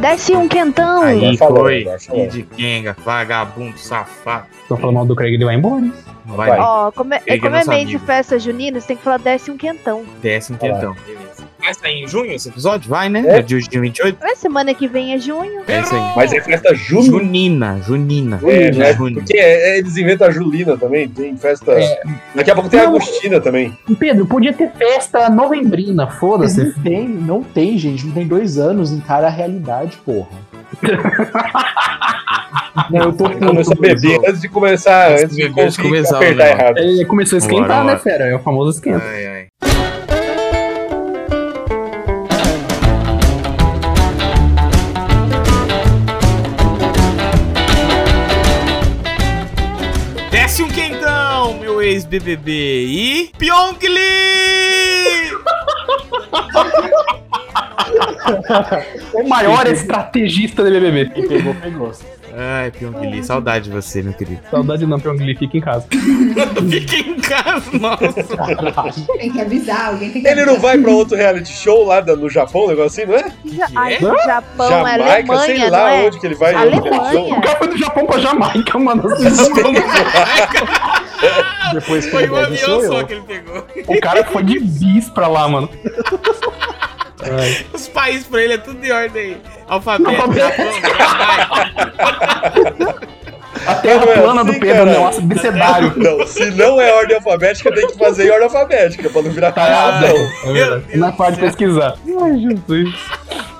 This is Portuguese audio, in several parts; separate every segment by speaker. Speaker 1: Desce um quentão!
Speaker 2: Aí
Speaker 1: Aí.
Speaker 2: foi,
Speaker 3: falou,
Speaker 2: foi,
Speaker 3: já falou.
Speaker 2: Kid Kenga, vagabundo, safado.
Speaker 4: Tô falando mal do Craig, ele vai embora. hein?
Speaker 2: Não vai,
Speaker 3: Vai.
Speaker 2: vai.
Speaker 1: Ó, como é,
Speaker 2: Ele
Speaker 1: como
Speaker 2: é
Speaker 1: é
Speaker 2: nosso
Speaker 1: mês de
Speaker 2: amigo.
Speaker 1: festa junina, você tem que falar desce um quentão.
Speaker 2: décimo
Speaker 3: Vai lá.
Speaker 2: tentão. Beleza. Vai sair em junho esse episódio? Vai, né?
Speaker 3: É.
Speaker 2: É dia de 28?
Speaker 1: Mas semana que vem é junho.
Speaker 2: É isso aí.
Speaker 3: Mas é festa junina.
Speaker 2: Junina, Junina.
Speaker 3: É, né?
Speaker 2: Junina.
Speaker 3: Porque é, é, eles inventam a Julina também, tem festa.
Speaker 4: É.
Speaker 3: Daqui a pouco tem a
Speaker 4: Não.
Speaker 3: Agostina também.
Speaker 4: Pedro, podia ter festa novembrina,
Speaker 5: Mas
Speaker 4: foda-se.
Speaker 5: não tem, não tem, gente. Não tem dois anos, encara a realidade, porra. não, eu tô
Speaker 3: Começa a
Speaker 5: puto.
Speaker 3: beber antes de começar.
Speaker 2: Antes
Speaker 3: Antes
Speaker 2: de
Speaker 3: de
Speaker 2: beber, antes de
Speaker 3: conseguir
Speaker 2: começar o
Speaker 3: apertar
Speaker 2: negócio.
Speaker 3: errado.
Speaker 4: É, começou a esquentar,
Speaker 2: Bora, bora.
Speaker 4: né, fera? É o famoso esquenta.
Speaker 2: Ai, ai. Desce um quentão, meu ex-BBB e Pyongli!
Speaker 5: É,
Speaker 4: O maior estrategista do BBB.
Speaker 5: Quem pegou, pegou.
Speaker 2: Ai, Pyongli, saudade de você, meu querido.
Speaker 4: Saudade não, Pyongyi, fica em casa.
Speaker 5: É.
Speaker 2: Fica em casa, nossa.
Speaker 6: Tem que avisar, alguém tem que
Speaker 3: Ele não
Speaker 6: avisar.
Speaker 3: vai pra outro reality show lá da- no Japão, um negócio assim, não é?
Speaker 1: Já,
Speaker 2: que
Speaker 1: ai,
Speaker 2: é?
Speaker 1: Japão,
Speaker 3: Jamaica,
Speaker 1: Alemanha,
Speaker 3: sei
Speaker 1: não
Speaker 3: lá
Speaker 1: é?
Speaker 3: onde que ele vai.
Speaker 1: Alemanha.
Speaker 4: O cara foi do Japão pra Jamaica, mano.
Speaker 5: Depois que
Speaker 2: Foi
Speaker 5: ele
Speaker 2: um
Speaker 5: bebe,
Speaker 2: avião
Speaker 5: sou
Speaker 2: só
Speaker 5: eu.
Speaker 2: que ele pegou.
Speaker 4: O cara foi de bis pra lá, mano. Ai,
Speaker 2: Os países pra ele é tudo de ordem alfabética. Japão, Jamaica.
Speaker 4: A terra
Speaker 3: Não é
Speaker 4: plana
Speaker 3: assim,
Speaker 4: do Pedro,
Speaker 3: caralho.
Speaker 4: né? Nossa, bicedário.
Speaker 3: Não, se não é ordem alfabética, tem que fazer em ordem alfabética, pra não virar
Speaker 4: Tá errado.
Speaker 3: confusão.
Speaker 4: É verdade. Na parte de pesquisar. Ai, Jesus.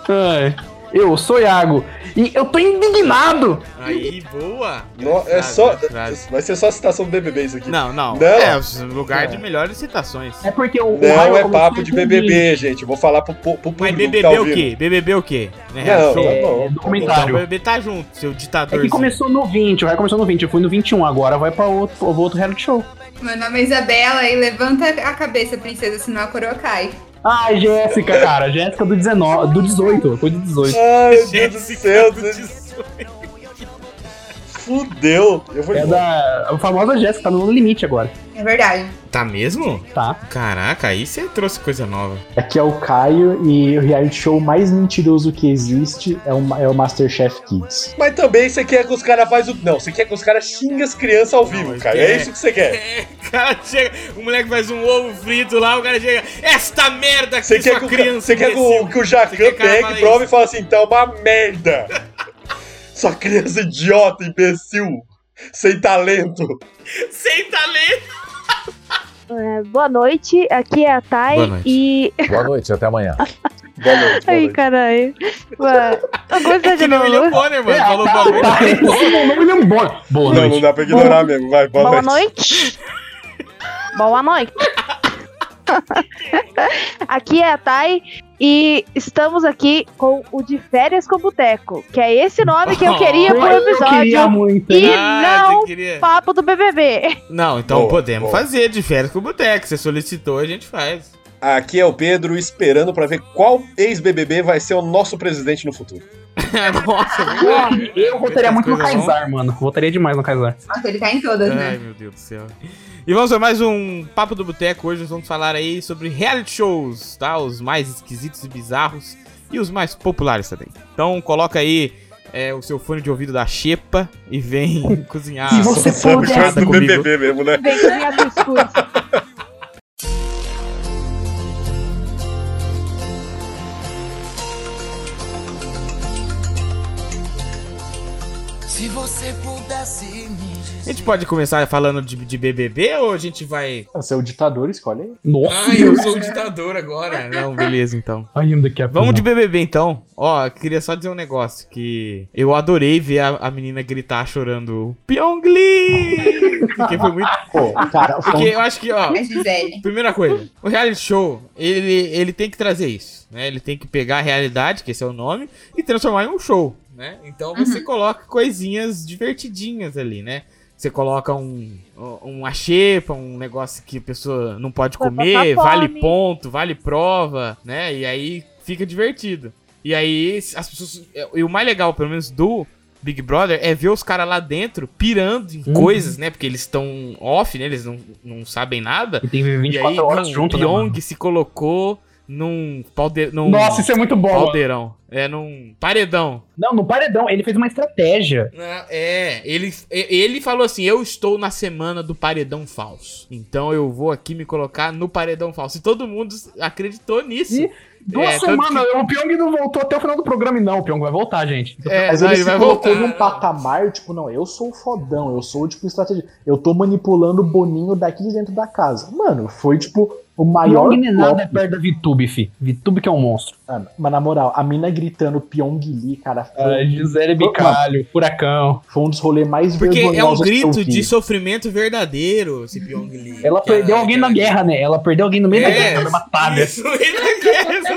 Speaker 4: Ai. Eu sou Iago e eu tô indignado.
Speaker 2: Aí, boa.
Speaker 3: Não, é
Speaker 2: Frase,
Speaker 3: só.
Speaker 2: frase.
Speaker 3: Vai ser só citação do BBB isso aqui.
Speaker 2: Não, não.
Speaker 3: Não.
Speaker 2: É, os lugar de melhores citações.
Speaker 4: É porque o, o Raio
Speaker 3: Não é
Speaker 4: começou
Speaker 3: papo de
Speaker 4: a entender.
Speaker 3: BBB, gente. Vou falar pro, pro pro público
Speaker 2: Mas
Speaker 3: que
Speaker 2: BBB
Speaker 3: tá
Speaker 2: é o
Speaker 3: ouvindo.
Speaker 2: quê? BBB o quê? Né?
Speaker 3: Não,
Speaker 2: Show.
Speaker 3: tá bom.
Speaker 4: É,
Speaker 2: Então, o
Speaker 4: documentário.
Speaker 2: BBB tá junto, seu
Speaker 4: É
Speaker 2: ditador.
Speaker 4: que começou no 20, o Raio começou no 20, eu fui no 21, agora vai pra outro, pra outro reality show.
Speaker 6: Meu nome é Isabela e levanta a cabeça, princesa, senão a coroa cai.
Speaker 4: Ai, Jéssica, cara, Jéssica do 19, do 18, foi do 18.
Speaker 3: Ai, meu Deus do céu, você fudeu. Eu vou
Speaker 4: É
Speaker 3: embora.
Speaker 4: da a famosa Jéssica, tá no limite agora.
Speaker 6: É verdade.
Speaker 2: Tá mesmo?
Speaker 4: Tá.
Speaker 2: Caraca, aí você trouxe coisa nova.
Speaker 5: Aqui é o Caio e o reality show mais mentiroso que existe é o, é o Masterchef Kids.
Speaker 3: Mas também você quer que os caras fazem o. Não, você quer que os caras xingam as crianças ao vivo,
Speaker 2: mas
Speaker 3: cara.
Speaker 2: é-
Speaker 3: É isso que você quer.
Speaker 2: O cara chega, o moleque faz um ovo frito lá, o cara chega, esta merda que
Speaker 3: Você quer,
Speaker 2: sua
Speaker 3: que o, ca-
Speaker 2: criança.
Speaker 3: você quer que
Speaker 2: imbecil."
Speaker 3: o, que o Jacan
Speaker 2: Você quer que o cara
Speaker 3: pegue,
Speaker 2: fale
Speaker 3: prova e
Speaker 2: isso?
Speaker 3: fale assim: tá uma merda. Sua criança idiota, imbecil. Sem talento.
Speaker 2: Sem talento.
Speaker 1: É, boa noite, aqui é a Thay
Speaker 2: Boa noite.
Speaker 1: e.
Speaker 7: Boa noite, até amanhã.
Speaker 3: Boa noite, boa
Speaker 1: Ai,
Speaker 3: noite.
Speaker 1: caralho. Ué, Alguma coisa
Speaker 2: Que
Speaker 1: de
Speaker 2: nem o William
Speaker 1: novo.
Speaker 2: Bonner, mano.
Speaker 4: É,
Speaker 2: falou Ah,
Speaker 4: tá,
Speaker 2: boa noite.
Speaker 4: tá, esse é o nome William Bonner. Boa
Speaker 3: Não, não
Speaker 4: noite.
Speaker 3: dá pra ignorar mesmo. Vai, boa,
Speaker 1: Boa
Speaker 3: noite.
Speaker 1: noite. Boa noite. aqui é a Thay e estamos aqui com o de férias com boteco, que é esse nome que eu queria pro
Speaker 4: Eu queria
Speaker 1: episódio.
Speaker 4: muito.
Speaker 1: E
Speaker 2: Ah,
Speaker 1: não
Speaker 2: você queria-
Speaker 1: papo do BBB.
Speaker 2: Não, então
Speaker 3: Boa,
Speaker 2: podemos
Speaker 3: boa.
Speaker 2: fazer de férias com o boteco. Você solicitou, a gente faz.
Speaker 3: Aqui é o Pedro esperando pra ver qual ex-BBB vai ser o nosso presidente no futuro.
Speaker 2: É, Nossa,
Speaker 4: Porra, Eu votaria muito no
Speaker 2: Coisa Ah, não.
Speaker 4: Kaysar, mano. Votaria demais no Kaysar.
Speaker 6: Nossa, ele tá em todas, né?
Speaker 2: Ai, meu Deus do céu. E vamos a mais um Papo do Boteco. Hoje nós vamos falar aí sobre reality shows, tá? Os mais esquisitos e bizarros e os mais populares também. Então coloca aí é, o seu fone de ouvido da Xepa e vem cozinhar.
Speaker 4: Se você
Speaker 2: sua
Speaker 4: pudesse-
Speaker 2: feijoada
Speaker 3: do
Speaker 2: comigo.
Speaker 3: BBB mesmo, né?
Speaker 1: Vem cozinhar cuscuz.
Speaker 8: Se você pudesse me
Speaker 2: A
Speaker 8: dizer.
Speaker 2: gente pode começar falando de, de BBB ou a gente vai...
Speaker 5: Você é o ditador, escolhe aí.
Speaker 4: Nossa,
Speaker 2: Ai, eu sou um ditador agora. Não, beleza então.
Speaker 4: I am the captain.
Speaker 2: Vamos de BBB então. Ó, eu queria só dizer um negócio que eu adorei ver a, a menina gritar chorando Pyongli! Porque foi muito.
Speaker 5: Pô, cara,
Speaker 2: Porque
Speaker 5: foi um
Speaker 2: eu acho que, ó,
Speaker 6: É Gisele.
Speaker 2: primeira coisa, o reality show, ele, ele tem que trazer isso, né? Ele tem que pegar a realidade, que esse é o nome, e transformar em um show, né? Então você coloca coisinhas divertidinhas ali, né? Você coloca um, uma xepa, um negócio que a pessoa não pode
Speaker 1: Vai
Speaker 2: comer,
Speaker 1: passar
Speaker 2: vale
Speaker 1: fome.
Speaker 2: ponto, vale prova, né? E aí fica divertido. E aí as pessoas. E o mais legal, pelo menos, do Big Brother é ver os caras lá dentro pirando em
Speaker 4: Uhum.
Speaker 2: coisas, né? Porque eles estão off, né? Eles não, não sabem nada.
Speaker 4: E tem
Speaker 2: E aí,
Speaker 4: 24 horas
Speaker 2: não,
Speaker 4: junto,
Speaker 2: o
Speaker 4: né?
Speaker 2: Pyong
Speaker 4: mano?
Speaker 2: se colocou num, palde... num
Speaker 9: Nossa, isso é muito bom.
Speaker 2: paldeirão. É num paredão.
Speaker 4: Não, no paredão, ele fez uma estratégia.
Speaker 2: Não, É, ele, e- ele falou assim: eu estou na semana do paredão falso. Então eu vou aqui me colocar no paredão falso. E todo mundo acreditou nisso.
Speaker 9: E Duas
Speaker 2: É, tanto
Speaker 9: semanas, o Pyong não voltou até o final do programa e não, o Pyong vai voltar, gente.
Speaker 2: É,
Speaker 10: Mas
Speaker 2: não,
Speaker 10: ele,
Speaker 2: ele
Speaker 10: se
Speaker 2: vai
Speaker 10: colocou
Speaker 2: voltar.
Speaker 10: num patamar, tipo, não, eu sou o fodão, eu sou, tipo, estratégia. Eu tô manipulando o Boninho daqui de dentro da casa. Mano, foi, tipo, o maior.
Speaker 4: Pyong nem nada é
Speaker 10: flop.
Speaker 4: perto da VTube, fi. VTube que é um monstro.
Speaker 10: Mano, mas na moral, a mina gritando Pyong Lee, cara,
Speaker 9: Ah,
Speaker 10: foi,
Speaker 9: Gisele Bicalho, Furacão.
Speaker 10: foi um dos rolês mais
Speaker 2: Porque é um
Speaker 10: vergonhosos que eu
Speaker 2: grito
Speaker 10: vi.
Speaker 2: de sofrimento verdadeiro, esse Pyong Lee.
Speaker 4: Ela
Speaker 2: Que é
Speaker 4: perdeu alguém na
Speaker 2: que ela-
Speaker 4: guerra, né? Ela perdeu alguém no meio da guerra,
Speaker 2: né?
Speaker 4: foi matada.
Speaker 2: É. Isso, ele na guerra, exatamente.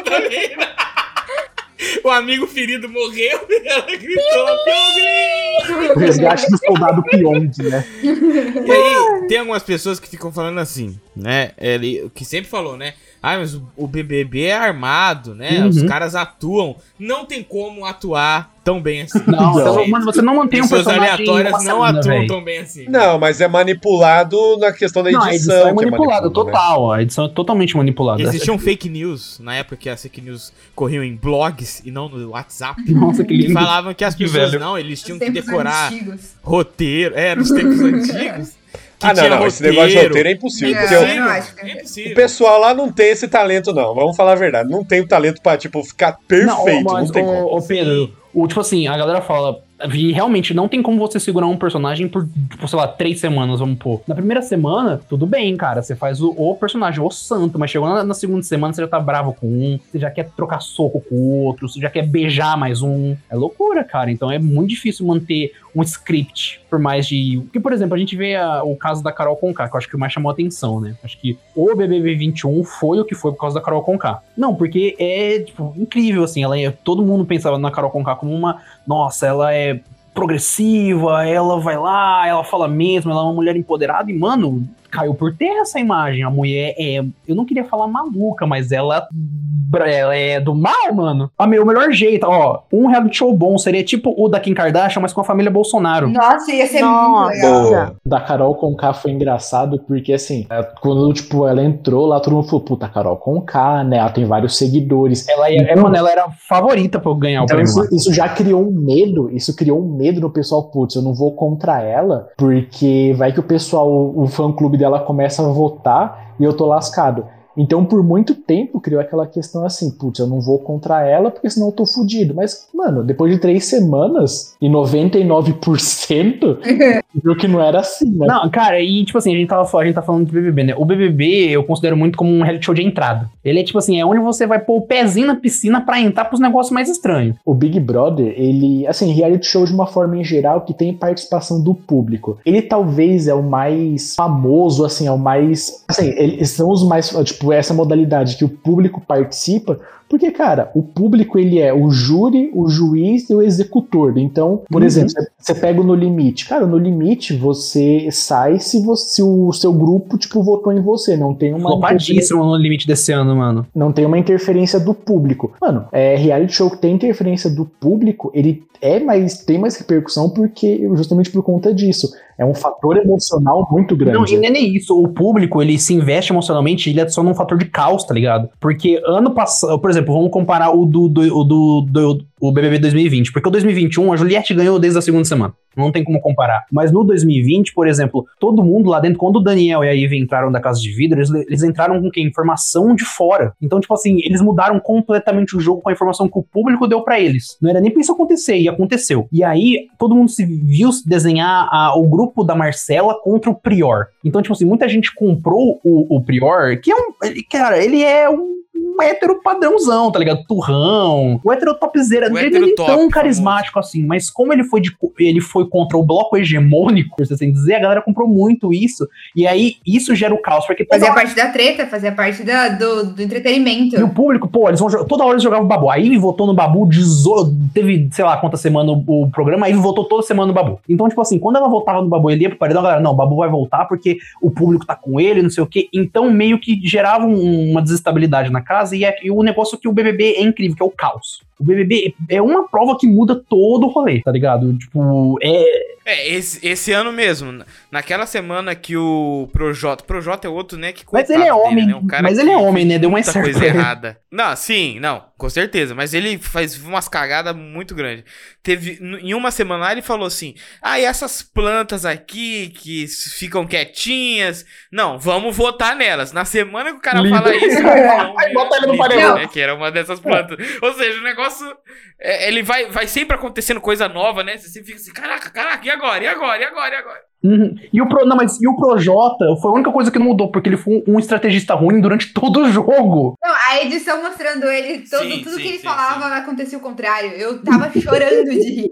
Speaker 2: O amigo ferido morreu e ela gritou Pyong Lee!
Speaker 10: O resgate do soldado Pyong, né?
Speaker 2: E aí, tem algumas pessoas que ficam falando assim, né? Ele, que sempre falou, né? Ah, mas o, o BBB é armado, né? Os
Speaker 4: Uhum.
Speaker 2: caras atuam. Não tem como atuar tão bem assim.
Speaker 4: Não,
Speaker 10: Não.
Speaker 4: você- mano, você não mantém um
Speaker 2: Pessoas
Speaker 4: personagem. né,
Speaker 2: aleatórias não atuam
Speaker 4: atuam.
Speaker 2: tão bem assim.
Speaker 3: Não, mas é manipulado na questão da
Speaker 4: Não,
Speaker 3: edição.
Speaker 4: a edição é
Speaker 3: que
Speaker 4: manipulada,
Speaker 3: manipulado, né?
Speaker 4: total. A edição é totalmente manipulada.
Speaker 2: Existiam fake news, na época que as fake news corriam em blogs e não no WhatsApp.
Speaker 4: Nossa, que
Speaker 2: E
Speaker 4: lindo.
Speaker 2: falavam que as
Speaker 9: Que
Speaker 2: pessoas,
Speaker 9: velho.
Speaker 2: não, eles tinham
Speaker 6: Os
Speaker 2: que
Speaker 6: tempos
Speaker 2: decorar
Speaker 6: antigos.
Speaker 2: roteiro. É, nos tempos antigos. que
Speaker 3: Ah, não,
Speaker 2: tinha
Speaker 3: não. Esse negócio de roteiro é impossível.
Speaker 6: Não,
Speaker 3: porque
Speaker 6: eu
Speaker 3: o-
Speaker 6: não acho.
Speaker 2: É
Speaker 3: o
Speaker 2: impossível.
Speaker 3: pessoal lá não tem esse talento, não. Vamos falar a verdade. Não tem o talento pra, tipo, ficar perfeito. Não,
Speaker 4: mas,
Speaker 3: tem
Speaker 4: ô,
Speaker 3: como.
Speaker 4: ô, Pedro, o, tipo assim, a galera fala. Vi, realmente, não tem como você segurar um personagem por, tipo, sei lá, três semanas, vamos pôr. Na primeira semana, tudo bem, cara. Você faz o, o personagem, o santo, mas chegou na, na segunda semana, você já tá bravo com um, você já quer trocar soco com o outro, você já quer beijar mais um. É loucura, cara. Então é muito difícil manter um script por mais de. Porque, por exemplo, a gente vê a- o caso da Carol Conká, que eu acho que mais chamou a atenção, né? Acho que o BBB 21 foi o que foi por causa da Carol Conká. Não, porque é, tipo, incrível, assim. Ela é, todo mundo pensava na Carol Conká como uma. Nossa, ela é progressiva, ela vai lá, ela fala mesmo, ela é uma mulher empoderada e, mano. Caiu por terra essa imagem. A mulher é. Eu não queria falar maluca, mas ela. bra- Ela é do mal, mano. A meu, o melhor jeito, ó. Um reality show bom seria tipo o da Kim Kardashian, mas com a família Bolsonaro.
Speaker 6: Nossa, ia ser muito
Speaker 1: Nossa.
Speaker 6: legal.
Speaker 3: Boa.
Speaker 10: Da Carol Conká foi engraçado, porque assim, é, quando, tipo, ela entrou lá, todo mundo falou, puta, Carol Conká, né? Ela tem vários seguidores.
Speaker 4: Ela era, é, mano, ela era a favorita pra eu ganhar o
Speaker 10: Então,
Speaker 4: prêmio.
Speaker 10: isso,
Speaker 4: lá.
Speaker 10: isso já criou um medo, isso criou um medo no pessoal, putz, eu não vou contra ela, porque vai que o pessoal, o fã-clube dela começa a votar e eu tô lascado. Então, por muito tempo, criou aquela questão assim, putz, eu não vou contra ela, porque senão eu tô fudido. Mas, mano, depois de três semanas e 99% viu que não era assim, né?
Speaker 4: Não, cara, e tipo assim, a gente, tava, fal- a gente tá falando de BBB, né? O BBB eu considero muito como um reality show de entrada. Ele é tipo assim, é onde você vai pôr o pezinho na piscina pra entrar pros negócios mais estranhos.
Speaker 10: O Big Brother, ele, assim, reality show de uma forma em geral que tem participação do público. Ele talvez é o mais famoso, assim, é o mais, assim, eles são os mais, tipo, essa modalidade que o público participa, porque cara, o público ele é o júri, o juiz e o executor. Então, por
Speaker 4: Uhum.
Speaker 10: exemplo, você- você pega o no limite. Cara, o no limite você sai se você se o seu grupo tipo votou em você, não tem uma
Speaker 4: Flopadíssimo no limite desse ano, mano.
Speaker 10: não tem uma interferência do público. Mano, é, reality show que tem interferência do público, ele é mais tem mais repercussão porque justamente por conta disso. É um fator emocional muito
Speaker 4: Não,
Speaker 10: grande.
Speaker 4: e nem nem isso. O público, ele se investe emocionalmente, ele adiciona um fator de caos, tá ligado? Porque ano passado, por exemplo, vamos comparar o do, do, o do, do- o BBB 2020. Porque o 2021, a Juliette ganhou desde a segunda semana. Não tem como comparar. Mas no 2020, por exemplo, todo mundo lá dentro, quando o Daniel e a Ivy entraram da Casa de Vidro, eles, eles entraram com o quê? Informação de fora. Então, tipo assim, eles mudaram completamente o jogo com a informação que o público deu pra eles. Não era nem pra isso acontecer, e aconteceu. E aí, todo mundo se viu se desenhar a- o grupo da Marcela contra o Prior. Então, tipo assim, muita gente comprou o, o Prior, que é um... ele- cara, ele é um... Um hétero padrãozão, tá ligado? Turrão. O hétero topzera.
Speaker 2: O
Speaker 4: Ele
Speaker 2: hétero
Speaker 4: não é
Speaker 2: top,
Speaker 4: tão
Speaker 2: famoso.
Speaker 4: carismático dramático, assim, mas como ele foi de co- ele foi contra o bloco hegemônico, por assim dizer, a galera comprou muito isso, e aí isso gera o caos, porque
Speaker 2: é
Speaker 4: toda
Speaker 6: Fazia
Speaker 4: hora,
Speaker 6: parte da treta, fazia parte da- do, do entretenimento.
Speaker 4: e o público, pô, eles vão jo- toda hora eles jogavam o Babu. A Ivy votou no Babu, dezo- teve, sei lá, quanta semana o, o programa, a Ivy votou toda semana no Babu. Então, tipo assim, quando ela votava no Babu, ele ia pro paredão, a galera, não, o Babu vai voltar porque o público tá com ele, não sei o quê. Então, meio que gerava um- uma desestabilidade na casa e, é, e o negócio que o BBB é incrível, que é o caos. O BBB é uma prova que muda todo o rolê, tá ligado? Tipo, é.
Speaker 2: É, esse, esse ano mesmo. Naquela semana que o Projota. Projota é outro, né? Que
Speaker 4: Mas ele é
Speaker 2: coitado dele,
Speaker 4: homem.
Speaker 2: né, um cara
Speaker 4: mas ele
Speaker 2: que-
Speaker 4: é homem, né? Deu uma
Speaker 2: muita
Speaker 4: certa
Speaker 2: coisa errada. Não, sim, não, com certeza. Mas ele faz umas cagadas muito grandes. Teve, n- em uma semana lá ele falou assim: ah, e essas plantas aqui que s- ficam quietinhas. Não, vamos votar nelas. Na semana que o cara
Speaker 9: Líder.
Speaker 2: fala isso, não,
Speaker 9: Aí bota ele no
Speaker 2: líder,
Speaker 9: paredão.
Speaker 2: né, que era uma dessas plantas. Ou seja, o negócio. é, ele vai, vai sempre acontecendo coisa nova, né? Você sempre fica assim: caraca, caraca, e agora? E agora? E agora? E agora?
Speaker 4: Uhum. E o Pro, não, mas e o Projota foi a única coisa que não mudou, porque ele foi um estrategista ruim durante todo o jogo.
Speaker 6: Não, a edição mostrando ele, todo,
Speaker 2: Sim,
Speaker 6: tudo
Speaker 2: sim,
Speaker 6: que ele
Speaker 2: sim,
Speaker 6: falava acontecia o contrário. Eu tava chorando de rir.
Speaker 4: é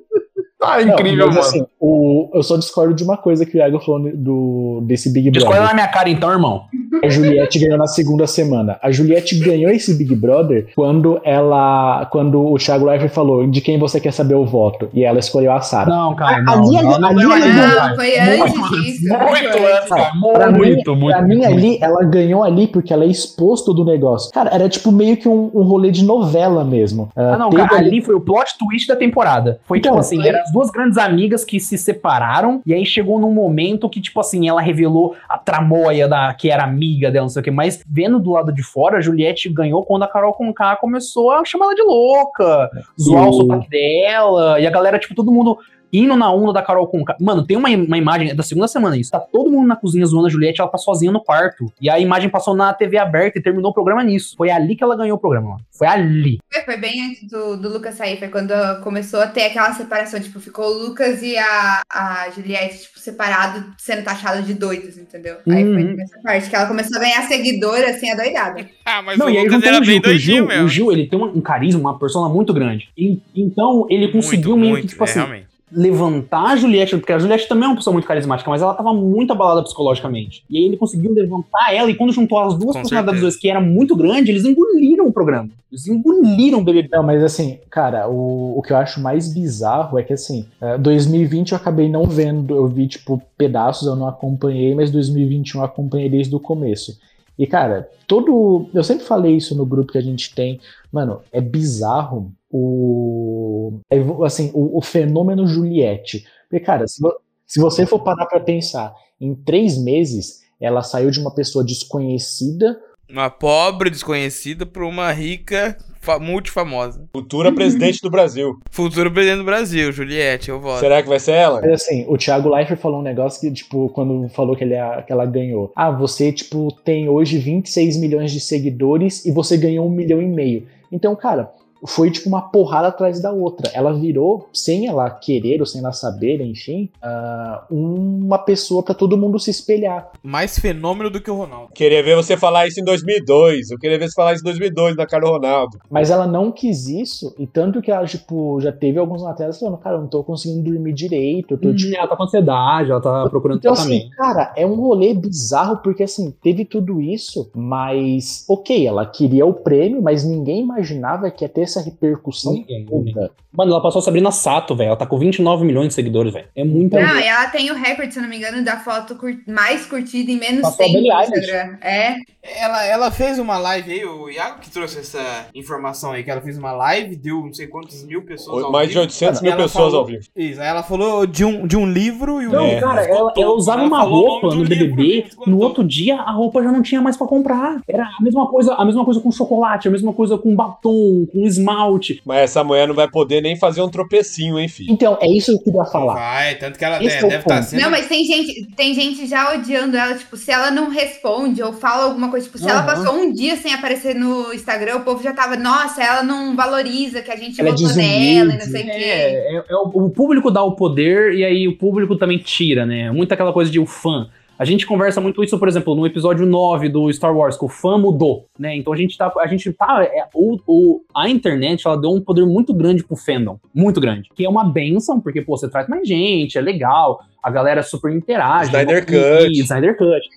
Speaker 9: Ah,
Speaker 10: Não,
Speaker 9: incrível,
Speaker 10: mas,
Speaker 9: mano.
Speaker 10: assim, o- eu só discordo de uma coisa que o Iago falou ne- do, desse Big
Speaker 4: Discorda
Speaker 10: Brother.
Speaker 4: na minha cara então, irmão.
Speaker 10: A Juliette ganhou na segunda semana. A Juliette ganhou esse Big Brother quando ela. Quando o Thiago Leifert falou de quem você quer saber o voto. E ela escolheu a Sara.
Speaker 4: Não, cara, não.
Speaker 10: Ali,
Speaker 4: não,
Speaker 10: ali,
Speaker 4: não,
Speaker 10: ali,
Speaker 4: não,
Speaker 10: ali,
Speaker 4: não,
Speaker 6: Não,
Speaker 4: cara.
Speaker 6: foi antes disso.
Speaker 9: Muito antes, cara.
Speaker 10: Pra mim-
Speaker 9: Muito, muito.
Speaker 10: Pra mim, é
Speaker 9: muito.
Speaker 10: ali, ela ganhou ali porque ela é exposto do negócio. Cara, era tipo meio que um, um rolê de novela mesmo. Ela
Speaker 4: Ah, não,
Speaker 10: teve
Speaker 4: cara, ali foi o plot twist da temporada. Foi
Speaker 10: Então,
Speaker 4: tipo assim, eram as duas grandes amigas que se separaram, e aí chegou num momento que, tipo assim, ela revelou a tramóia da que era amiga dela, não sei o que, mas vendo do lado de fora, a Juliette ganhou quando a Carol Conká começou a chamar ela de louca, zoar o
Speaker 10: Sim.
Speaker 4: sotaque dela, e a galera, tipo, todo mundo. Indo na onda da Carol Conká. Mano, tem uma, uma imagem é da segunda semana isso. Tá todo mundo na cozinha zoando a Juliette, ela tá sozinha no quarto. E a imagem passou na TV aberta e terminou o programa nisso. Foi ali que ela ganhou o programa, mano. Foi ali.
Speaker 6: Foi, foi bem antes do, do Lucas sair, foi quando começou a ter aquela separação, tipo, ficou o Lucas e a, a Juliette, tipo, separado, sendo taxado de doidos, entendeu? Aí foi
Speaker 4: Uhum.
Speaker 6: nessa parte que ela começou a ganhar seguidor, assim, adoidada.
Speaker 2: Ah, mas
Speaker 4: Não,
Speaker 2: o
Speaker 4: e aí
Speaker 2: Lucas
Speaker 4: juntando
Speaker 2: era
Speaker 4: o
Speaker 2: bem
Speaker 4: Gil, porque o
Speaker 2: doidinho
Speaker 4: Gil,
Speaker 2: mesmo.
Speaker 4: o Gil, ele tem um, um carisma, uma persona muito grande. E- então, ele conseguiu meio que, tipo
Speaker 2: é,
Speaker 4: assim,
Speaker 2: realmente.
Speaker 4: levantar a Juliette, porque a Juliette também é uma pessoa muito carismática, mas ela tava muito abalada psicologicamente. E aí ele conseguiu levantar ela, e quando juntou as duas
Speaker 2: Com
Speaker 4: personalidades
Speaker 2: certeza.
Speaker 4: dos dois, que era muito grande, eles engoliram o programa. Eles engoliram o BBB.
Speaker 10: Não, mas assim, cara, o, o que eu acho mais bizarro é que assim, eh, 2020 eu acabei não vendo, eu vi tipo pedaços, eu não acompanhei, mas 2021 eu acompanhei desde o começo. E cara, todo, eu sempre falei isso no grupo que a gente tem, mano, é bizarro o é, vo- assim, o, o fenômeno Juliette. Porque cara, se, vo- se você for parar pra pensar, em três meses ela saiu de uma pessoa desconhecida
Speaker 2: Uma pobre desconhecida pra uma rica fa- multifamosa.
Speaker 3: Futura presidente do Brasil.
Speaker 2: Futuro presidente do Brasil, Juliette, eu voto.
Speaker 3: Será que vai ser ela?
Speaker 10: Mas assim, o Thiago Leifert falou um negócio que, tipo, quando falou que, ele, a- que ela ganhou. Ah, você, tipo, tem hoje 26 milhões de seguidores e você ganhou um milhão e meio. Então, cara, foi tipo uma porrada atrás da outra. Ela virou, sem ela querer ou sem ela saber, enfim, ah, uma pessoa pra todo mundo se espelhar.
Speaker 2: Mais fenômeno do que o Ronaldo.
Speaker 3: Queria ver você falar isso em 2002. Eu queria ver você falar isso em 2002 na cara do Ronaldo.
Speaker 10: Mas ela não quis isso, e tanto que ela, tipo, já teve alguns matérias falando, cara, eu não tô conseguindo dormir direito, eu tô, tipo,
Speaker 4: Ela tá com ansiedade, ela tá procurando
Speaker 10: Então, assim, cara, é um rolê bizarro, porque assim, teve tudo isso, mas ok, ela queria o prêmio, mas ninguém imaginava que ia ter essa repercussão
Speaker 4: Ninguém, ninguém.
Speaker 10: toda.
Speaker 4: Então, Mano, ela passou a Sabrina Sato, velho. Ela tá com 29 milhões de seguidores, velho. É muita
Speaker 6: Não, e ela tem o recorde, se eu não me engano, da foto cur- mais curtida em menos
Speaker 4: Passou a
Speaker 6: tempo
Speaker 4: Billie
Speaker 6: no
Speaker 4: Eilish.
Speaker 6: Instagram. É,
Speaker 2: Ela, ela fez uma live aí, o Iago que trouxe essa informação aí, que ela fez uma live, deu não sei quantas mil pessoas ao
Speaker 3: Mais de
Speaker 2: vivo.
Speaker 3: 800 mil
Speaker 2: Ela
Speaker 3: pessoas
Speaker 2: falou-
Speaker 3: ao vivo.
Speaker 2: Isso, aí ela falou de um, de um livro e o
Speaker 4: Não,
Speaker 2: livro
Speaker 4: cara,
Speaker 2: esgotou.
Speaker 4: ela, ela É, usava
Speaker 2: Ela
Speaker 4: uma
Speaker 2: falou o
Speaker 4: roupa
Speaker 2: nome
Speaker 4: no
Speaker 2: do livro, o
Speaker 4: BBB,
Speaker 2: livro esgotou.
Speaker 4: no outro dia a roupa já não tinha mais pra comprar. Era a mesma coisa, a mesma coisa com chocolate, a mesma coisa com batom, com esmalte.
Speaker 3: Mas essa mulher não vai poder nem fazer um tropecinho, hein, filho?
Speaker 10: Então, é isso que eu queria falar.
Speaker 2: Vai, tanto que ela
Speaker 10: Esse
Speaker 2: deve
Speaker 10: é o
Speaker 2: estar
Speaker 10: ponto.
Speaker 2: sendo.
Speaker 4: né?
Speaker 6: Não, mas tem gente, tem gente já odiando ela, tipo, se ela não responde ou fala alguma coisa, tipo, se ela
Speaker 4: Aham.
Speaker 6: passou um dia sem aparecer no Instagram, o povo já tava, nossa, ela não valoriza que a gente
Speaker 10: Ela é
Speaker 6: votou nela e não sei o quê.
Speaker 4: É, é- é o, o público dá o poder e aí o público também tira, né? Muito aquela coisa de o fã. A gente conversa muito isso, por exemplo, no episódio 9 do Star Wars, que o fã mudou, né? Então a gente tá. A gente tá. é, o, o- a internet ela deu um poder muito grande pro fandom. Muito grande. Que é uma benção, porque, pô, você traz mais gente, é legal, a galera super interage.
Speaker 3: Snyder
Speaker 4: e-
Speaker 3: Cut.
Speaker 4: e Snyder Cut.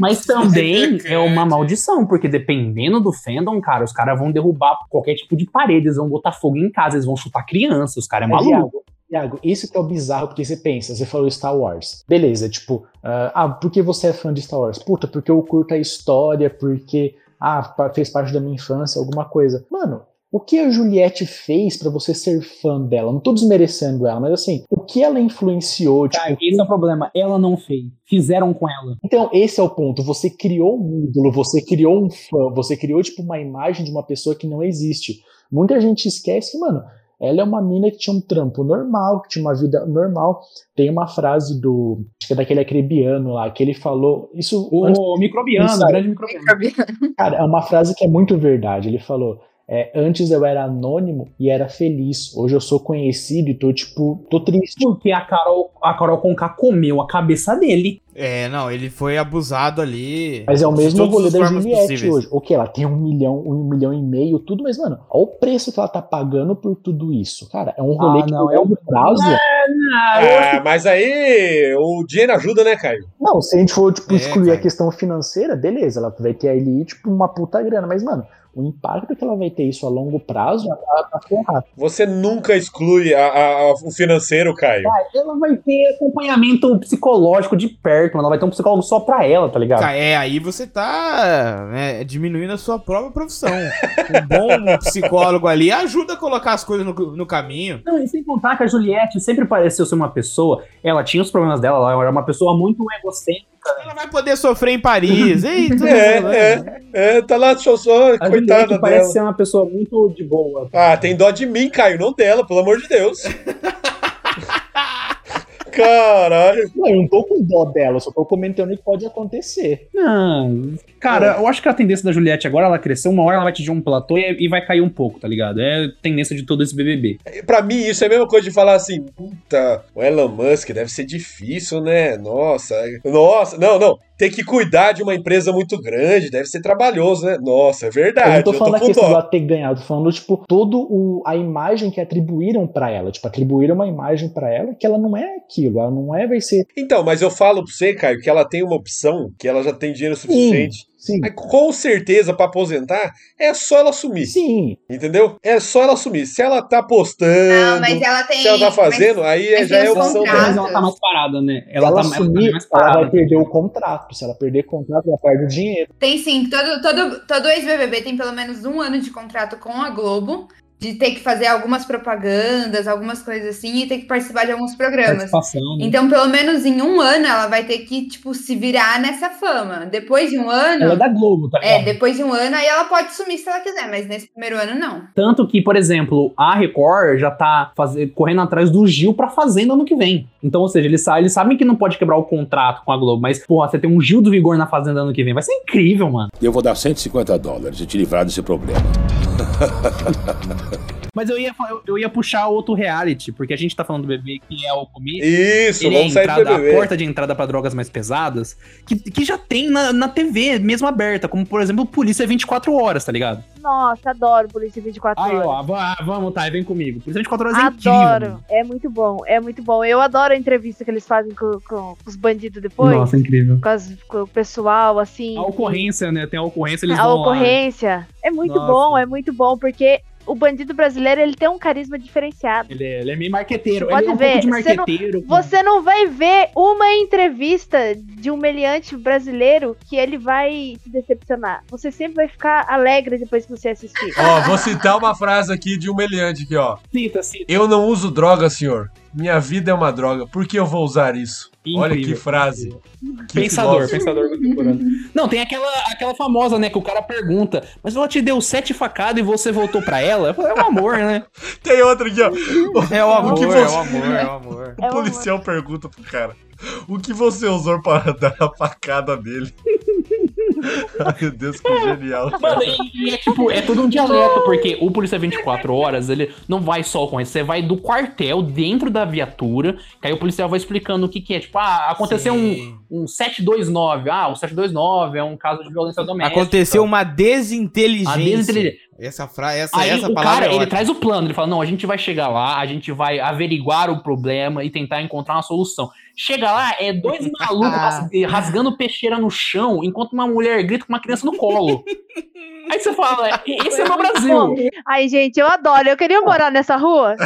Speaker 4: Mas também
Speaker 2: Snyder Cut.
Speaker 4: é uma maldição, porque dependendo do fandom, cara, os caras vão derrubar qualquer tipo de parede, eles vão botar fogo em casa, eles vão chutar criança, os caras é
Speaker 10: Mas,
Speaker 4: maluco.
Speaker 10: Iago, Iago, isso que é o bizarro, porque você pensa, você falou Star Wars. Beleza, tipo, ah, ah, por que você é fã de Star Wars? Puta, porque eu curto a história, porque ah, pa- fez parte da minha infância, alguma coisa. Mano, O que a Juliette fez pra você ser fã dela? Não tô desmerecendo ela, mas assim, o que ela influenciou?
Speaker 4: Cara,
Speaker 10: tipo,
Speaker 4: esse é o problema. Ela não fez. Fizeram com ela.
Speaker 10: então, esse é o ponto. Você criou um ídolo, você criou um fã, você criou, tipo, uma imagem de uma pessoa que não existe. Muita gente esquece que, mano, ela é uma mina que tinha um trampo normal, que tinha uma vida normal. Tem uma frase do. Acho que é daquele acrebiano lá, que ele falou. Isso. antes-
Speaker 4: O, microbiano,
Speaker 10: Isso
Speaker 4: o
Speaker 10: aí.
Speaker 4: grande microbiano.
Speaker 10: Cara, é uma frase que é muito verdade. Ele falou: é, antes eu era anônimo e era feliz. Hoje eu sou conhecido e tô, tipo, tô triste.
Speaker 4: Porque a Carol, a Carol Conká comeu a cabeça dele.
Speaker 2: É, não, ele foi abusado ali.
Speaker 10: Mas é o
Speaker 2: de
Speaker 10: mesmo
Speaker 2: todas
Speaker 10: rolê
Speaker 2: as
Speaker 10: da
Speaker 2: formas
Speaker 10: Juliette
Speaker 2: possíveis.
Speaker 10: hoje. Ok, ela tem um milhão, um milhão e meio, tudo, mas, mano, olha o preço que ela tá pagando por tudo isso. Cara, é um rolê
Speaker 4: Ah,
Speaker 10: que
Speaker 4: não,
Speaker 10: no longo prazo.
Speaker 3: Ah, mas aí o dinheiro ajuda, né, Caio?
Speaker 10: Não, se a gente for, tipo,
Speaker 2: É,
Speaker 10: excluir a
Speaker 2: cara.
Speaker 10: questão financeira, beleza, ela vai ter ali, tipo, uma puta grana. Mas, mano, o impacto que ela vai ter isso a longo prazo, ela tá ferrada.
Speaker 3: Você nunca exclui a- a- a- o financeiro, Caio.
Speaker 4: Ela vai ter acompanhamento psicológico de perto, mano. Ela vai ter um psicólogo só pra ela, tá ligado?
Speaker 2: Ca- É, aí você tá né, diminuindo a sua própria profissão. Um bom psicólogo ali ajuda a colocar as coisas no, no caminho.
Speaker 4: Não, e sem contar que a Juliette sempre pareceu ser uma pessoa. Ela tinha os problemas dela, ela era uma pessoa muito egocêntrica.
Speaker 2: Ela vai poder sofrer em Paris. Ei, tudo
Speaker 3: É,
Speaker 2: bem.
Speaker 3: é. É, tá lá, só, só,
Speaker 4: A
Speaker 3: coitada
Speaker 4: Juliette parece
Speaker 3: dela.
Speaker 4: ser uma pessoa muito de boa.
Speaker 3: Ah, tem dó de mim, Caio, não dela, pelo amor de Deus. Caralho.
Speaker 10: Não, eu não tô com dó dela, eu só tô comentando que pode acontecer.
Speaker 4: Não. Cara, eu acho que a tendência da Juliette agora, ela cresceu, uma hora ela vai atingir um platô e, e vai cair um pouco, tá ligado? É a tendência de todo esse BBB.
Speaker 3: Pra mim, isso é a mesma coisa de falar assim, puta, o Elon Musk deve ser difícil, né? Nossa, nossa, não, não. Tem que cuidar de uma empresa muito grande, deve ser trabalhoso, né? Nossa, é
Speaker 10: eu
Speaker 3: verdade.
Speaker 10: não tô falando da
Speaker 3: com
Speaker 10: questão
Speaker 3: dó.
Speaker 10: dela ter ganhado, tô falando, tipo, todo o, a imagem que atribuíram pra ela. Tipo, atribuíram uma imagem pra ela que ela não é aquilo, ela não é, vai ser.
Speaker 3: Então, mas eu falo pra você, Caio, que ela tem uma opção, que ela já tem dinheiro suficiente.
Speaker 10: Sim.
Speaker 3: Mas com certeza, pra aposentar, é só ela sumir,
Speaker 10: Sim.
Speaker 3: entendeu? É só ela sumir. Se ela tá postando,
Speaker 6: Não, mas ela tem.
Speaker 3: se ela tá fazendo, aí
Speaker 6: mas
Speaker 3: já
Speaker 6: tem
Speaker 3: é
Speaker 6: os
Speaker 3: opção
Speaker 6: contratos.
Speaker 3: dela.
Speaker 4: Mas ela tá mais parada, né?
Speaker 10: Ela,
Speaker 4: Ela, tá, ela tá
Speaker 10: assumir,
Speaker 4: mais
Speaker 10: ela
Speaker 4: parada.
Speaker 10: vai perder o contrato. Se ela perder o contrato, ela perde o dinheiro.
Speaker 6: Tem sim, todo, todo, todo ex-BBB tem pelo menos um ano de contrato com a Globo, de ter que fazer algumas propagandas, algumas coisas assim, e ter que participar de alguns programas.
Speaker 4: Participação, né?
Speaker 6: Então, pelo menos em um ano, ela vai ter que, tipo, se virar nessa fama. Depois de um
Speaker 4: Ela é
Speaker 6: ano.
Speaker 4: da Globo, tá ligado?
Speaker 6: É, depois de um ano, aí ela pode sumir se ela quiser, mas nesse primeiro ano, não.
Speaker 4: Tanto que, por exemplo, a Record já tá faze- correndo atrás do Gil pra Fazenda ano que vem. Então, ou seja, eles, sa- eles sabem que não pode quebrar o contrato com a Globo, mas, porra, você tem um Gil do Vigor na Fazenda ano que vem. Vai ser incrível, mano.
Speaker 11: Eu vou dar 150 dólares e te livrar desse problema.
Speaker 4: Mas eu ia, fa- eu, eu ia puxar outro reality, porque a gente tá falando do bebê que é o começo.
Speaker 3: Isso,
Speaker 4: Ele é a,
Speaker 3: vamos sair do
Speaker 4: entrada, a
Speaker 3: BBB.
Speaker 4: porta de entrada pra drogas mais pesadas, que, que já tem na, na TV mesmo aberta, como por exemplo Polícia é 24 Horas, tá ligado?
Speaker 1: Nossa, adoro Polícia 24
Speaker 4: Aí,
Speaker 1: Horas.
Speaker 4: ó, va- vamos, tá, vem comigo. Polícia 24 Horas é incrível. mano.
Speaker 1: Adoro. É muito bom, é muito bom. Eu adoro a entrevista que eles fazem com, com os bandidos depois.
Speaker 4: Nossa, incrível.
Speaker 1: Com, as- com o pessoal, assim.
Speaker 4: A ocorrência, né? Tem a ocorrência, eles
Speaker 1: a
Speaker 4: vão lá.
Speaker 1: ocorrência. É muito
Speaker 4: Nossa.
Speaker 1: bom, é muito bom, porque o bandido brasileiro ele tem um carisma diferenciado.
Speaker 4: Ele é, ele é meio marqueteiro.
Speaker 1: Você pode
Speaker 4: ele é um
Speaker 1: ver,
Speaker 4: pouco de
Speaker 1: você não-
Speaker 4: marqueteiro.
Speaker 1: Você não vai ver uma entrevista de um meliante brasileiro que ele vai te decepcionar. Você sempre vai ficar alegre depois que você assistir.
Speaker 12: Ó, vou citar uma frase aqui de um meliante aqui, ó.
Speaker 4: Cita, cita.
Speaker 12: Eu não uso droga, senhor. Minha vida é uma droga. Por que eu vou usar isso? Olha que
Speaker 4: Incrível.
Speaker 12: frase. Que
Speaker 4: Pensador,
Speaker 12: filósofo.
Speaker 4: pensador contemporâneo. Não, tem aquela, aquela famosa, né? Que o cara pergunta, mas ela te deu sete facadas e você voltou pra ela? Eu falo, É um amor, né?
Speaker 12: Tem outra aqui, ó.
Speaker 2: É o amor,
Speaker 12: que
Speaker 2: é
Speaker 12: você-
Speaker 2: o amor, é o amor.
Speaker 1: É
Speaker 12: O
Speaker 1: um
Speaker 12: policial pergunta pro cara: O que você usou para dar a facada nele? Ai, meu Deus, que genial.
Speaker 4: Mano, e, e é tipo, é todo um dialeto, porque o Polícia 24 Horas, ele não vai só com isso, você vai do quartel, dentro da viatura, que aí o policial vai explicando o que que é. Tipo, ah, aconteceu um,
Speaker 2: Sim.
Speaker 4: um 729. Ah, o 729 é um caso de violência doméstica.
Speaker 2: Aconteceu uma desinteligência.
Speaker 4: A desinteligência.
Speaker 2: Essa, fra... essa,
Speaker 4: Aí
Speaker 2: essa
Speaker 4: o
Speaker 2: palavra
Speaker 4: cara,
Speaker 2: é
Speaker 4: ele
Speaker 2: ótima.
Speaker 4: traz o plano, ele fala, não, a gente vai chegar lá, a gente vai averiguar o problema e tentar encontrar uma solução. Chega lá, é dois malucos
Speaker 2: Ah.
Speaker 4: ras- rasgando peixeira no chão, enquanto uma mulher grita com uma criança no colo. Aí você fala, "E- esse é o meu Brasil.
Speaker 1: Ai, gente, eu adoro. Eu queria morar nessa rua.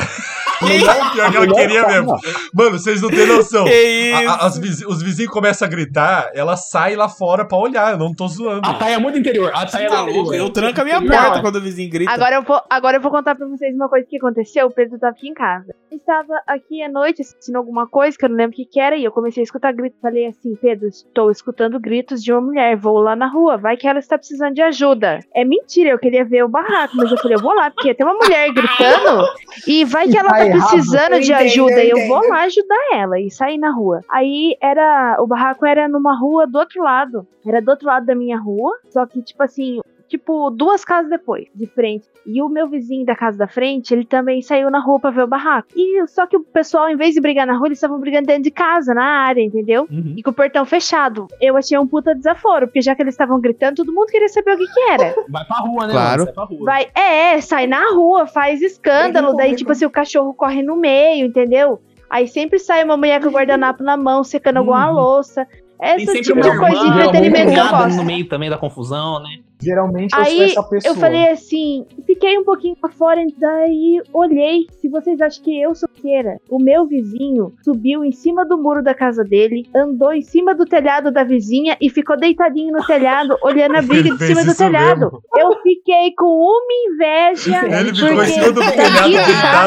Speaker 12: Não, pior que ela
Speaker 10: tá
Speaker 12: queria mesmo. Mano, vocês não têm noção.
Speaker 2: Que
Speaker 4: Ah,
Speaker 12: A- a- as vizi- os vizinhos começam a gritar, ela sai lá fora pra olhar. Eu não tô zoando.
Speaker 4: A Thay é muito interior. A Thay é
Speaker 2: Tá
Speaker 4: muito
Speaker 2: louco?
Speaker 4: interior.
Speaker 2: Eu tranco a minha
Speaker 4: Não.
Speaker 2: porta quando o vizinho grita.
Speaker 1: Agora eu, vou, agora eu vou contar pra vocês uma coisa que aconteceu. O Pedro tava aqui em casa. Eu Estava aqui à noite assistindo alguma coisa que eu não lembro o que, que era. E eu comecei a escutar gritos. Falei assim: Pedro, estou escutando gritos de uma mulher. Vou lá na rua. Vai que ela está precisando de ajuda. É mentira, eu queria ver o barraco. Mas eu falei: eu vou lá, porque tem uma mulher gritando. E vai que ela
Speaker 10: Tá
Speaker 1: tá
Speaker 10: errado.
Speaker 1: precisando
Speaker 6: Eu
Speaker 1: de
Speaker 6: entendo,
Speaker 1: ajuda.
Speaker 6: eu
Speaker 1: E eu
Speaker 6: entendo.
Speaker 1: vou lá ajudar ela. E saí na rua. Aí era. O barraco era numa rua do outro lado. Era do outro lado da minha rua. Só que, tipo assim, tipo, duas casas depois, de frente. E o meu vizinho da casa da frente, ele também saiu na rua pra ver o barraco. E só que o pessoal, em vez de brigar na rua, eles estavam brigando dentro de casa, na área, entendeu?
Speaker 4: Uhum.
Speaker 1: E com o portão fechado. Eu achei um puta desaforo, porque já que eles estavam gritando, todo mundo queria saber o que que era.
Speaker 4: Vai pra rua, né?
Speaker 2: Claro.
Speaker 4: mano? Sai pra rua.
Speaker 1: Vai, é, é, sai na rua, faz escândalo,
Speaker 6: Brigou,
Speaker 1: daí
Speaker 6: brigou.
Speaker 1: tipo assim, o cachorro corre no meio, entendeu? Aí sempre sai uma mulher com o guardanapo na mão, secando alguma louça.
Speaker 4: Uhum. Tem
Speaker 1: Esse
Speaker 4: sempre
Speaker 1: tipo
Speaker 4: uma
Speaker 1: de
Speaker 4: irmã,
Speaker 1: coisa de
Speaker 4: algum
Speaker 1: entretenimento que eu
Speaker 4: cunhado
Speaker 1: gosto.
Speaker 4: no meio também da confusão, né?
Speaker 10: Geralmente eu
Speaker 1: Aí,
Speaker 10: sou essa pessoa.
Speaker 1: Eu falei assim, fiquei um pouquinho pra fora, daí olhei. Se vocês acham que eu sou queira, o meu vizinho subiu em cima do muro da casa dele, andou em cima do telhado da vizinha e ficou deitadinho no telhado, olhando a briga
Speaker 12: Ele
Speaker 1: de
Speaker 12: fez
Speaker 1: cima do
Speaker 12: isso
Speaker 1: telhado. Eu fiquei com uma inveja.
Speaker 12: Ele ficou em
Speaker 1: porque
Speaker 12: cima do
Speaker 1: daqui
Speaker 12: telhado,
Speaker 1: de casa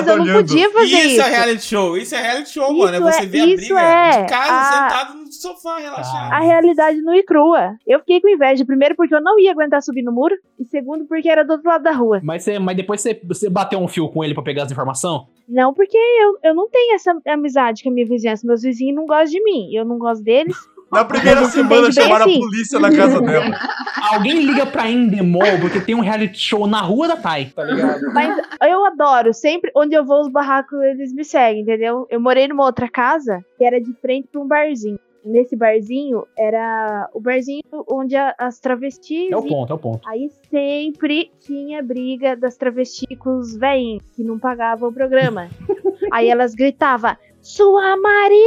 Speaker 12: deitado,
Speaker 1: Eu não
Speaker 12: olhando.
Speaker 1: podia fazer
Speaker 2: Isso,
Speaker 1: tipo assim, isso.
Speaker 2: é reality show. Isso é reality show,
Speaker 1: Isso
Speaker 2: mano. É você
Speaker 1: é-
Speaker 2: ver a
Speaker 1: isso
Speaker 2: briga
Speaker 1: é. Ah.
Speaker 2: de casa,
Speaker 1: A-
Speaker 2: sentado no sofá, relaxado.
Speaker 1: A realidade nua e crua. Eu fiquei com inveja. Primeiro, porque eu não ia aguentar subir no muro. E segundo, porque era do outro lado da rua.
Speaker 4: Mas, você, mas depois você, você bateu um fio com ele pra pegar as informações?
Speaker 1: Não, porque eu, eu não tenho essa amizade com a minha vizinhança. Meus vizinhos não gostam de mim. Eu não gosto deles.
Speaker 12: Na primeira
Speaker 1: Mas você
Speaker 12: semana
Speaker 1: entende bem
Speaker 12: chamaram a
Speaker 1: assim.
Speaker 12: polícia na casa dela.
Speaker 4: Alguém liga pra Endemol porque tem um reality show na rua da Thay.
Speaker 10: tá
Speaker 1: Mas eu adoro. Sempre onde eu vou, os barracos, eles me seguem, entendeu? Eu morei numa outra casa que era de frente pra um barzinho. Nesse barzinho era o barzinho onde a- as travestis.
Speaker 4: É o
Speaker 1: iam.
Speaker 4: ponto, é o ponto.
Speaker 1: Aí sempre tinha briga das travestis com os veinhos que não pagavam o programa. Aí elas gritavam: Sua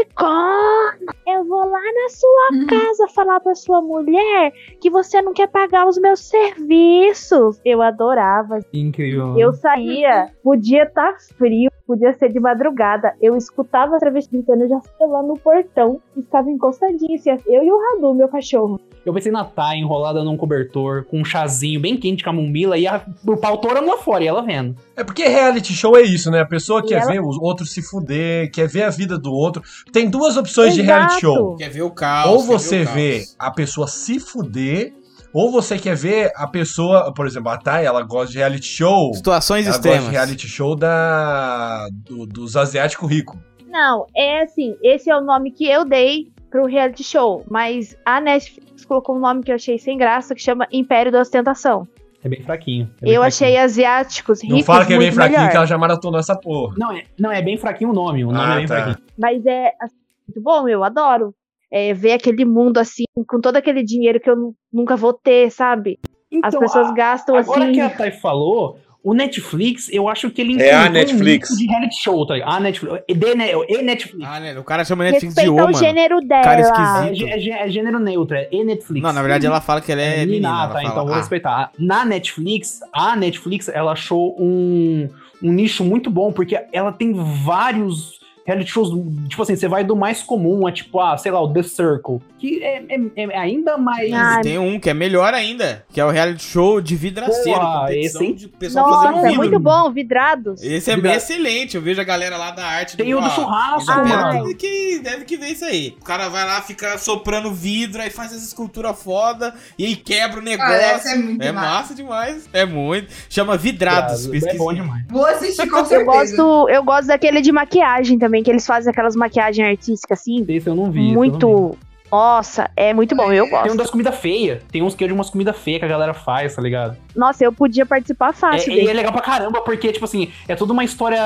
Speaker 1: maricona! Eu vou lá na
Speaker 6: Ah,
Speaker 1: sua casa falar pra sua mulher que você não quer pagar os meus serviços. Eu adorava.
Speaker 4: Incrível.
Speaker 12: Uhum.
Speaker 1: Eu saía, podia estar frio, podia ser de madrugada. Eu escutava a travesti gritando, eu já saía lá no portão, ficava encostadinha, assim, eu e o Radu, meu cachorro.
Speaker 4: Eu pensei na Thay enrolada num cobertor, com um chazinho bem quente de camomila e a, o pau torando lá fora e ela vendo.
Speaker 12: É porque reality show é isso, né? A pessoa
Speaker 1: E
Speaker 12: quer
Speaker 1: ela-
Speaker 12: ver os outros se fuder, quer ver a vida do outro. Tem duas opções de reality
Speaker 1: Exato.
Speaker 12: show.
Speaker 2: Quer ver o caos.
Speaker 12: ou
Speaker 2: quer
Speaker 12: você
Speaker 2: o caos.
Speaker 12: vê a pessoa se fuder, ou você quer ver a pessoa, por exemplo, a Thay, ela gosta de reality show.
Speaker 2: Situações
Speaker 3: é
Speaker 12: Ela gosta de
Speaker 2: extremas.
Speaker 12: reality show da do- dos asiáticos ricos.
Speaker 1: Não, é assim, esse é o nome que eu dei pro reality show, mas a Netflix colocou um nome que eu achei sem graça, que chama Império da Ostentação.
Speaker 4: É bem fraquinho. é bem
Speaker 1: Eu
Speaker 4: fraquinho.
Speaker 1: achei asiáticos
Speaker 12: Não
Speaker 1: ricos
Speaker 12: fala que é bem
Speaker 1: muito
Speaker 12: fraquinho,
Speaker 1: melhor.
Speaker 12: que ela já maratonou essa porra.
Speaker 4: Não é, não, é bem fraquinho o nome. O nome
Speaker 12: Ah,
Speaker 4: é bem
Speaker 12: tá.
Speaker 4: fraquinho.
Speaker 1: Mas é assim, muito bom, eu adoro. É, ver aquele mundo assim, com todo aquele dinheiro que eu nu- nunca vou ter, sabe? As pessoas
Speaker 4: Então, a-
Speaker 1: gastam
Speaker 4: agora
Speaker 1: assim.
Speaker 4: que a Thay falou, o Netflix, eu acho que ele
Speaker 3: É a
Speaker 4: inventou
Speaker 3: Netflix.
Speaker 4: Um nicho de reality show, tá ligado? A Netflix. E, de, né, e Netflix.
Speaker 2: Ah, né? O cara chama Netflix
Speaker 1: Respeitar
Speaker 2: de O,
Speaker 1: o
Speaker 2: mano.
Speaker 1: gênero dela.
Speaker 2: Cara
Speaker 4: É,
Speaker 2: esquisito.
Speaker 4: gê- é gê- é gênero neutro, é e Netflix.
Speaker 2: Ah, Não, na verdade ela fala que ela é menina.
Speaker 4: Ah,
Speaker 2: ela
Speaker 4: tá,
Speaker 2: fala,
Speaker 4: então vou
Speaker 2: "Ah,
Speaker 4: respeitar. Na Netflix, a Netflix, ela achou um, um nicho muito bom, porque ela tem vários reality shows, tipo assim, você vai do mais comum, a tipo, ah, sei lá, o The Circle, que é, é- é ainda mais...
Speaker 1: Ah,
Speaker 2: E tem um que é melhor ainda, que é o reality show de vidraceiro.
Speaker 4: Porra,
Speaker 2: competição
Speaker 4: esse, hein?
Speaker 2: de pessoal fazendo
Speaker 1: Nossa, é
Speaker 2: vidro.
Speaker 1: muito bom, vidrados.
Speaker 2: Esse é bem
Speaker 4: Vidra-
Speaker 2: excelente. Eu vejo a galera lá da arte. Ah,
Speaker 4: Tem o do
Speaker 2: Ó,
Speaker 4: churrasco,
Speaker 2: Isabela
Speaker 4: mano.
Speaker 2: deve que, deve que ver isso aí. O cara vai lá, fica soprando vidro, aí faz essa escultura foda, e aí quebra o negócio.
Speaker 6: Cara, essa é muito
Speaker 2: é
Speaker 6: massa.
Speaker 2: massa demais. É muito. Chama Vidrados.
Speaker 4: É bom
Speaker 2: pesquisa.
Speaker 4: demais.
Speaker 6: Vou assistir com
Speaker 1: Eu
Speaker 6: certeza.
Speaker 1: gosto, eu gosto daquele de maquiagem também, que eles fazem aquelas maquiagens artísticas assim.
Speaker 4: Esse eu não vi. esse eu não vi.
Speaker 1: muito. Nossa, é muito bom, eu
Speaker 4: Tem um
Speaker 1: gosto.
Speaker 4: das comidas feias. Tem uns que é de umas comidas feias que a galera faz, tá ligado?
Speaker 1: Nossa, eu podia participar fácil.
Speaker 4: É,
Speaker 1: desse.
Speaker 4: e é legal pra caramba, porque, tipo assim, é toda uma história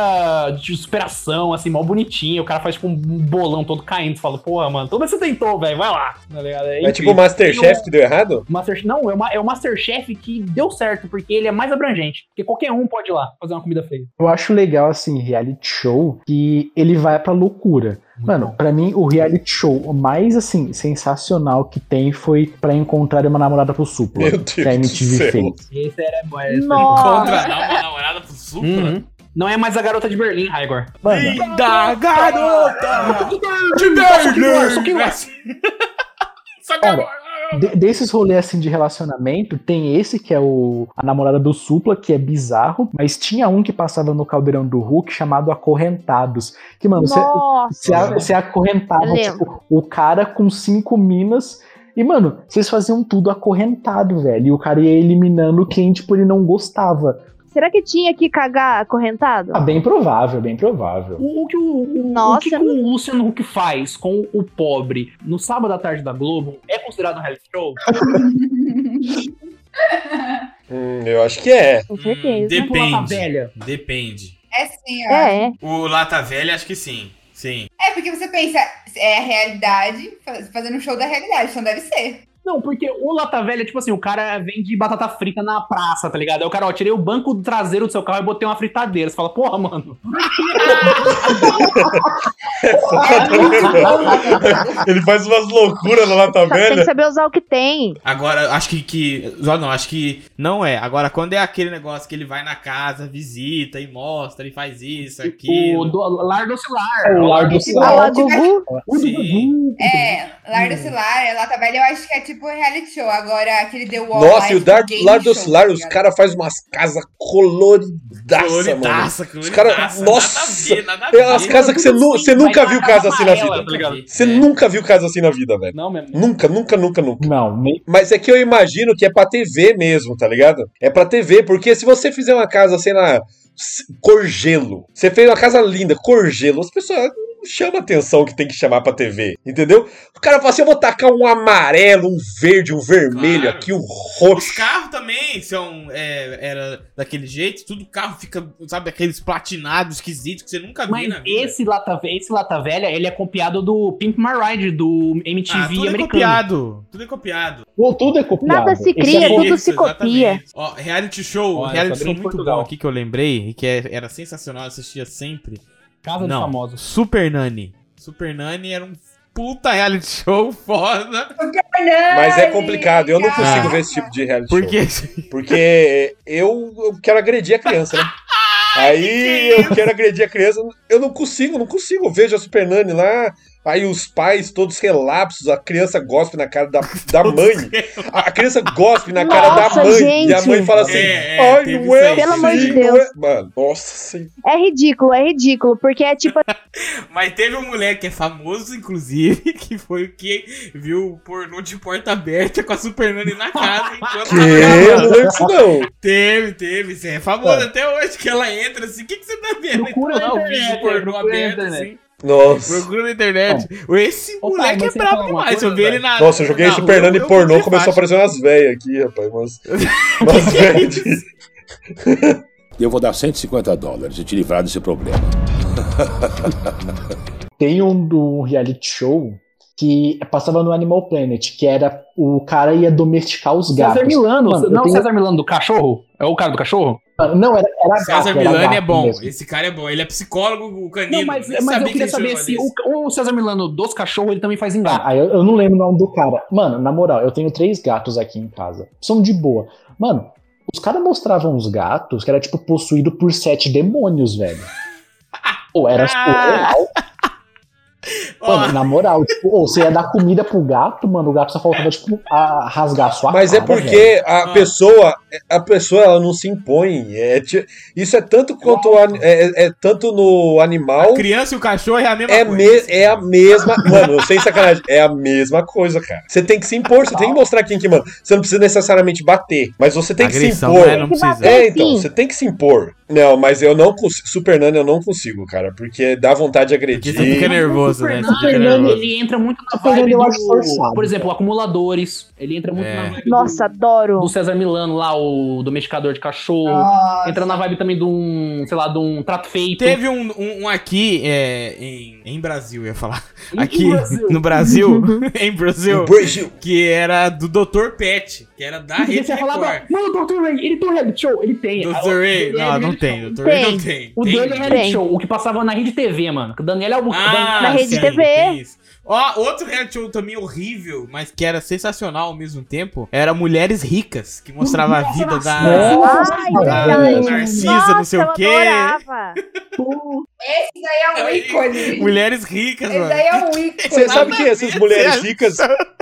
Speaker 4: de superação, assim, mal bonitinha. O cara faz, tipo, um bolão todo caindo. Você fala, porra, mano, tudo bem que você tentou, velho, vai lá. Tá ligado?
Speaker 3: É tipo o
Speaker 4: incrível.
Speaker 3: Masterchef que deu errado?
Speaker 4: Master... Não, é, uma, é o Masterchef que deu certo, porque ele é mais abrangente. Porque qualquer um pode ir lá fazer uma comida feia.
Speaker 10: Eu acho legal, assim, reality show, que ele vai pra loucura.
Speaker 4: Muito
Speaker 10: Mano,
Speaker 4: bom.
Speaker 10: pra mim, o reality show mais, assim, sensacional que tem foi pra encontrar uma namorada pro Supla.
Speaker 3: Meu
Speaker 10: que é a
Speaker 3: Deus do
Speaker 10: MTV
Speaker 3: céu.
Speaker 10: fez.
Speaker 4: Esse era bom. esse é, foi
Speaker 1: Nossa,
Speaker 2: Contra dar uma namorada pro
Speaker 4: bom.
Speaker 2: Supla.
Speaker 4: Uhum. Não é mais a garota de Berlim, Raigor.
Speaker 2: Da garota! De Berlim! Só que
Speaker 10: Cara, de- desses rolês assim de relacionamento, tem esse que é o a namorada do Supla, que é bizarro, mas tinha um que passava no caldeirão do Hulk chamado Acorrentados. Que, mano, você
Speaker 1: Nossa,
Speaker 10: Você, a- você
Speaker 1: Eu
Speaker 10: acorrentava,
Speaker 1: lembro.
Speaker 10: tipo, o cara com cinco minas. E, mano, vocês faziam tudo acorrentado, velho. E o cara ia eliminando quem, tipo, ele não gostava.
Speaker 1: será que tinha que cagar acorrentado?
Speaker 10: Ah, bem provável, bem provável.
Speaker 4: O, o que o, o-
Speaker 1: Nossa.
Speaker 4: o que que o Luciano Huck faz com o pobre no sábado à tarde da Globo é considerado um reality show?
Speaker 10: Tá
Speaker 3: Hum, eu acho que é.
Speaker 1: Com certeza.
Speaker 4: Tipo, Lata
Speaker 2: Depende.
Speaker 4: velha.
Speaker 2: Depende.
Speaker 6: É sim, ó. É.
Speaker 1: É, é.
Speaker 2: O Lata Velha, acho que sim. Sim.
Speaker 6: porque você pensa, é a realidade, faz- fazendo um show da realidade, então deve ser.
Speaker 4: Não, porque o Lata Velha, tipo assim, o cara vende batata frita na praça, tá ligado? Aí o cara, ó, tirei o banco traseiro do seu carro e botei uma fritadeira. Você fala, porra, mano.
Speaker 3: Ele faz umas loucuras na lata
Speaker 1: Só que Tem que
Speaker 3: velha.
Speaker 1: saber usar o que tem.
Speaker 2: Agora, acho que. que só não, acho que não é. Agora, quando é aquele negócio que ele vai na casa, visita e mostra e faz isso,
Speaker 4: O
Speaker 2: aquilo.
Speaker 4: do, lar do celular.
Speaker 10: É, O largo
Speaker 1: Ah, lá
Speaker 10: sinal.
Speaker 1: de Gu.
Speaker 2: Sim.
Speaker 6: É, Lar do Cilar, é Lata Velha, eu acho que é tipo reality show. Agora, aquele The Wall. lá,
Speaker 3: Nossa, e
Speaker 6: é
Speaker 3: o
Speaker 6: tipo
Speaker 3: Dar
Speaker 6: game
Speaker 3: Lar do
Speaker 6: show,
Speaker 3: Lar,
Speaker 6: tá
Speaker 3: os
Speaker 6: ligado?
Speaker 3: caras fazem umas casas coloridaça, mano.
Speaker 2: Coloridaça, coloridaça.
Speaker 3: caras- nossa,
Speaker 2: nada a
Speaker 3: é umas casas que você, nu- você nunca
Speaker 4: vai
Speaker 3: viu
Speaker 4: na
Speaker 3: casa assim na
Speaker 4: amarela,
Speaker 3: vida.
Speaker 4: tá ligado?
Speaker 2: é.
Speaker 3: Você nunca viu casa assim na vida, velho.
Speaker 4: Não, mesmo.
Speaker 3: Nunca, nunca, nunca, nunca.
Speaker 10: Não, nem
Speaker 3: Mas é que eu imagino que é pra TV mesmo, tá ligado? É pra TV, porque se você fizer uma casa, sei lá, s- cor gelo, você fez uma casa linda, cor gelo, as pessoas não chamam a atenção que tem que chamar pra TV, entendeu? O cara fala assim, eu vou tacar um amarelo, um verde, um vermelho
Speaker 2: Claro.
Speaker 3: aqui, um
Speaker 2: Os
Speaker 3: roxo.
Speaker 2: carros também são. é, era daquele jeito, tudo carro fica, sabe, aqueles platinados esquisitos que você nunca viu
Speaker 4: Mas
Speaker 2: na vida.
Speaker 4: esse lata, Ve- esse lata Velha, ele é copiado do Pimp My Ride, do MTV
Speaker 2: Ah, tudo é
Speaker 4: americano.
Speaker 2: copiado. Tudo é copiado.
Speaker 10: Ou tudo é copiado.
Speaker 1: Nada se
Speaker 10: Esse
Speaker 1: cria,
Speaker 10: é-
Speaker 1: tudo se copia.
Speaker 2: exatamente. Ó, reality show,
Speaker 4: Olha,
Speaker 2: reality
Speaker 4: só
Speaker 2: show
Speaker 4: brinca em
Speaker 2: muito
Speaker 4: Portugal.
Speaker 2: bom aqui que eu lembrei e que é- era sensacional, eu assistia sempre.
Speaker 4: Casa
Speaker 2: Não.
Speaker 4: dos Famosos.
Speaker 2: Super Nani. Super Nani era um puta reality show foda.
Speaker 3: Mas é complicado, eu não
Speaker 6: Cara,
Speaker 3: consigo
Speaker 2: Ah.
Speaker 3: ver esse tipo de reality show.
Speaker 2: Porque.
Speaker 3: Porque eu, eu quero agredir a criança, né?
Speaker 2: é
Speaker 3: Aí eu quero agredir a criança. Eu não consigo, não consigo. Eu vejo a Super Nani lá. Aí os pais todos relapsos, a criança gospe na cara da, da mãe. A, a criança gospe na cara
Speaker 1: Nossa,
Speaker 3: da mãe.
Speaker 1: gente.
Speaker 3: E a mãe fala assim:
Speaker 2: É, é,
Speaker 3: Ai,
Speaker 2: teve
Speaker 3: não
Speaker 2: isso
Speaker 3: é
Speaker 2: aí,
Speaker 1: Pelo
Speaker 3: assim,
Speaker 1: amor de
Speaker 3: não
Speaker 1: Deus.
Speaker 3: é." Mano, nossa senhora.
Speaker 1: É ridículo, é ridículo, porque é tipo
Speaker 2: Mas teve um moleque que é famoso, inclusive, que foi o que viu o pornô de porta aberta com a Super Nani na casa enquanto
Speaker 3: Que? Eu não lembro disso, não.
Speaker 2: Teve, teve, isso é famoso até hoje que ela entra assim. O que, que você tá vendo?
Speaker 4: Procura
Speaker 2: Então,
Speaker 4: na
Speaker 2: um vídeo
Speaker 4: internet,
Speaker 2: pornô
Speaker 4: procura na
Speaker 2: aberto
Speaker 4: internet.
Speaker 2: assim.
Speaker 3: Nossa.
Speaker 2: Procura na internet. Esse
Speaker 4: Ô,
Speaker 2: moleque é
Speaker 4: pai, mas você ia
Speaker 2: brabo
Speaker 4: falar uma
Speaker 2: demais.
Speaker 4: coisa,
Speaker 2: eu vi ele
Speaker 4: velho?
Speaker 2: na.
Speaker 3: Nossa, eu joguei
Speaker 2: na
Speaker 3: Super Nani
Speaker 2: rua, eu
Speaker 3: pornô,
Speaker 2: botei
Speaker 3: começou a
Speaker 2: baixo.
Speaker 3: aparecer umas velhas aqui, rapaz. Umas, umas velhas.
Speaker 11: Eu vou dar 150 dólares e te livrar desse problema.
Speaker 10: Tem um do reality show que passava no Animal Planet, que era o cara ia domesticar os gatos.
Speaker 4: César Milano,
Speaker 10: Mano, eu
Speaker 4: não
Speaker 10: tenho-
Speaker 4: César Milano do cachorro? É o cara do cachorro?
Speaker 10: Não, era, era gato.
Speaker 2: César
Speaker 10: era
Speaker 2: Milani
Speaker 10: gato
Speaker 2: é bom.
Speaker 10: mesmo.
Speaker 2: Esse cara é bom. Ele é psicólogo, o canino.
Speaker 4: Não, mas,
Speaker 2: Nem
Speaker 4: mas eu
Speaker 2: sabia que
Speaker 4: queria
Speaker 2: ele
Speaker 4: saber
Speaker 2: jogava
Speaker 4: se
Speaker 2: nisso.
Speaker 4: o, o César Milano dos cachorros ele também faz engato.
Speaker 10: Ah, eu, eu não lembro o nome do cara. Mano, na moral, eu tenho três gatos aqui em casa. São de boa. Mano, os caras mostravam os gatos que era tipo possuído por sete demônios, velho. Ou era tipo,
Speaker 2: Ah,
Speaker 10: real.
Speaker 2: Ó,
Speaker 10: Mano, na moral, tipo, ou você ia dar comida pro gato, mano, o gato só faltava, tipo, a rasgar a sua
Speaker 3: Mas é
Speaker 10: cara, velho.
Speaker 3: porque a
Speaker 2: Ah.
Speaker 3: pessoa, a pessoa ela não se impõe. É, ti- isso é tanto quanto o ani- é, é tanto no animal.
Speaker 2: a criança e o cachorro é a mesma
Speaker 3: É,
Speaker 2: coisa.
Speaker 3: me,
Speaker 2: assim.
Speaker 3: é a mesma. Mano, sem sacanagem. É a mesma coisa, cara. Você tem que se impor, você tem que mostrar quem que manda. Você não precisa necessariamente bater, mas você tem que se
Speaker 2: Agressão,
Speaker 3: impor.
Speaker 2: né? Não
Speaker 1: que
Speaker 2: precisa.
Speaker 1: bater,
Speaker 3: É, então,
Speaker 1: sim.
Speaker 3: você tem que se impor. Não, mas eu não consigo. Super Nani eu não consigo, cara, porque dá vontade de
Speaker 2: Porque você
Speaker 3: agredir.
Speaker 2: fica nervoso, né? Você fica
Speaker 4: Ele-
Speaker 2: nervoso.
Speaker 4: ele entra muito na
Speaker 10: César
Speaker 4: vibe
Speaker 10: Milano
Speaker 4: do-
Speaker 10: eu acho forçado,
Speaker 4: Por exemplo, acumuladores. Ele entra muito
Speaker 2: É.
Speaker 4: na vibe
Speaker 1: Nossa,
Speaker 4: do,
Speaker 1: adoro.
Speaker 4: do César Milano lá, o domesticador de cachorro.
Speaker 6: Nossa.
Speaker 4: Entra na vibe também de um, sei lá, de um trato feito.
Speaker 2: Teve um, um, um aqui é, em, em Brasil, eu ia falar.
Speaker 4: Ih,
Speaker 2: Aqui
Speaker 4: Brasil.
Speaker 2: no Brasil, em Brasil,
Speaker 3: Brasil.
Speaker 2: que era do Dr. Pet, que era da
Speaker 4: Porque
Speaker 2: Rede
Speaker 4: você ia falar,
Speaker 2: Record.
Speaker 4: mano, o Dr. Ray, ele tem um reality show? Ele tem.
Speaker 2: Dr.
Speaker 4: Ah, o-
Speaker 2: Ray,
Speaker 4: dele
Speaker 2: não,
Speaker 4: é
Speaker 2: não
Speaker 4: reality
Speaker 2: tem.
Speaker 4: show.
Speaker 2: Dr. Ray não
Speaker 1: Tem.
Speaker 2: tem.
Speaker 4: O
Speaker 2: tem.
Speaker 4: dele é reality
Speaker 1: Tem.
Speaker 4: show, o que passava na Rede TV, mano. que O Daniel é o.
Speaker 2: Ah,
Speaker 1: Na Rede
Speaker 2: sim,
Speaker 1: TV.
Speaker 2: tem isso. Ó, outro reality show também horrível, mas que era sensacional ao mesmo tempo, era Mulheres Ricas, que mostrava a vida da
Speaker 10: Nossa,
Speaker 1: Ai,
Speaker 10: cara.
Speaker 1: verdade.
Speaker 2: Narcisa,
Speaker 1: Nossa,
Speaker 2: não sei
Speaker 1: eu
Speaker 2: o quê.
Speaker 1: adorava.
Speaker 6: Esse daí é um ícone.
Speaker 2: Mulheres ricas,
Speaker 6: Esse
Speaker 2: mano.
Speaker 6: daí é um ícone.
Speaker 3: Você sabe que essas mulheres ricas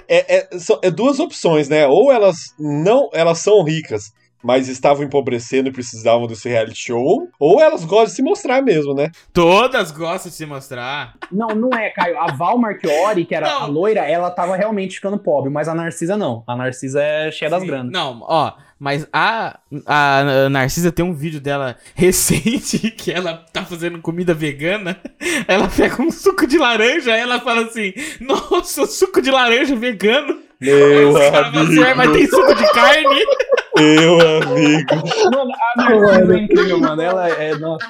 Speaker 3: é, é- são- é duas opções, né? Ou elas não, elas são ricas, mas estavam empobrecendo e precisavam desse reality show, ou elas gostam de se mostrar mesmo, né?
Speaker 2: Todas gostam de se mostrar.
Speaker 4: Não, não é, Caio. A Val Marchiori, que era
Speaker 2: Não.
Speaker 4: a loira, ela tava realmente ficando pobre, mas a Narcisa não. A Narcisa é cheia das
Speaker 2: Sim.
Speaker 4: granas.
Speaker 2: Não, ó, mas a, a Narcisa tem um vídeo dela recente que ela tá fazendo comida vegana. Ela pega um suco de laranja e ela fala assim: Nossa, suco de laranja vegano.
Speaker 3: Meu
Speaker 2: Os caras falam assim, "Ué, mas
Speaker 3: amigo,
Speaker 2: tem suco de carne.
Speaker 3: meu amigo.
Speaker 4: Mano, a Narcisa é incrível, mano. Ela é. Nossa.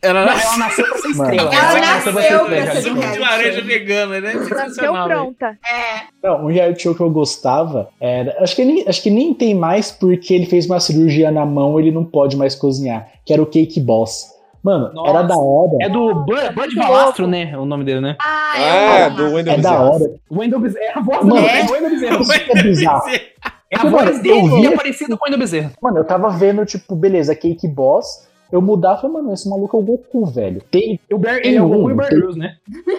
Speaker 2: Ela
Speaker 4: Ela nasceu pra ser
Speaker 10: Mano.
Speaker 4: estrela. nasceu pra
Speaker 6: Ela
Speaker 4: ser
Speaker 6: nasceu pra
Speaker 4: estrela.
Speaker 6: ser
Speaker 2: suco de
Speaker 6: Verdade,
Speaker 2: laranja
Speaker 6: sim.
Speaker 2: vegana, né?
Speaker 1: Nasceu um
Speaker 2: Sensacional. velho.
Speaker 1: pronta.
Speaker 6: É.
Speaker 10: Não, um reality show que eu gostava era. Acho que, nem, acho que nem tem mais porque ele fez uma cirurgia na mão ele não pode mais cozinhar. Que era o Cake Boss. Mano,
Speaker 4: Nossa.
Speaker 10: era da hora.
Speaker 4: É do Bud, Bud Valastro, né? O nome dele, né?
Speaker 6: Ah, eu
Speaker 3: Ah,
Speaker 6: amo.
Speaker 3: do Wendel
Speaker 10: É da
Speaker 3: Bezerra.
Speaker 10: hora.
Speaker 4: Wendel Bezerra. É a voz
Speaker 10: Mano,
Speaker 4: do é
Speaker 6: é.
Speaker 4: o Wendel Bezerra.
Speaker 10: Isso que é bizarro.
Speaker 4: É a
Speaker 10: Mano,
Speaker 4: voz
Speaker 10: eu
Speaker 4: dele que
Speaker 10: vi-
Speaker 4: é parecido com o Wendel Bezerra.
Speaker 10: Mano, eu tava vendo, tipo, beleza, Cake Boss. Eu mudava e falei, mano, esse maluco é o Goku, velho. Tem,
Speaker 4: E o Bear,
Speaker 10: Tem
Speaker 4: ele é o
Speaker 10: um,
Speaker 4: Goku e o Bear
Speaker 10: tem-
Speaker 4: Grylls, né?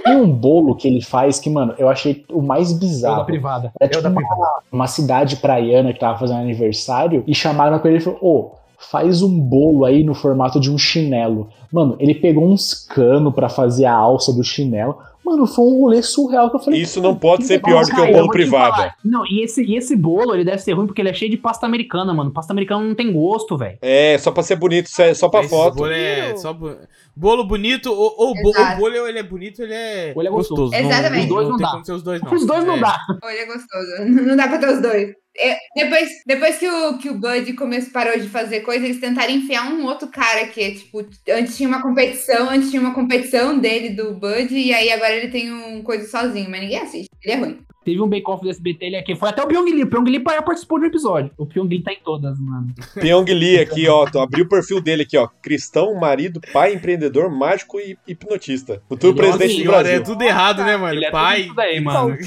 Speaker 10: tem um bolo que ele faz que, mano, eu achei o mais
Speaker 4: Eu da
Speaker 10: bizarro.
Speaker 4: privada.
Speaker 10: É
Speaker 4: Eu
Speaker 10: tipo
Speaker 4: da privada.
Speaker 10: uma, uma cidade praiana que tava fazendo aniversário e chamaram com ele e falou: Ô, faz um bolo aí no formato de um chinelo. Mano, ele pegou uns cano pra fazer a alça do chinelo. Mano, foi um rolê surreal que eu falei.
Speaker 3: Isso não pode ser pior do que
Speaker 4: Cara,
Speaker 3: o
Speaker 4: eu
Speaker 3: bolo
Speaker 4: vou te
Speaker 3: privado.
Speaker 4: falar. Não, e esse, e esse bolo, ele deve ser ruim porque ele é cheio de pasta americana, mano. Pasta americana não tem gosto, velho.
Speaker 3: É, só pra ser bonito, isso é só pra
Speaker 2: Esse
Speaker 3: foto.
Speaker 2: Bolo, é só bo- bolo bonito, ou, ou bo-
Speaker 6: Exato.
Speaker 2: o bolo ou ele é bonito, ou ele é,
Speaker 4: Ou ele é gostoso.
Speaker 2: Não-
Speaker 6: Exatamente.
Speaker 2: Não,
Speaker 4: Os dois não
Speaker 2: tem
Speaker 4: dá.
Speaker 2: como ser os dois, não.
Speaker 4: Os dois não
Speaker 2: É.
Speaker 4: dá.
Speaker 6: Olha, gostoso. Não dá pra ter os dois. É, depois depois que, o, que o Bud começou, parou de fazer coisa, eles tentaram enfiar um outro cara que, tipo, antes tinha uma competição, antes tinha uma competição dele, do Bud, e aí agora ele tem um coisa sozinho, mas ninguém assiste. Ele é ruim.
Speaker 4: Teve um bake-off do SBT, ele aqui. Foi até o Pyong Lee. O Pyong Lee pa- participou de um episódio. O Pyong Lee tá em todas, mano.
Speaker 3: Pyong Lee aqui, ó, tô- abri o perfil dele aqui, ó. Cristão, marido, pai, empreendedor, mágico e hipnotista. Futuro
Speaker 4: Ele é uma
Speaker 3: presidente do
Speaker 2: Senhora,
Speaker 3: Brasil.
Speaker 2: é tudo errado, né, mano?
Speaker 4: Ele é tudo
Speaker 2: Pai,
Speaker 4: isso daí, mano.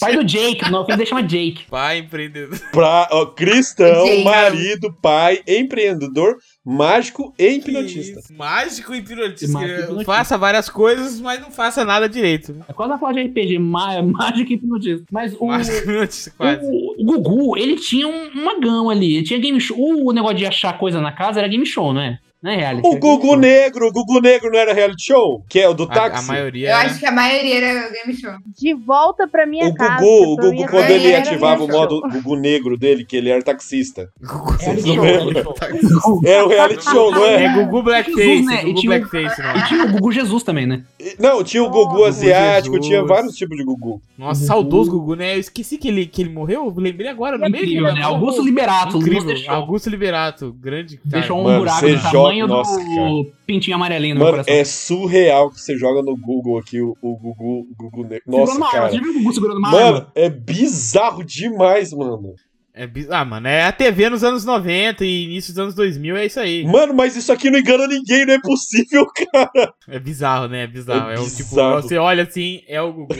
Speaker 4: Pai do Jake. O nome dele chama Jake.
Speaker 2: pai, empreendedor.
Speaker 3: Pra, ó, cristão,
Speaker 6: Gente.
Speaker 3: marido, pai, empreendedor, mágico e hipnotista.
Speaker 2: Isso, Mágico e hipnotista.
Speaker 4: Mágico e
Speaker 2: que
Speaker 4: hipnotista.
Speaker 2: Faça várias coisas, mas não faça nada direito.
Speaker 4: É quase a falar de RPG. Má, mágico e hipnotista. Mas o...
Speaker 2: Mágico e hipnotista, quase.
Speaker 4: O Gugu, ele tinha um, uma gama ali. Ele tinha game show. O negócio de achar coisa na casa era game show, não é? Não é reality.
Speaker 3: O Gugu Negro, o Gugu Negro não era reality show? Que é o do
Speaker 2: A, a
Speaker 3: táxi?
Speaker 2: maioria.
Speaker 6: Eu
Speaker 2: né?
Speaker 6: acho que a maioria era game show.
Speaker 1: De volta pra minha
Speaker 3: O
Speaker 1: casa.
Speaker 3: Gugu, o
Speaker 1: pra
Speaker 3: Gugu
Speaker 1: minha
Speaker 3: quando ele
Speaker 1: família,
Speaker 3: ativava o
Speaker 1: minha
Speaker 3: modo Gugu Negro dele, que ele era taxista.
Speaker 2: Gugu-
Speaker 4: Era
Speaker 3: Vocês não lembram?
Speaker 4: show.
Speaker 3: Era um reality show, não é?
Speaker 2: É Gugu Blackface.
Speaker 4: Jesus, né? E
Speaker 2: Gugu
Speaker 4: tinha um-
Speaker 2: Blackface, não.
Speaker 4: E tinha o Gugu Jesus também, né?
Speaker 3: Não, tinha o Gugu
Speaker 1: Oh,
Speaker 3: asiático,
Speaker 2: Jesus.
Speaker 3: tinha vários tipos de Gugu.
Speaker 2: Nossa, saudoso Gugu, né? Eu esqueci que ele, que ele morreu. eu Lembrei agora, no meio
Speaker 4: Incrível,
Speaker 2: do-
Speaker 4: né? Augusto Liberato.
Speaker 2: Incrível.
Speaker 4: nos deixou,
Speaker 2: Augusto Liberato, grande cara.
Speaker 4: deixou um
Speaker 3: Mano,
Speaker 4: buraco
Speaker 3: você
Speaker 4: do
Speaker 3: joga-
Speaker 4: tamanho
Speaker 3: Nossa,
Speaker 4: do pintinho amarelinho no meu
Speaker 3: Mano,
Speaker 4: coração.
Speaker 3: é surreal que você joga no Google aqui o, o Gugu, o Gugu Negro.
Speaker 4: Segurando
Speaker 3: Nossa,
Speaker 4: uma arma. Você
Speaker 3: cara.
Speaker 4: já viu o Gugu segurando uma arma?
Speaker 3: Mano, é bizarro demais, mano.
Speaker 2: É biz- ah, mano, é a TV nos anos 90 e início dos anos 2000, é isso aí.
Speaker 3: Mano, mas isso aqui não engana ninguém, não é possível, cara.
Speaker 2: É bizarro, né? É bizarro. É,
Speaker 3: É
Speaker 2: o tipo,
Speaker 3: bizarro.
Speaker 2: você olha assim, é o Gugu.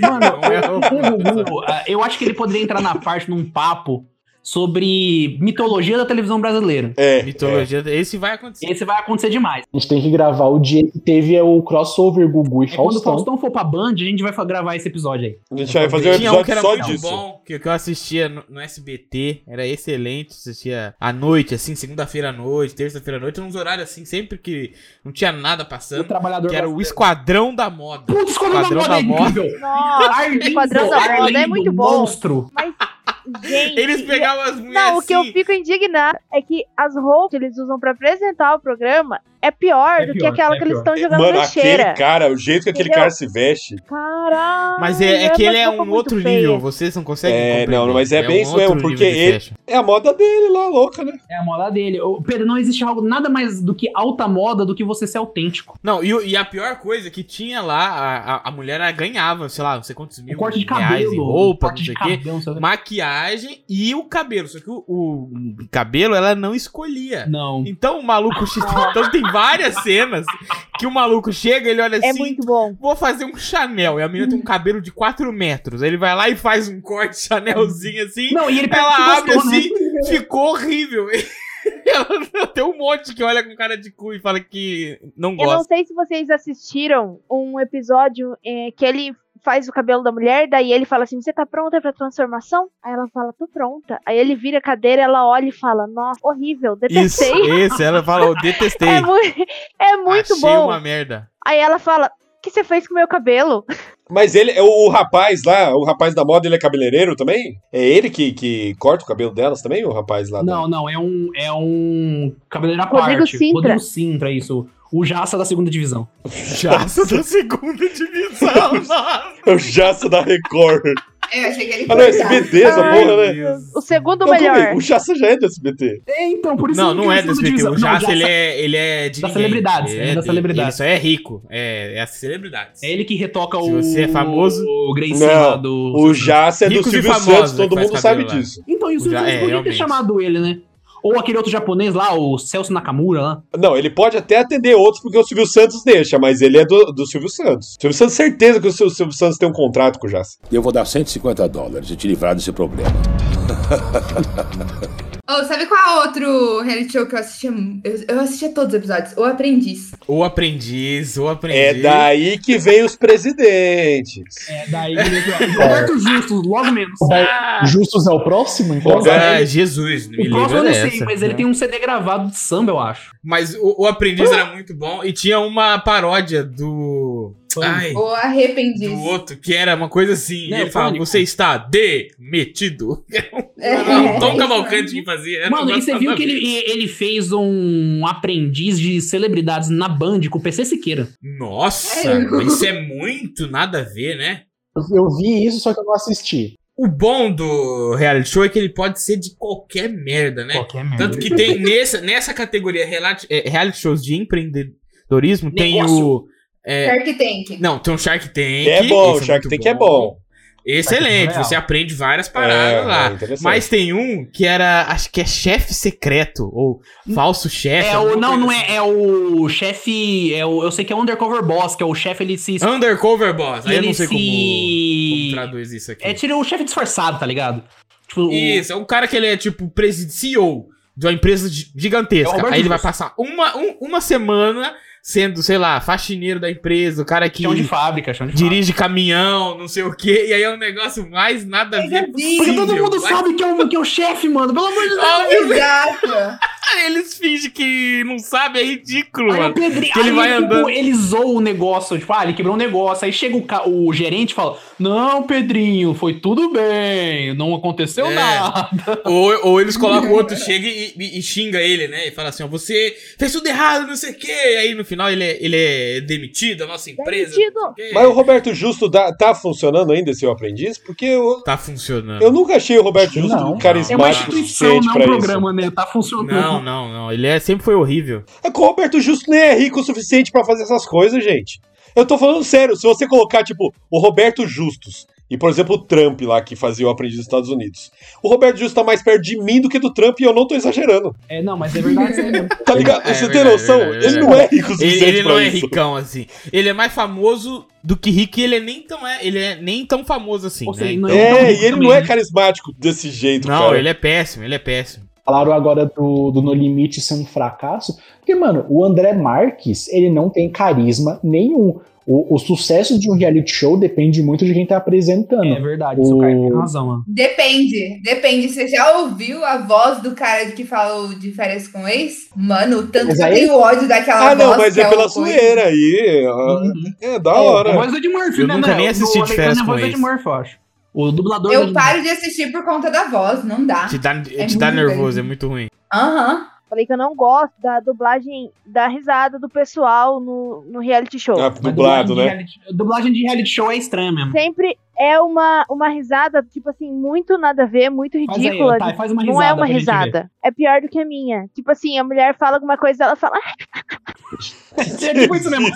Speaker 4: Mano,
Speaker 2: Não é o
Speaker 4: o Gugu, ah, eu acho que ele poderia entrar na parte num papo sobre mitologia da televisão brasileira.
Speaker 3: É.
Speaker 2: Mitologia. Esse vai acontecer.
Speaker 4: Esse vai acontecer demais.
Speaker 10: A gente tem que gravar o dia que teve o crossover Gugu e
Speaker 4: É quando o
Speaker 10: Faustão.
Speaker 4: Faustão for pra Band, a gente vai fa- gravar esse episódio aí.
Speaker 3: A gente vai fazer um
Speaker 2: Tinha um que
Speaker 3: episódio
Speaker 2: era
Speaker 3: só
Speaker 2: muito
Speaker 3: disso.
Speaker 2: bom, que, que eu assistia no, no SBT, era excelente, assistia à noite, assim, segunda-feira à noite, terça-feira à noite, uns horários assim, sempre que não tinha nada
Speaker 4: O
Speaker 2: passando,
Speaker 4: trabalhador
Speaker 2: que era o
Speaker 4: brasileiro.
Speaker 2: Esquadrão da Moda.
Speaker 4: Putz, quando da
Speaker 2: Esquadrão
Speaker 4: moda
Speaker 2: da
Speaker 4: é
Speaker 2: Moda.
Speaker 4: incrível.
Speaker 1: casa. Nossa,
Speaker 4: Arlindo,
Speaker 1: Esquadrão da Moda é
Speaker 4: Arlindo,
Speaker 1: muito bom.
Speaker 4: Monstro.
Speaker 1: gente.
Speaker 2: Eles pegavam as mulheres
Speaker 1: Não, o que eu
Speaker 2: assim,
Speaker 1: fico indignada é que as roupas que eles usam pra apresentar o programa é pior
Speaker 4: É
Speaker 1: do que
Speaker 4: pior,
Speaker 1: aquela
Speaker 4: é
Speaker 1: que eles
Speaker 4: pior.
Speaker 1: estão jogando
Speaker 3: Mano,
Speaker 1: na cheira.
Speaker 3: aquele cara, o jeito que aquele
Speaker 1: Entendeu?
Speaker 3: cara se veste.
Speaker 1: Caralho.
Speaker 2: mas é, é que ele é
Speaker 1: uma roupa
Speaker 2: um
Speaker 1: muito
Speaker 2: outro
Speaker 1: feia.
Speaker 2: nível, vocês não conseguem
Speaker 3: É,
Speaker 2: compreender.
Speaker 3: não, mas é bem
Speaker 2: um
Speaker 3: isso mesmo,
Speaker 2: outro
Speaker 3: porque
Speaker 2: nível de
Speaker 3: ele-
Speaker 2: fashion.
Speaker 3: É a moda dele lá, louca, né?
Speaker 4: É a moda dele. Ô, Pedro, não existe algo nada mais do que alta moda do que você ser autêntico.
Speaker 2: Não, e, o- e a pior coisa é que tinha lá, a, a, a mulher ela ganhava, sei lá, não sei quantos
Speaker 4: O
Speaker 2: mil
Speaker 4: corte de
Speaker 2: reais
Speaker 4: cabelo,
Speaker 2: em roupa,
Speaker 4: o corte
Speaker 2: não
Speaker 4: de
Speaker 2: sei o quê.
Speaker 4: cabelo, não sei o quê.
Speaker 2: Maquiagem e o cabelo. Só que o, o cabelo ela não escolhia.
Speaker 4: Não.
Speaker 2: Então o maluco. che- então tem várias cenas que o maluco chega, ele olha
Speaker 1: É
Speaker 2: assim.
Speaker 1: muito bom.
Speaker 2: Vou fazer um Chanel. E a menina tem um cabelo de 4 metros. Aí Ele vai lá e faz um corte Chanelzinho assim.
Speaker 1: é
Speaker 4: Não, e ele pega
Speaker 2: Ela
Speaker 4: o que
Speaker 2: abre
Speaker 4: gostou, né?
Speaker 2: assim, ficou horrível. Ela tem um monte que olha com cara de cu e fala que não
Speaker 1: Eu não
Speaker 2: gosta.
Speaker 1: sei se vocês assistiram um episódio é, que ele faz o cabelo da mulher, daí ele fala assim: Você tá pronta pra transformação? Aí ela fala: Tô pronta. Aí ele vira a cadeira, ela olha e fala: Nossa, horrível,
Speaker 2: Isso,
Speaker 1: detestei.
Speaker 2: isso. Ela fala, eu detestei.
Speaker 1: É, mui- é muito
Speaker 2: Achei
Speaker 1: bom.
Speaker 2: uma merda.
Speaker 1: Aí ela fala: O que você fez com o meu cabelo?
Speaker 3: Mas ele, o, o rapaz lá, o rapaz da moda, ele é cabeleireiro também? É ele que, que corta o cabelo delas também, o rapaz lá? da-
Speaker 4: Não, não, é um, é um cabeleireiro à
Speaker 1: Rodrigo
Speaker 4: parte.
Speaker 1: Sintra.
Speaker 4: Rodrigo Sintra, é isso. O Jaça da segunda divisão.
Speaker 2: Jaça da segunda divisão. nossa.
Speaker 3: É o Jaça da Record.
Speaker 6: Eu achei que ele
Speaker 3: Ah, não, é
Speaker 6: foi usar.
Speaker 3: SBT essa
Speaker 1: Ai,
Speaker 3: porra, né?
Speaker 1: O segundo
Speaker 3: Não, calma aí,
Speaker 1: Ah, melhor.
Speaker 3: o Jaça já é do SBT.
Speaker 4: É, então, por isso
Speaker 2: Não, não é do
Speaker 4: desse
Speaker 2: SBT. O Jaça, ele é, ele é de
Speaker 4: Da
Speaker 2: ninguém.
Speaker 4: celebridades,
Speaker 2: Ele
Speaker 4: ele é da
Speaker 2: de- Ele
Speaker 4: celebridades.
Speaker 2: só é rico. É, é as celebridades.
Speaker 4: É ele que retoca
Speaker 2: Se
Speaker 4: o.
Speaker 2: você é famoso-
Speaker 4: O Gracie
Speaker 3: Não,
Speaker 4: lá do.
Speaker 3: O Jaça é do
Speaker 2: Ricos e
Speaker 3: Silvio
Speaker 2: famosos
Speaker 3: Santos,
Speaker 2: é
Speaker 3: todo
Speaker 2: que faz
Speaker 3: mundo sabe
Speaker 2: cabelo lá.
Speaker 3: disso.
Speaker 4: Então, e o
Speaker 2: o Ja-
Speaker 4: Silvio
Speaker 2: é,
Speaker 4: Santos podia ter
Speaker 2: realmente.
Speaker 4: chamado ele, né? Ou aquele outro japonês lá, o Celso Nakamura né? lá.
Speaker 3: Não, ele pode até atender outros porque o Silvio Santos deixa, mas ele é do, do Silvio Santos. Silvio Santos, certeza que o Sil- Silvio Santos tem um contrato com o Jaça.
Speaker 11: Eu vou dar 150 dólares e te livrar desse problema.
Speaker 6: Ô, sabe qual outro reality show que eu assistia? mu- Eu, eu assistia todos os episódios. O Aprendiz.
Speaker 2: O aprendiz, o
Speaker 3: É
Speaker 2: aprendiz.
Speaker 3: daí que vem os presidentes.
Speaker 4: É, daí. Roberto Justus, logo menos.
Speaker 10: Justus é o próximo, então?
Speaker 3: Roberto-
Speaker 2: Ah, Jesus, me
Speaker 4: O próximo
Speaker 2: livra
Speaker 4: eu não
Speaker 2: dessa.
Speaker 4: sei, mas ele tem um CD gravado de samba, eu acho.
Speaker 2: Mas o, o aprendiz era muito bom e tinha uma paródia do. Ai,
Speaker 6: O Arrependiz.
Speaker 2: do outro, que era uma coisa assim.
Speaker 4: Não,
Speaker 2: e ele falava,
Speaker 4: pânico.
Speaker 2: você está demitido.
Speaker 6: É,
Speaker 2: Era
Speaker 6: é
Speaker 2: o Tom
Speaker 6: isso
Speaker 2: Cavalcante
Speaker 6: mesmo.
Speaker 2: que fazia. era
Speaker 4: Mano,
Speaker 2: um
Speaker 4: e você
Speaker 2: negócio
Speaker 4: viu
Speaker 2: nada
Speaker 4: que
Speaker 2: a ver.
Speaker 4: ele, ele fez um aprendiz de celebridades na Band com o PC Siqueira.
Speaker 2: Nossa,
Speaker 6: É.
Speaker 2: isso é muito nada a ver, né?
Speaker 10: Eu- Eu vi isso, só que eu não assisti.
Speaker 2: O bom do reality show é que ele pode ser de qualquer merda, né?
Speaker 4: Qualquer merda.
Speaker 2: Tanto que tem nessa, nessa categoria reality, é, reality shows de empreendedorismo, tem o. é,
Speaker 6: Shark Tank.
Speaker 2: Não, tem o Shark Tank.
Speaker 3: É bom,
Speaker 2: esse
Speaker 3: Shark
Speaker 2: muito
Speaker 3: Tank é bom.
Speaker 2: Excelente,
Speaker 4: Shark Tank é
Speaker 2: você aprende várias
Speaker 3: É,
Speaker 2: paradas lá.
Speaker 3: é interessante.
Speaker 2: Mas tem um que era, acho que é chefe secreto, ou falso chefe.
Speaker 4: É
Speaker 2: alguma
Speaker 4: o, não,
Speaker 2: coisa
Speaker 4: não é, é o chefe, é o, eu sei que é o Undercover Boss, que é o chefe, ele se...
Speaker 2: assim. Undercover Boss. Aí eu não sei como, como
Speaker 4: se...
Speaker 2: traduz isso aqui.
Speaker 4: é tira o chefe disfarçado, tá ligado? Tipo, o-
Speaker 2: Isso, é um cara que ele é tipo presid- CEO de uma empresa gi-
Speaker 4: É o
Speaker 2: gigantesca.
Speaker 4: Roberto
Speaker 2: Aí ele vai
Speaker 4: Justus.
Speaker 2: passar uma, um- uma semana sendo, sei lá, faxineiro da empresa, o cara que
Speaker 4: chão de fábrica, chão de
Speaker 2: dirige caminhão, não sei o quê, e aí é um negócio mais nada a ver.
Speaker 4: fábrica. Porque é todo
Speaker 2: possível.
Speaker 4: mundo
Speaker 2: Vai
Speaker 4: sabe é que é, o, que é o chefe, mano, pelo amor de Deus.
Speaker 2: Óbvio,
Speaker 6: Exato.
Speaker 2: eles fingem que não sabe, é ridículo,
Speaker 4: Aí o
Speaker 2: mano.
Speaker 4: Pedrinho,
Speaker 2: que ele
Speaker 4: aí,
Speaker 2: vai
Speaker 4: tipo,
Speaker 2: andando.
Speaker 4: ele zoa o negócio, tipo, ah, ele quebrou um negócio, aí chega o, ca- o gerente e fala, não, Pedrinho, foi tudo bem, não aconteceu
Speaker 2: É.
Speaker 4: nada.
Speaker 2: Ou, ou eles colocam o outro, chega e, e- e xinga ele, né? E fala assim, ó, você fez tudo errado, não sei o quê. E aí no final ele é, ele é demitido, a nossa empresa.
Speaker 1: Demitido.
Speaker 2: não sei o quê.
Speaker 3: Mas o Roberto Justo dá- tá funcionando ainda, seu aprendiz? Porque eu,
Speaker 2: Tá funcionando.
Speaker 3: eu nunca achei o Roberto Justo
Speaker 10: Não.
Speaker 4: É uma
Speaker 3: carismático o
Speaker 4: instituição,
Speaker 3: suficiente
Speaker 4: não é
Speaker 3: pra
Speaker 4: um
Speaker 3: isso.
Speaker 4: programa, né? Tá
Speaker 2: Não,
Speaker 4: funcionando.
Speaker 2: não, não. Ele é, sempre foi horrível.
Speaker 3: É que o Roberto Justo nem é rico o suficiente pra fazer essas coisas, gente. Eu tô falando sério, se você colocar, tipo, o Roberto Justus e, por exemplo, o Trump lá, que fazia o aprendiz dos Estados Unidos. O Roberto Justo tá mais perto de mim do que do Trump e eu não tô exagerando.
Speaker 4: É, não, mas é verdade. isso aí mesmo.
Speaker 3: Tá ligado?
Speaker 2: É,
Speaker 3: você
Speaker 2: é
Speaker 3: tem
Speaker 2: verdade,
Speaker 3: noção?
Speaker 2: verdade,
Speaker 3: ele
Speaker 2: verdade.
Speaker 3: não é rico o
Speaker 2: Ele,
Speaker 3: suficiente
Speaker 2: ele
Speaker 3: pra
Speaker 2: não é
Speaker 3: isso.
Speaker 2: ricão, assim. Ele é mais famoso do que rico e ele nem tão é, ele é nem tão famoso assim,
Speaker 4: Ou
Speaker 2: né?
Speaker 4: seja,
Speaker 2: Então-
Speaker 4: não tão
Speaker 3: É,
Speaker 4: rico
Speaker 3: e ele
Speaker 4: também,
Speaker 3: não é
Speaker 4: né?
Speaker 3: carismático desse jeito,
Speaker 2: Não,
Speaker 3: cara.
Speaker 2: ele é péssimo, ele é péssimo.
Speaker 10: Falaram agora do, do No Limite ser um fracasso. Porque, mano, o André Marques, ele não tem carisma nenhum. O, o sucesso de um reality show depende muito de quem tá apresentando.
Speaker 4: É verdade, isso, cara, tem razão, mano.
Speaker 6: Depende, depende. Você já ouviu a voz do cara que falou de férias com o ex? Mano, o tanto
Speaker 10: Mas
Speaker 6: que eu
Speaker 10: aí-
Speaker 6: tenho ódio daquela
Speaker 3: Ah,
Speaker 6: voz.
Speaker 3: não, mas
Speaker 6: que
Speaker 3: é pela
Speaker 6: uma coisa-
Speaker 3: zoeira aí. ah,
Speaker 4: Uhum.
Speaker 3: É, da hora.
Speaker 4: É a voz do Ed Murphy,
Speaker 2: Eu
Speaker 4: né,
Speaker 2: nunca
Speaker 4: André?
Speaker 2: nem
Speaker 4: O
Speaker 2: assisti
Speaker 4: do
Speaker 2: de Férias
Speaker 4: americano é a voz
Speaker 2: com
Speaker 4: do Ed
Speaker 2: Ex.
Speaker 4: Murphy, eu acho. O dublador do
Speaker 6: Eu
Speaker 4: Ed
Speaker 6: paro de assistir por conta da voz, não
Speaker 4: Ah,
Speaker 6: dá.
Speaker 2: Te dá, te
Speaker 6: muito
Speaker 2: dá
Speaker 6: grande.
Speaker 2: nervoso, é muito ruim.
Speaker 6: Aham.
Speaker 1: Falei que eu não gosto da dublagem, da risada do pessoal no, no reality show.
Speaker 3: Ah,
Speaker 4: Mas é
Speaker 3: dublado,
Speaker 4: dublagem de
Speaker 3: né?
Speaker 4: reality- Dublagem de reality show é estranha mesmo.
Speaker 1: Sempre é uma, uma risada, tipo assim, muito nada a ver, muito
Speaker 4: Faz aí,
Speaker 1: ridícula.
Speaker 2: tá,
Speaker 4: Otávio, faz uma
Speaker 1: não é uma
Speaker 4: pra gente ver.
Speaker 1: risada. É pior do que a minha. Tipo assim, a mulher fala alguma coisa, ela fala. "Ah",
Speaker 4: É tipo isso mesmo.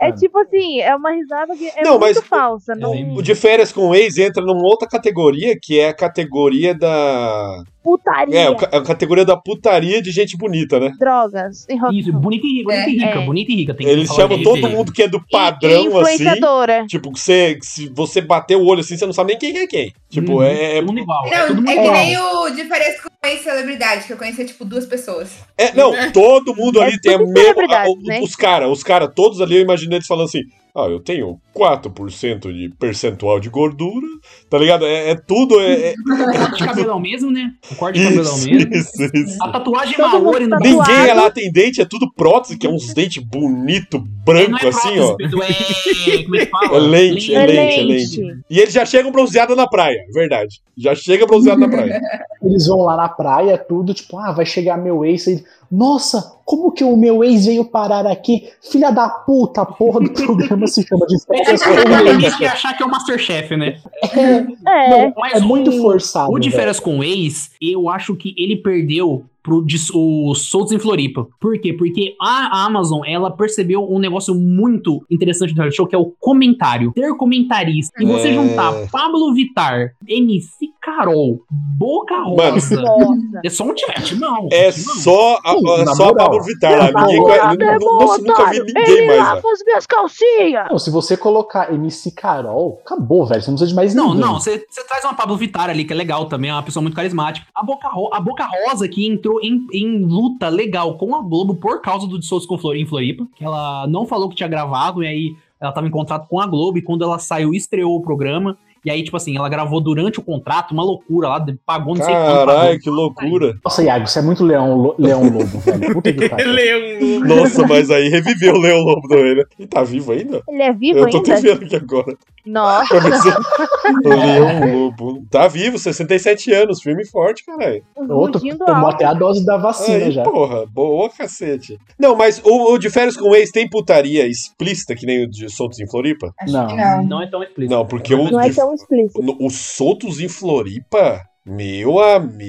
Speaker 1: É tipo assim, é uma risada que é
Speaker 3: Não,
Speaker 1: muito
Speaker 3: mas-
Speaker 1: falsa. Não...
Speaker 4: Sim.
Speaker 3: O de férias com o ex entra numa outra categoria, que é a categoria da,
Speaker 1: putaria.
Speaker 3: É, o ca- a categoria da putaria de gente bonita, né?
Speaker 1: Drogas,
Speaker 4: Isso,
Speaker 1: enrolação.
Speaker 4: bonita e, bonita e
Speaker 1: É,
Speaker 4: rica,
Speaker 1: é.
Speaker 4: bonita e rica. Tem
Speaker 3: Eles
Speaker 4: falar
Speaker 3: chamam
Speaker 4: disso.
Speaker 3: todo mundo que é do
Speaker 1: E
Speaker 3: padrão, assim.
Speaker 1: influenciadora.
Speaker 3: Tipo, que você, que se você bater o olho assim, você não sabe nem quem é quem. Tipo,
Speaker 4: Uhum.
Speaker 3: é, é-
Speaker 4: Todo mundo igual. é todo
Speaker 6: Não,
Speaker 4: mundo
Speaker 6: é que
Speaker 4: igual.
Speaker 6: nem o diferença com a celebridade, que eu conhecia, tipo, duas pessoas.
Speaker 3: é- Não,
Speaker 4: Né?
Speaker 3: todo mundo
Speaker 1: É
Speaker 3: ali tem a
Speaker 1: tudo
Speaker 3: mesma.
Speaker 1: celebridade,
Speaker 3: a- o-
Speaker 1: né?
Speaker 3: Os caras, os caras, todos ali, eu imagino eles falando assim. Ah, eu tenho 4% de percentual de gordura, tá ligado? É, é tudo. É, é-
Speaker 4: corte de cabelão mesmo, né? O corte de cabelão
Speaker 3: isso,
Speaker 4: mesmo.
Speaker 3: isso, isso.
Speaker 4: A tatuagem
Speaker 1: Todo mundo
Speaker 4: Maori no
Speaker 1: tatuado.
Speaker 4: braço.
Speaker 3: Ninguém é lá tem dente, é tudo prótese, que é uns dentes bonito, branco, assim, ó.
Speaker 4: é prótese, é- como é que fala?
Speaker 3: É lente, é lente, é lente.
Speaker 1: Excelente.
Speaker 3: E eles já chegam bronzeado na praia, verdade. Já chega bronzeado na praia.
Speaker 10: Eles vão lá na praia, tudo, tipo, ah, vai chegar meu ex aí. Nossa, como que o meu ex veio parar aqui? Filha da puta, a porra do programa se chama de férias com
Speaker 4: Tem
Speaker 10: ex.
Speaker 4: gente é que achar que é o Masterchef, né?
Speaker 1: É,
Speaker 10: É muito
Speaker 3: Ah,
Speaker 10: forçado.
Speaker 4: O de
Speaker 10: velho.
Speaker 4: férias com o ex, eu acho que ele perdeu pro de, o Soltos em Floripa. Por quê? Porque a Amazon, ela percebeu um negócio muito interessante do reality show, que é o comentário. Ter comentarista. E você
Speaker 3: É.
Speaker 4: juntar Pablo Vittar, MC Carol, Boca Rosa.
Speaker 1: nossa.
Speaker 4: É só um tivete, não.
Speaker 3: É
Speaker 4: timão.
Speaker 3: só a,
Speaker 10: Sim,
Speaker 3: a-
Speaker 10: na
Speaker 3: só a
Speaker 10: moral.
Speaker 3: Pablo Vittar lá.
Speaker 10: Na
Speaker 3: Ninguém,
Speaker 10: moral.
Speaker 3: conhe-
Speaker 1: Tá bom,
Speaker 3: nossa, nunca vi
Speaker 1: otário.
Speaker 3: ninguém
Speaker 1: Ele
Speaker 3: mais né? lá.
Speaker 1: lava as minhas calcinhas.
Speaker 10: Não, se você colocar MC Carol, acabou, velho. Você não precisa de mais
Speaker 4: Não,
Speaker 10: ninguém.
Speaker 4: não, você você traz uma Pablo Vittar ali, que é legal também, é uma pessoa muito carismática. A Boca, Ro- a Boca Rosa, que entrou em, em luta legal com a Globo por causa do Dissouço com Flor, em Floripa, que ela não falou que tinha gravado, e aí ela tava em contrato com a Globo, e quando ela saiu, estreou o programa. E aí, tipo assim, ela gravou durante o contrato, uma loucura lá, de- pagou não sei quanto.
Speaker 3: Caralho,
Speaker 4: pagou.
Speaker 3: que loucura.
Speaker 10: Nossa, Iago, você é muito leão, lo- leão lobo, velho. Puta que pariu.
Speaker 2: Leão.
Speaker 3: Nossa, mas aí reviveu o Leão Lobo também, né? E tá vivo ainda?
Speaker 1: Ele é vivo
Speaker 3: Eu tô
Speaker 1: ainda?
Speaker 3: até vendo aqui agora.
Speaker 1: Nossa,
Speaker 3: Pra ver se- Leão Lobo. Tá vivo, 67 anos, firme e forte, caralho.
Speaker 10: Outro
Speaker 1: rugindo
Speaker 10: tomou
Speaker 1: um alto.
Speaker 10: até a dose da vacina
Speaker 3: Aí,
Speaker 10: já.
Speaker 3: porra, boa cacete. Não, mas o, o de férias com ex tem putaria explícita, que nem o de Soltos em Floripa?
Speaker 6: Acho
Speaker 10: Não.
Speaker 6: que não.
Speaker 4: Não é tão explícito.
Speaker 3: Não, porque o
Speaker 1: Não é
Speaker 3: de-
Speaker 1: tão explícito.
Speaker 3: No- Os soltos em Floripa? Meu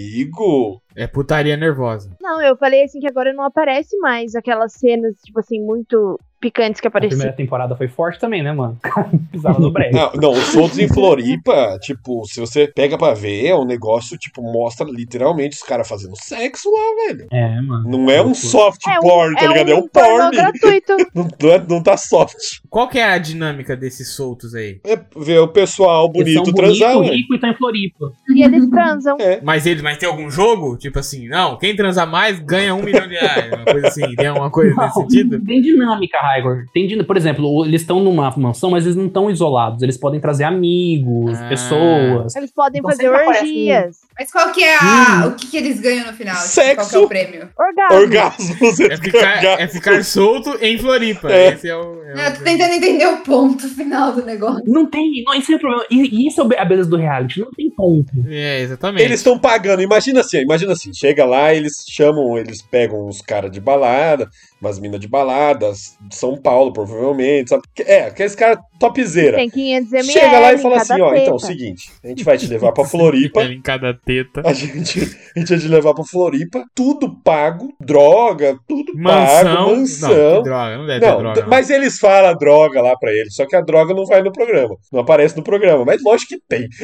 Speaker 3: amigo!
Speaker 2: É putaria nervosa.
Speaker 1: Não, eu falei assim que agora não aparece mais aquelas cenas, tipo assim, muito picantes que
Speaker 4: A
Speaker 1: apareciam.
Speaker 4: primeira temporada foi forte também, né, mano? Pisava no break.
Speaker 3: Não, não, os soltos em Floripa, tipo, se você pega pra ver, é um negócio, tipo, mostra literalmente os caras fazendo sexo lá, velho.
Speaker 4: É, mano.
Speaker 3: Não é um soft
Speaker 1: É um-
Speaker 3: porn, tá ligado? É um porn.
Speaker 1: gratuito.
Speaker 3: Não, não é- não tá soft.
Speaker 2: Qual que é a dinâmica desses soltos aí?
Speaker 3: É ver o pessoal
Speaker 4: Eles
Speaker 3: bonito
Speaker 4: são
Speaker 3: transar,
Speaker 4: bonito,
Speaker 3: velho.
Speaker 4: rico e tá em Floripa.
Speaker 1: e eles transam.
Speaker 3: É.
Speaker 2: Mas eles, mas tem algum jogo? Tipo assim, não, quem transar mais ganha um milhão de reais. Uma coisa assim, tem alguma coisa nesse sentido?
Speaker 4: Tem dinâmica, Raigor. Tem din- Por exemplo, o- eles estão numa mansão, mas eles não estão isolados. Eles podem trazer amigos,
Speaker 2: Ah.
Speaker 4: pessoas.
Speaker 1: Eles podem
Speaker 4: Então
Speaker 1: fazer
Speaker 4: sempre aparece
Speaker 1: orgias.
Speaker 6: Mas qual que é a. O que, que eles ganham no final? Tipo, Qual que é
Speaker 3: Sexo.
Speaker 6: o prêmio?
Speaker 1: Orgasmo.
Speaker 3: Orgasmos,
Speaker 2: É ficar, é ficar solto em Floripa.
Speaker 3: É.
Speaker 2: Esse é o. é o-
Speaker 6: Não, eu tô tentando entender o ponto final do negócio.
Speaker 4: Não tem. Não, esse é o problema. E, e isso é o be- a beleza do reality. Não tem ponto.
Speaker 2: É, exatamente.
Speaker 3: Eles estão pagando, imagina assim, imagina assim, chega lá, eles chamam, eles pegam uns caras de balada, umas minas de balada, de São Paulo, provavelmente, sabe? É, aqueles caras topzera.
Speaker 1: Tem 500 ml.
Speaker 3: Chega lá e
Speaker 1: em
Speaker 3: fala
Speaker 1: cada
Speaker 3: assim, ó, então, é o
Speaker 1: teta.
Speaker 3: seguinte, a gente vai te levar pra Floripa,
Speaker 2: Em cada teta.
Speaker 3: a gente, a gente vai te levar pra Floripa, tudo pago, droga, tudo
Speaker 2: Mansão.
Speaker 3: pago,
Speaker 2: Não, que
Speaker 3: mansão.
Speaker 2: droga, não deve ter
Speaker 3: Não,
Speaker 2: É droga. né? não.
Speaker 3: mas eles falam a droga lá pra eles, só que a droga não vai no programa, não aparece no programa, mas lógico que tem.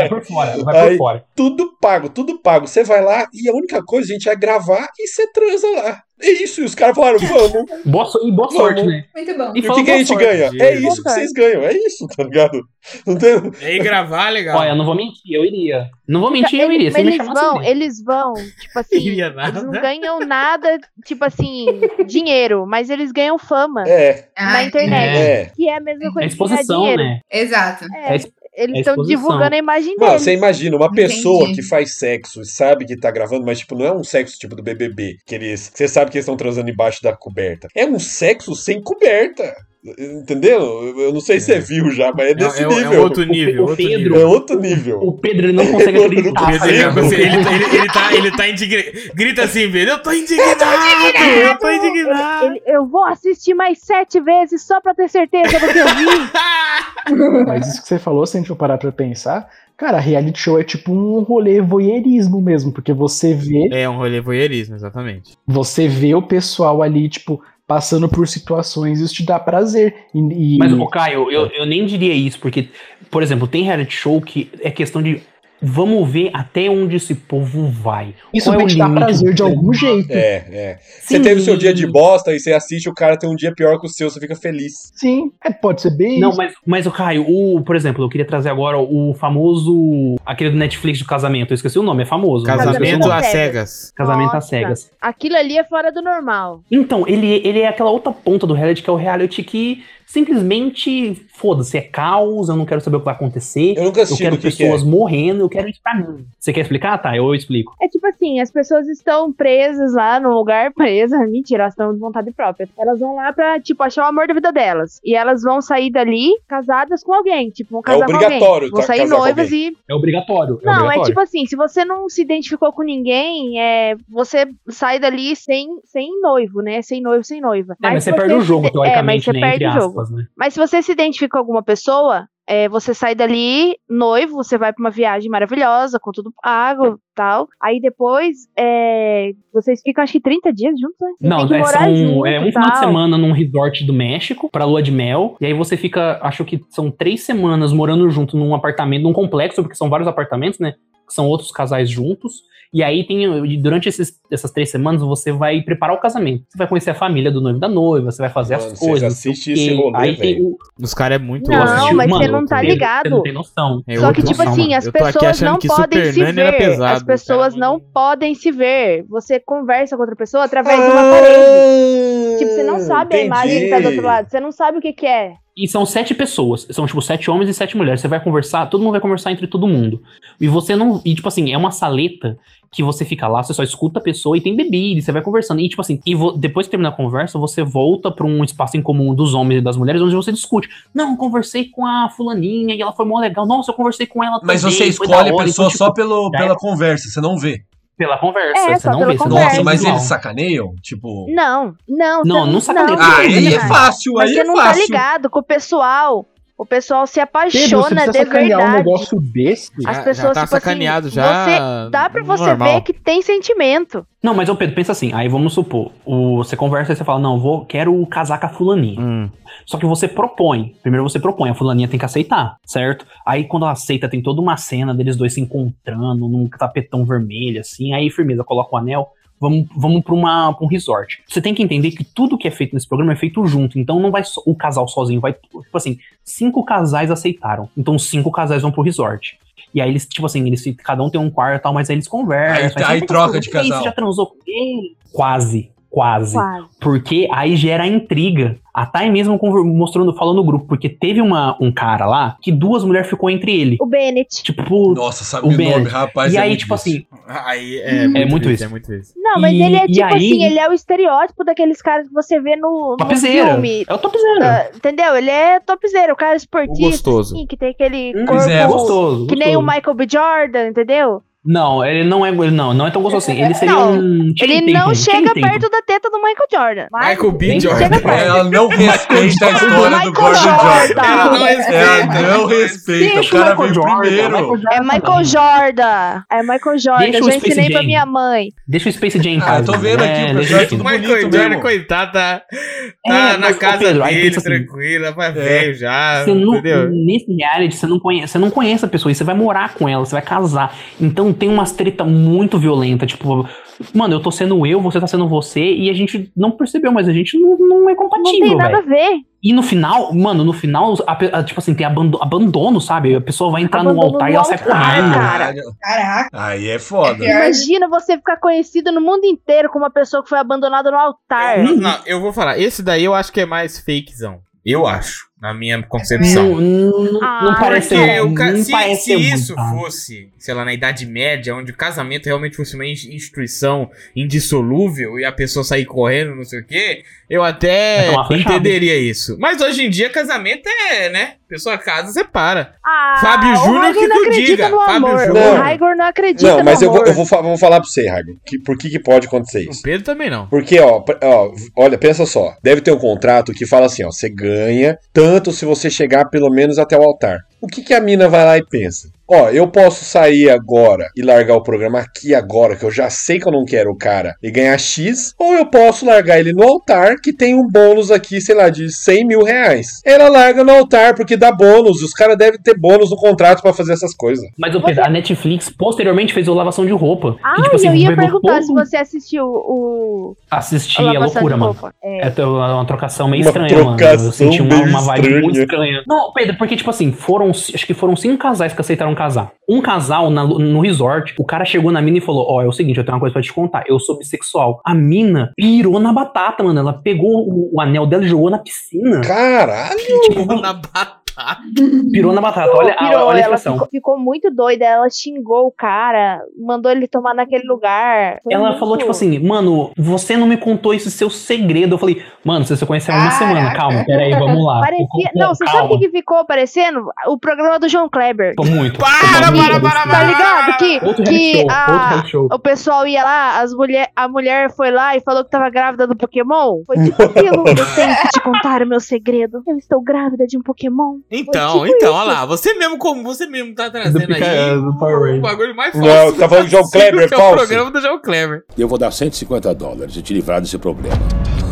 Speaker 4: Vai por fora. Vai por
Speaker 3: Aí-
Speaker 4: fora.
Speaker 3: Tudo pago, tudo pago. Você vai lá e a única coisa, gente, é gravar e você transa lá. É isso. E os caras falaram, vamos.
Speaker 4: Boa so- e boa
Speaker 3: Vamos.
Speaker 4: sorte, né?
Speaker 6: Muito bom.
Speaker 3: E o
Speaker 4: falou
Speaker 3: que, que a
Speaker 4: boa
Speaker 3: gente
Speaker 4: sorte.
Speaker 3: ganha? É
Speaker 2: gente.
Speaker 3: isso que vocês ganham. É isso, tá ligado? Não tem...
Speaker 2: E aí gravar, legal.
Speaker 4: Olha, não vou mentir, eu iria. Não vou mentir, eu iria.
Speaker 1: Eles,
Speaker 4: Você me assim, né? É
Speaker 1: eles
Speaker 4: chamasse.
Speaker 1: vão,
Speaker 4: eu iria.
Speaker 1: eles vão, tipo
Speaker 2: não
Speaker 1: assim,
Speaker 2: iria
Speaker 1: eles não
Speaker 2: nada.
Speaker 1: ganham nada, tipo assim, dinheiro, mas eles ganham fama
Speaker 3: É,
Speaker 1: na
Speaker 6: Ah,
Speaker 1: internet.
Speaker 3: é.
Speaker 1: Que é a mesma
Speaker 4: É
Speaker 1: coisa que
Speaker 4: exposição,
Speaker 1: ganhar dinheiro.
Speaker 4: né?
Speaker 6: Exato.
Speaker 1: É,
Speaker 4: É
Speaker 1: eles
Speaker 4: é
Speaker 1: estão
Speaker 4: exposição.
Speaker 1: divulgando a imagem
Speaker 3: Mano,
Speaker 1: deles.
Speaker 3: você imagina uma
Speaker 6: Entendi.
Speaker 3: pessoa que faz sexo e sabe que tá gravando, mas tipo, não é um sexo tipo do BBB, que eles, que você sabe que eles estão transando embaixo da coberta. É um sexo sem coberta. Entendeu? Eu- Eu não sei se você
Speaker 2: É.
Speaker 3: viu já, mas é
Speaker 2: É,
Speaker 3: desse
Speaker 2: é- é
Speaker 3: nível.
Speaker 2: outro nível.
Speaker 4: o
Speaker 2: outro
Speaker 4: Pedro-
Speaker 2: nível.
Speaker 3: É outro nível.
Speaker 4: O Pedro ele não consegue acreditar.
Speaker 3: Ah, Pedro,
Speaker 4: tá
Speaker 2: Ele, assim,
Speaker 4: ligado?
Speaker 2: ele, ele- ele tá, ele tá indignado. Grita assim, Pedro. Eu tô indignado! Eu tô indignado!
Speaker 1: Então, Ele- eu vou assistir mais sete vezes só pra ter certeza do que eu vi.
Speaker 10: Mas isso que você falou, se a gente for parar pra pensar, cara, reality show é tipo um rolê voyeurismo mesmo, porque você vê,
Speaker 2: É um rolê voyeurismo, exatamente.
Speaker 10: você vê o pessoal ali, tipo, passando por situações, isso te dá prazer. E, e-
Speaker 4: Mas, o Caio, eu, eu nem diria isso, porque, por exemplo, tem reality show que é questão de Vamos ver até onde esse povo vai.
Speaker 10: Isso
Speaker 4: Qual é
Speaker 10: vai
Speaker 4: o
Speaker 10: te dar
Speaker 4: limite
Speaker 10: prazer de
Speaker 4: dele?
Speaker 10: algum jeito.
Speaker 3: É, é. Você
Speaker 4: Sim.
Speaker 3: teve seu dia de bosta e você assiste o cara ter um dia pior que o seu, você fica feliz.
Speaker 10: Sim, é, pode ser bem
Speaker 4: Não,
Speaker 10: isso.
Speaker 4: mas, mas o Caio, o, por exemplo, eu queria trazer agora o famoso. aquele do Netflix do casamento. Eu esqueci o nome, é famoso. mas eu esqueci o
Speaker 2: Casamento
Speaker 4: nome.
Speaker 2: às cegas.
Speaker 4: Casamento às
Speaker 1: Nossa.
Speaker 4: cegas.
Speaker 1: Aquilo ali é fora do normal.
Speaker 4: Então, ele, ele é aquela outra ponta do reality que é o reality que simplesmente foda-se, é caos, eu não quero saber o que vai acontecer.
Speaker 3: Eu nunca
Speaker 4: Eu
Speaker 3: assisti
Speaker 4: quero
Speaker 3: do que, que é.
Speaker 4: pessoas morrendo, eu quero isso pra mim. Você quer explicar? Tá, eu explico.
Speaker 1: É tipo assim, as pessoas estão presas lá num lugar presas. Mentira, elas estão de vontade própria. Elas vão lá pra, tipo, achar o amor da vida delas. E elas vão sair dali casadas com alguém. Tipo, vão casar com
Speaker 3: obrigatório
Speaker 1: alguém. Vão
Speaker 3: tá-
Speaker 1: sair
Speaker 3: casar com
Speaker 1: noivas
Speaker 3: alguém.
Speaker 1: e
Speaker 4: É obrigatório. É
Speaker 1: Não, é
Speaker 4: obrigatório.
Speaker 1: tipo assim, se você não se identificou com ninguém, é, você sai dali sem, sem noivo, né? Sem noivo, sem noiva.
Speaker 4: É, mas você
Speaker 1: se
Speaker 4: perde o
Speaker 1: se
Speaker 4: jogo,
Speaker 1: ide- é, mas
Speaker 4: teoricamente,
Speaker 1: você
Speaker 4: né?
Speaker 1: perde
Speaker 4: Entre
Speaker 1: o jogo.
Speaker 4: aspas, né?
Speaker 1: Mas se você se identifica com alguma pessoa, é, você sai dali noivo, você vai pra uma viagem maravilhosa, com tudo pago tal. Aí depois, é, vocês ficam acho que 30 dias juntos, né? Vocês têm
Speaker 4: Não,
Speaker 1: que
Speaker 4: é,
Speaker 1: morar
Speaker 4: são,
Speaker 1: junto,
Speaker 4: é um
Speaker 1: tal.
Speaker 4: final de semana num resort do México pra lua de mel. E aí você fica, acho que são três semanas morando junto num apartamento, num complexo, porque são vários apartamentos, né? Que são outros casais juntos. E aí tem. e Durante esses- essas três semanas, você vai preparar o casamento. Você vai conhecer a família do noivo e da noiva, você vai fazer
Speaker 3: Mano,
Speaker 4: as
Speaker 3: vocês
Speaker 4: coisas. não sei o
Speaker 3: assistem esse
Speaker 4: quê.
Speaker 3: rolê,
Speaker 4: aí tem
Speaker 3: velho.
Speaker 4: o.
Speaker 2: Os caras é muito
Speaker 1: Não,
Speaker 2: louco.
Speaker 4: Assistiu,
Speaker 1: mas
Speaker 4: mano,
Speaker 1: você não tá
Speaker 4: você-
Speaker 1: ligado.
Speaker 4: Você não tem noção.
Speaker 2: É
Speaker 1: Só
Speaker 2: outro
Speaker 1: que, tipo
Speaker 2: nível.
Speaker 1: assim, as
Speaker 2: Eu tô aqui
Speaker 1: pessoas
Speaker 2: achando
Speaker 1: não
Speaker 2: que
Speaker 1: podem
Speaker 2: Super
Speaker 1: se
Speaker 2: Nani era
Speaker 1: ver.
Speaker 2: pesado,
Speaker 1: as pessoas
Speaker 2: cara,
Speaker 1: não
Speaker 2: mas-
Speaker 1: podem se ver. Você conversa com outra pessoa através de um uma parede.
Speaker 3: Ah,
Speaker 1: Tipo, você não sabe a imagem que tá do outro lado. Você não sabe o que que é.
Speaker 4: E são sete pessoas. São, tipo, sete homens e sete mulheres. Você vai conversar, todo mundo vai conversar entre todo mundo. E você não. E, tipo assim, é uma saleta que você fica lá, você só escuta a pessoa e tem bebida, e você vai conversando. E, tipo assim, e vo- depois que terminar a conversa, você volta pra um espaço em comum dos homens e das mulheres, onde você discute. Não, conversei com a fulaninha e ela foi mó legal. Nossa, eu conversei com ela
Speaker 12: Mas
Speaker 4: também,
Speaker 12: você
Speaker 4: foi da
Speaker 12: escolhe
Speaker 4: hora."
Speaker 12: a
Speaker 4: Então,
Speaker 12: pessoa
Speaker 4: tipo,
Speaker 12: só pelo,
Speaker 4: já
Speaker 12: pela
Speaker 4: é-
Speaker 12: conversa, você não vê.
Speaker 4: pela conversa.
Speaker 1: É,
Speaker 4: você
Speaker 1: só
Speaker 4: não
Speaker 1: pela
Speaker 4: vê, você não
Speaker 1: conversa.
Speaker 12: Nossa, mas
Speaker 4: visual.
Speaker 12: eles sacaneiam? Tipo.
Speaker 1: Não, não,
Speaker 4: Não,
Speaker 1: você
Speaker 4: não sacaneia.
Speaker 1: não.
Speaker 12: Ah,
Speaker 4: é
Speaker 12: aí é
Speaker 4: demais.
Speaker 12: fácil,
Speaker 1: Mas
Speaker 12: aí
Speaker 1: você
Speaker 12: é
Speaker 1: não tá
Speaker 12: fácil.
Speaker 1: ligado com o pessoal. O pessoal se
Speaker 10: Pedro, você
Speaker 1: apaixona
Speaker 10: precisa
Speaker 1: de
Speaker 10: sacanear um
Speaker 1: verdade.
Speaker 10: negócio desse.
Speaker 1: As
Speaker 2: Já-
Speaker 1: pessoas,
Speaker 2: já tá
Speaker 1: tipo assim,
Speaker 2: sacaneado já.
Speaker 1: você- Dá pra você
Speaker 2: normal.
Speaker 1: ver que tem sentimento.
Speaker 4: Não, mas ô Pedro, pensa assim, aí vamos supor, o- você conversa e você fala, não, vou, quero casar com a fulaninha.
Speaker 2: Hum.
Speaker 4: Só que você propõe. Primeiro você propõe, a fulaninha tem que aceitar, certo? Aí quando ela aceita, tem toda uma cena deles dois se encontrando num tapetão vermelho, assim. Aí, firmeza, coloca o anel. Vamos, vamos pra, uma, pra um resort. Você tem que entender que tudo que é feito nesse programa é feito junto. Então não vai só- o casal sozinho, vai. Tipo assim, cinco casais aceitaram. Então cinco casais vão pro resort. E aí eles, tipo assim, eles, se- cada um tem um quarto e tal, mas aí eles conversam.
Speaker 12: Aí-
Speaker 4: faz,
Speaker 12: aí
Speaker 4: "Ah,
Speaker 12: troca
Speaker 4: você
Speaker 12: de
Speaker 4: fez?
Speaker 12: casal."
Speaker 4: Você já transou com ele? Quase, quase.
Speaker 1: Quase.
Speaker 4: Porque aí gera intriga. A Thay mesmo conver- mostrando, falando no grupo, porque teve uma, um cara lá que duas mulheres ficou entre ele.
Speaker 1: O Bennett.
Speaker 4: Tipo, pô,
Speaker 12: Nossa, sabe
Speaker 4: O
Speaker 12: o,
Speaker 4: Ben.
Speaker 12: nome, rapaz.
Speaker 4: e
Speaker 12: é
Speaker 4: aí,
Speaker 12: muito
Speaker 4: tipo
Speaker 12: difícil.
Speaker 4: assim,
Speaker 2: Aí é
Speaker 4: É muito
Speaker 2: triste,
Speaker 4: isso.
Speaker 2: É muito isso.
Speaker 1: Não, mas
Speaker 4: E-
Speaker 1: ele é
Speaker 4: e
Speaker 1: tipo
Speaker 4: aí-
Speaker 1: assim, ele é o estereótipo daqueles caras que você vê no, no
Speaker 4: topzera.
Speaker 1: um filme.
Speaker 4: É o topzera.
Speaker 1: Ah, entendeu? Ele é topzera, o cara
Speaker 2: O
Speaker 1: esportista,
Speaker 2: gostoso.
Speaker 1: assim, que tem aquele
Speaker 4: Hum,
Speaker 1: corpo
Speaker 12: é,
Speaker 4: gostoso.
Speaker 1: que nem
Speaker 4: gostoso.
Speaker 1: o Michael B. Jordan, entendeu?
Speaker 4: Não, ele não é, ele não, não é tão gostoso assim. Ele seria
Speaker 1: Não,
Speaker 4: um. Channing
Speaker 1: ele não
Speaker 4: Tatum,
Speaker 1: chega
Speaker 4: Channing Tatum.
Speaker 1: perto da teta do Michael Jordan. Mas
Speaker 2: Michael B.
Speaker 4: Bem-
Speaker 2: Jordan.
Speaker 1: chega perto.
Speaker 12: Ela não respeita a história do
Speaker 1: Michael
Speaker 12: Gordon
Speaker 1: Jordan.
Speaker 12: Jordan.
Speaker 2: Ela não respeita.
Speaker 12: Ela não respeita. O
Speaker 4: Deixa
Speaker 12: cara
Speaker 4: Michael
Speaker 12: veio
Speaker 4: Jordan, Michael
Speaker 12: primeiro.
Speaker 4: Jordan
Speaker 1: É Michael
Speaker 4: também.
Speaker 1: Jordan. É Michael Jordan.
Speaker 4: Deixa
Speaker 1: Eu
Speaker 4: o
Speaker 1: já
Speaker 4: Space
Speaker 1: ensinei pra
Speaker 4: Jam.
Speaker 1: minha mãe.
Speaker 4: Deixa o Space Jam em
Speaker 12: Ah,
Speaker 4: paz,
Speaker 12: tô
Speaker 4: mano.
Speaker 12: vendo
Speaker 4: É,
Speaker 12: aqui o
Speaker 4: deixa
Speaker 12: personagem
Speaker 4: ele-
Speaker 12: do
Speaker 2: Michael
Speaker 12: bonito
Speaker 2: Jordan,
Speaker 12: mesmo.
Speaker 2: coitada, tá,
Speaker 4: É,
Speaker 2: tá na
Speaker 4: mas, ô,
Speaker 2: casa
Speaker 4: Pedro, aí
Speaker 2: dele,
Speaker 4: pensa assim,
Speaker 2: tranquila, mas
Speaker 12: é,
Speaker 2: velho já,
Speaker 4: Você não,
Speaker 2: entendeu?
Speaker 4: nesse reality, você não, conhece, você não conhece a pessoa, e você vai morar com ela, você vai casar. Então tem umas treta muito violenta, tipo, mano, eu tô sendo eu, você tá sendo você, e a gente não percebeu, mas a gente não, não é
Speaker 1: Não
Speaker 4: compatível,
Speaker 1: tem nada a
Speaker 4: velho.
Speaker 1: ver.
Speaker 4: E no final, mano, no final, a pe- a- tipo assim, tem abando- abandono, sabe? A pessoa vai entrar no
Speaker 1: Abandono
Speaker 4: altar
Speaker 1: no
Speaker 4: e ela sai
Speaker 1: altar,
Speaker 4: correndo.
Speaker 1: cara.
Speaker 6: Caraca.
Speaker 12: Aí é foda.
Speaker 6: É.
Speaker 1: Imagina você ficar conhecido no mundo inteiro como uma pessoa que foi abandonada no altar.
Speaker 4: É.
Speaker 2: Eu, não, eu vou falar, esse daí eu acho que é mais fakezão. Eu acho, na minha concepção.
Speaker 4: Não, não, não
Speaker 1: Ah,
Speaker 4: parece
Speaker 2: Porque
Speaker 4: ser
Speaker 2: é, o
Speaker 4: bom,
Speaker 2: ca-
Speaker 4: não
Speaker 2: se,
Speaker 4: parece
Speaker 2: se
Speaker 4: ser tá? bom,
Speaker 2: isso
Speaker 4: cara.
Speaker 2: fosse, sei lá, na Idade Média, onde o casamento realmente fosse uma in- instituição indissolúvel e a pessoa sair correndo, não sei o quê, eu até
Speaker 4: Vai tomar fechado.
Speaker 2: entenderia isso. Mas hoje em dia, casamento é, né? Pessoa casa, separa.
Speaker 1: Ah,
Speaker 2: Fábio
Speaker 1: o
Speaker 2: Júnior
Speaker 1: Raigor
Speaker 2: que
Speaker 1: não
Speaker 2: que eu
Speaker 1: acredita
Speaker 2: diga.
Speaker 1: no
Speaker 2: Fábio
Speaker 1: amor.
Speaker 2: Júnior.
Speaker 1: O Raigor não acredita
Speaker 3: Não, mas
Speaker 1: no
Speaker 3: eu vou,
Speaker 1: amor.
Speaker 3: eu vou, fa- vou falar pra você, Raigo, que por que, que pode acontecer
Speaker 2: O
Speaker 3: isso?
Speaker 2: Pedro também não.
Speaker 3: Porque, ó, pr- ó, olha, pensa só. Deve ter um contrato que fala assim, ó, você ganha tanto se você chegar pelo menos até o altar. O que, que a mina vai lá e pensa? Ó, eu posso sair agora e largar o programa aqui agora, que eu já sei que eu não quero o cara, e ganhar X, ou eu posso largar ele no altar, que tem um bônus aqui, sei lá, de 100 mil reais. Ela larga no altar, porque dá bônus, os caras devem ter bônus no contrato pra fazer essas coisas.
Speaker 4: Mas eu penso, a Netflix posteriormente fez o Lavação de Roupa.
Speaker 1: Ah,
Speaker 4: que, tipo assim,
Speaker 1: eu ia
Speaker 4: pegou
Speaker 1: perguntar
Speaker 4: todo-
Speaker 1: se você assistiu o.
Speaker 4: Assistir
Speaker 1: o
Speaker 4: é
Speaker 1: Lavação de
Speaker 4: loucura, mano.
Speaker 1: Roupa. É.
Speaker 4: É t- uma trocação meio
Speaker 3: Uma
Speaker 4: estranha, mano.
Speaker 3: trocação
Speaker 4: Eu senti uma,
Speaker 3: meio
Speaker 4: uma vibe muito
Speaker 3: estranha.
Speaker 4: estranha. Não, Pedro, porque, tipo assim, foram. c- Acho que foram cinco casais que aceitaram casar. Um casal na lu- no resort, o cara chegou na mina e falou: Ó, é o seguinte, eu tenho uma coisa pra te contar. Eu sou bissexual. A mina pirou na batata, mano. Ela pegou o, o anel dela e jogou na piscina.
Speaker 3: Caralho!
Speaker 4: Tipo,
Speaker 2: Na batata.
Speaker 4: Pirou na batata. Olha, a-
Speaker 1: Pirou,
Speaker 4: olha a
Speaker 1: ela
Speaker 4: expressão.
Speaker 1: ficou, ficou muito doida, ela xingou o cara, mandou ele tomar naquele lugar. Foi
Speaker 4: Ela
Speaker 1: muito-
Speaker 4: falou, tipo assim, mano, você não me contou esse seu segredo. Eu falei, mano, vocês se conheceram uma
Speaker 6: Caraca.
Speaker 4: semana. Calma, peraí, vamos lá.
Speaker 1: Parecia...
Speaker 4: Vou-
Speaker 1: Não, você sabe
Speaker 4: "Ah, calma.
Speaker 1: o que que ficou parecendo? O programa do João Kleber.
Speaker 4: Tô muito.
Speaker 2: Para,
Speaker 4: Tô
Speaker 2: para,
Speaker 4: muito.
Speaker 2: para,
Speaker 1: Tá ligado? Que,
Speaker 4: Outro reality
Speaker 1: que
Speaker 4: show, outro
Speaker 1: a,
Speaker 4: reality show.
Speaker 1: o pessoal ia lá, as mulher, a mulher foi lá e falou que tava grávida do Pokémon. Foi tipo aquilo. Eu tenho que te contar o meu segredo. Eu estou grávida de um Pokémon.
Speaker 2: Então,
Speaker 1: Foi tipo
Speaker 2: então, olha lá. Você mesmo, como você mesmo tá
Speaker 9: Do
Speaker 2: trazendo aí.
Speaker 9: Pica- do Power
Speaker 2: O
Speaker 9: Rangers.
Speaker 2: bagulho mais
Speaker 3: é, Não,
Speaker 2: falso.
Speaker 3: tá falando de João
Speaker 2: possível,
Speaker 3: Kleber,
Speaker 2: que é
Speaker 3: falso.
Speaker 2: o programa do João Kleber.
Speaker 11: Eu vou dar 150 dólares e te livrar desse problema.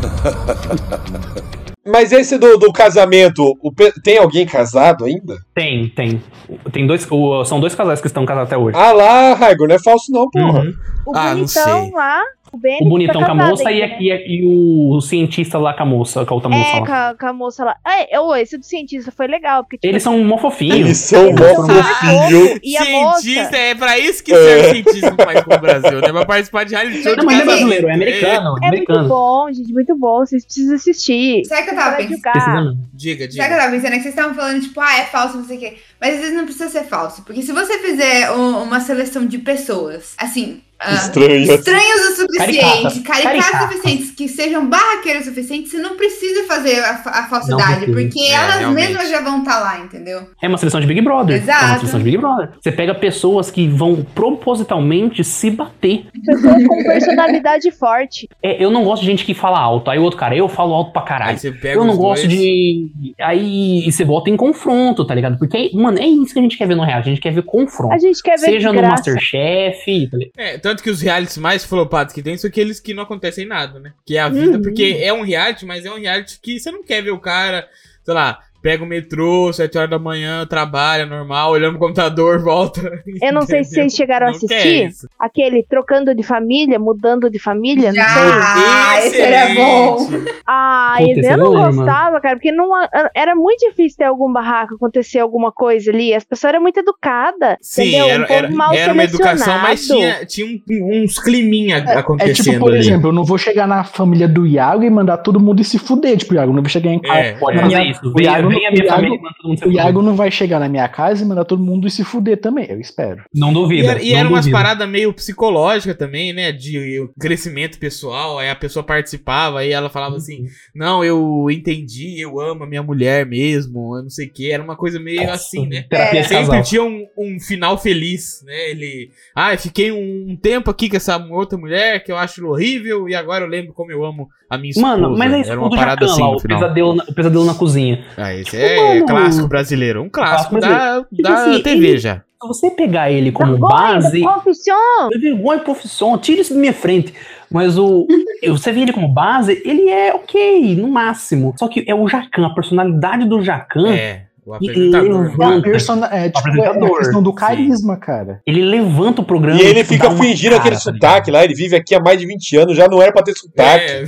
Speaker 3: Mas esse do, do casamento, o pe- tem alguém casado ainda?
Speaker 4: Tem, tem. Tem dois. o- são dois casais que estão casados até hoje.
Speaker 3: Ah lá, Raigor, não é falso não, porra.
Speaker 4: Uhum.
Speaker 1: O
Speaker 2: Ah, não sei.
Speaker 1: bonitão lá, o Benny.
Speaker 4: O bonitão
Speaker 1: tá
Speaker 4: com a
Speaker 1: casado
Speaker 4: moça e,
Speaker 1: ainda,
Speaker 4: a- e, a- e o cientista lá com a moça, com a outra moça
Speaker 1: É,
Speaker 4: lá.
Speaker 1: com a, com a moça lá. É, ô, esse do cientista foi legal. Porque, tipo,
Speaker 4: Eles são mó fofinhos.
Speaker 3: Eles são mó
Speaker 1: Eles são
Speaker 3: fofinho.
Speaker 1: E a
Speaker 2: cientista,
Speaker 1: moça.
Speaker 2: é pra isso que serve cientista no país como o Brasil, né? Pra participar de reality show de um.
Speaker 4: Não, mas não é
Speaker 2: casamento.
Speaker 4: brasileiro, é americano. É
Speaker 1: É muito
Speaker 4: americano.
Speaker 1: bom, gente, muito bom. Vocês precisam assistir. é
Speaker 6: Sabe o que eu
Speaker 1: Para
Speaker 6: tava tá pensando?
Speaker 1: julgar.
Speaker 4: Precisa-
Speaker 2: Diga,
Speaker 6: Sabe o que
Speaker 2: diga.
Speaker 6: eu tava pensando? É que vocês estavam falando, tipo, ah, é falso, não sei o quê. Mas às vezes não precisa ser falso. Porque se você fizer um- uma seleção de pessoas, assim. ah,
Speaker 3: Estranho.
Speaker 6: Estranhos o suficiente,
Speaker 4: Caricatas.
Speaker 6: caricatas
Speaker 4: Caricatas.
Speaker 6: suficientes, que sejam barraqueiras o suficiente, você não precisa fazer a, fa- a falsidade,
Speaker 4: Não precisa.
Speaker 6: porque
Speaker 2: É,
Speaker 6: elas
Speaker 2: realmente.
Speaker 6: mesmas já vão estar lá, entendeu?
Speaker 4: É uma seleção de Big Brother. É uma
Speaker 6: Exato.
Speaker 4: seleção de Big Brother. Você pega pessoas que vão propositalmente se bater.
Speaker 1: Pessoas com personalidade forte.
Speaker 4: É, eu não gosto de gente que fala alto. Aí o outro cara, eu falo alto pra caralho.
Speaker 2: Aí você pega
Speaker 4: Eu não
Speaker 2: os
Speaker 4: gosto
Speaker 2: dois.
Speaker 4: de. Aí e você volta em confronto, tá ligado? Porque, aí, mano, é isso que a gente quer ver no real. A gente quer ver confronto.
Speaker 1: A gente quer ver
Speaker 4: Seja no
Speaker 1: desgraça.
Speaker 4: Masterchef. Tá ligado?
Speaker 2: É, tanto que os realities mais flopados que tem são aqueles que não acontecem nada, né? Que é a vida,
Speaker 1: Uhum.
Speaker 2: porque é um reality, mas é um reality que você não quer ver o cara, sei lá, pega o metrô, 7 horas da manhã, trabalha normal, olhando o computador, volta.
Speaker 1: Eu não sei se
Speaker 2: Entendeu?
Speaker 1: vocês chegaram a
Speaker 2: Não quer
Speaker 1: assistir.
Speaker 2: isso.
Speaker 1: Aquele trocando de família, mudando de família, não sei.
Speaker 6: Já, Ah, esse era bom.
Speaker 2: Excelente.
Speaker 1: Ah,
Speaker 4: Puta,
Speaker 1: eu
Speaker 4: esse eu
Speaker 1: não
Speaker 4: não lembro,
Speaker 1: gostava, cara, porque não, era muito difícil ter algum barraco, acontecer alguma coisa ali. As pessoas eram muito educadas,
Speaker 2: Sim,
Speaker 1: entendeu?
Speaker 2: era,
Speaker 1: um povo
Speaker 2: era,
Speaker 1: mal
Speaker 2: era uma educação, mas
Speaker 1: selecionado.
Speaker 2: tinha, tinha um- uns climinha
Speaker 10: É
Speaker 2: acontecendo
Speaker 10: tipo, por
Speaker 2: ali.
Speaker 10: exemplo, eu não vou chegar na família do Iago e mandar todo mundo ir se fuder. Tipo, Iago, não vou chegar em casa.
Speaker 2: É,
Speaker 4: Pode
Speaker 2: é.
Speaker 4: fazer isso.
Speaker 10: O
Speaker 4: Vem,
Speaker 10: Iago-
Speaker 4: vem a
Speaker 10: o
Speaker 4: minha
Speaker 10: Iago-
Speaker 4: família e manda todo mundo se
Speaker 10: O
Speaker 4: fuder.
Speaker 10: Iago não vai chegar na minha casa e mandar todo mundo ir se fuder também. Eu espero.
Speaker 4: Não
Speaker 2: E,
Speaker 4: duvida.
Speaker 2: era, e
Speaker 4: não
Speaker 2: era umas
Speaker 4: duvida.
Speaker 2: paradas meio psicológica também, né? De o crescimento pessoal. Aí a pessoa participava e ela
Speaker 1: Uhum.
Speaker 2: falava assim: Não, eu entendi, eu amo a minha mulher mesmo, eu não sei o que. Era uma coisa meio assim, né?
Speaker 4: Terapia de
Speaker 2: Sempre
Speaker 4: casal.
Speaker 2: tinha um, um final feliz, né? Ele. Ah, eu fiquei um, um tempo aqui com essa outra mulher que eu acho horrível e agora eu lembro como eu amo a minha esposa.
Speaker 4: Mano, mas é isso.
Speaker 2: Era
Speaker 4: o
Speaker 2: uma
Speaker 4: do
Speaker 2: parada
Speaker 4: Jacan
Speaker 2: assim
Speaker 4: lá,
Speaker 2: no
Speaker 4: o,
Speaker 2: final.
Speaker 4: pesadelo na, o pesadelo na cozinha.
Speaker 2: Ah, esse
Speaker 4: Tipo,
Speaker 2: é
Speaker 4: mano,
Speaker 2: clássico brasileiro. Um clássico,
Speaker 4: clássico
Speaker 2: da, da
Speaker 4: assim,
Speaker 2: TV
Speaker 4: ele-
Speaker 2: já.
Speaker 4: Se você pegar ele
Speaker 1: Tá
Speaker 4: como
Speaker 1: Vergonha
Speaker 4: base.
Speaker 1: da profissão.
Speaker 4: Eu vergonha profissão, tira isso da minha frente. Mas o. eu- Você vê ele como base, ele é ok, no máximo. Só que é o Jacan, a personalidade do Jacan,
Speaker 2: É, o apresentador. né?
Speaker 10: É a
Speaker 4: Hum.
Speaker 10: persona- é, tipo, é a
Speaker 4: Apresentador,
Speaker 10: questão do
Speaker 2: sim.
Speaker 10: carisma, cara.
Speaker 4: ele levanta o programa.
Speaker 3: E ele
Speaker 4: tipo, dá
Speaker 3: fica
Speaker 4: uma
Speaker 3: fingindo
Speaker 4: cara,
Speaker 3: aquele
Speaker 4: tá ligado?
Speaker 3: sotaque lá, ele vive aqui há mais de 20 anos, já não era pra ter sotaque.
Speaker 2: É,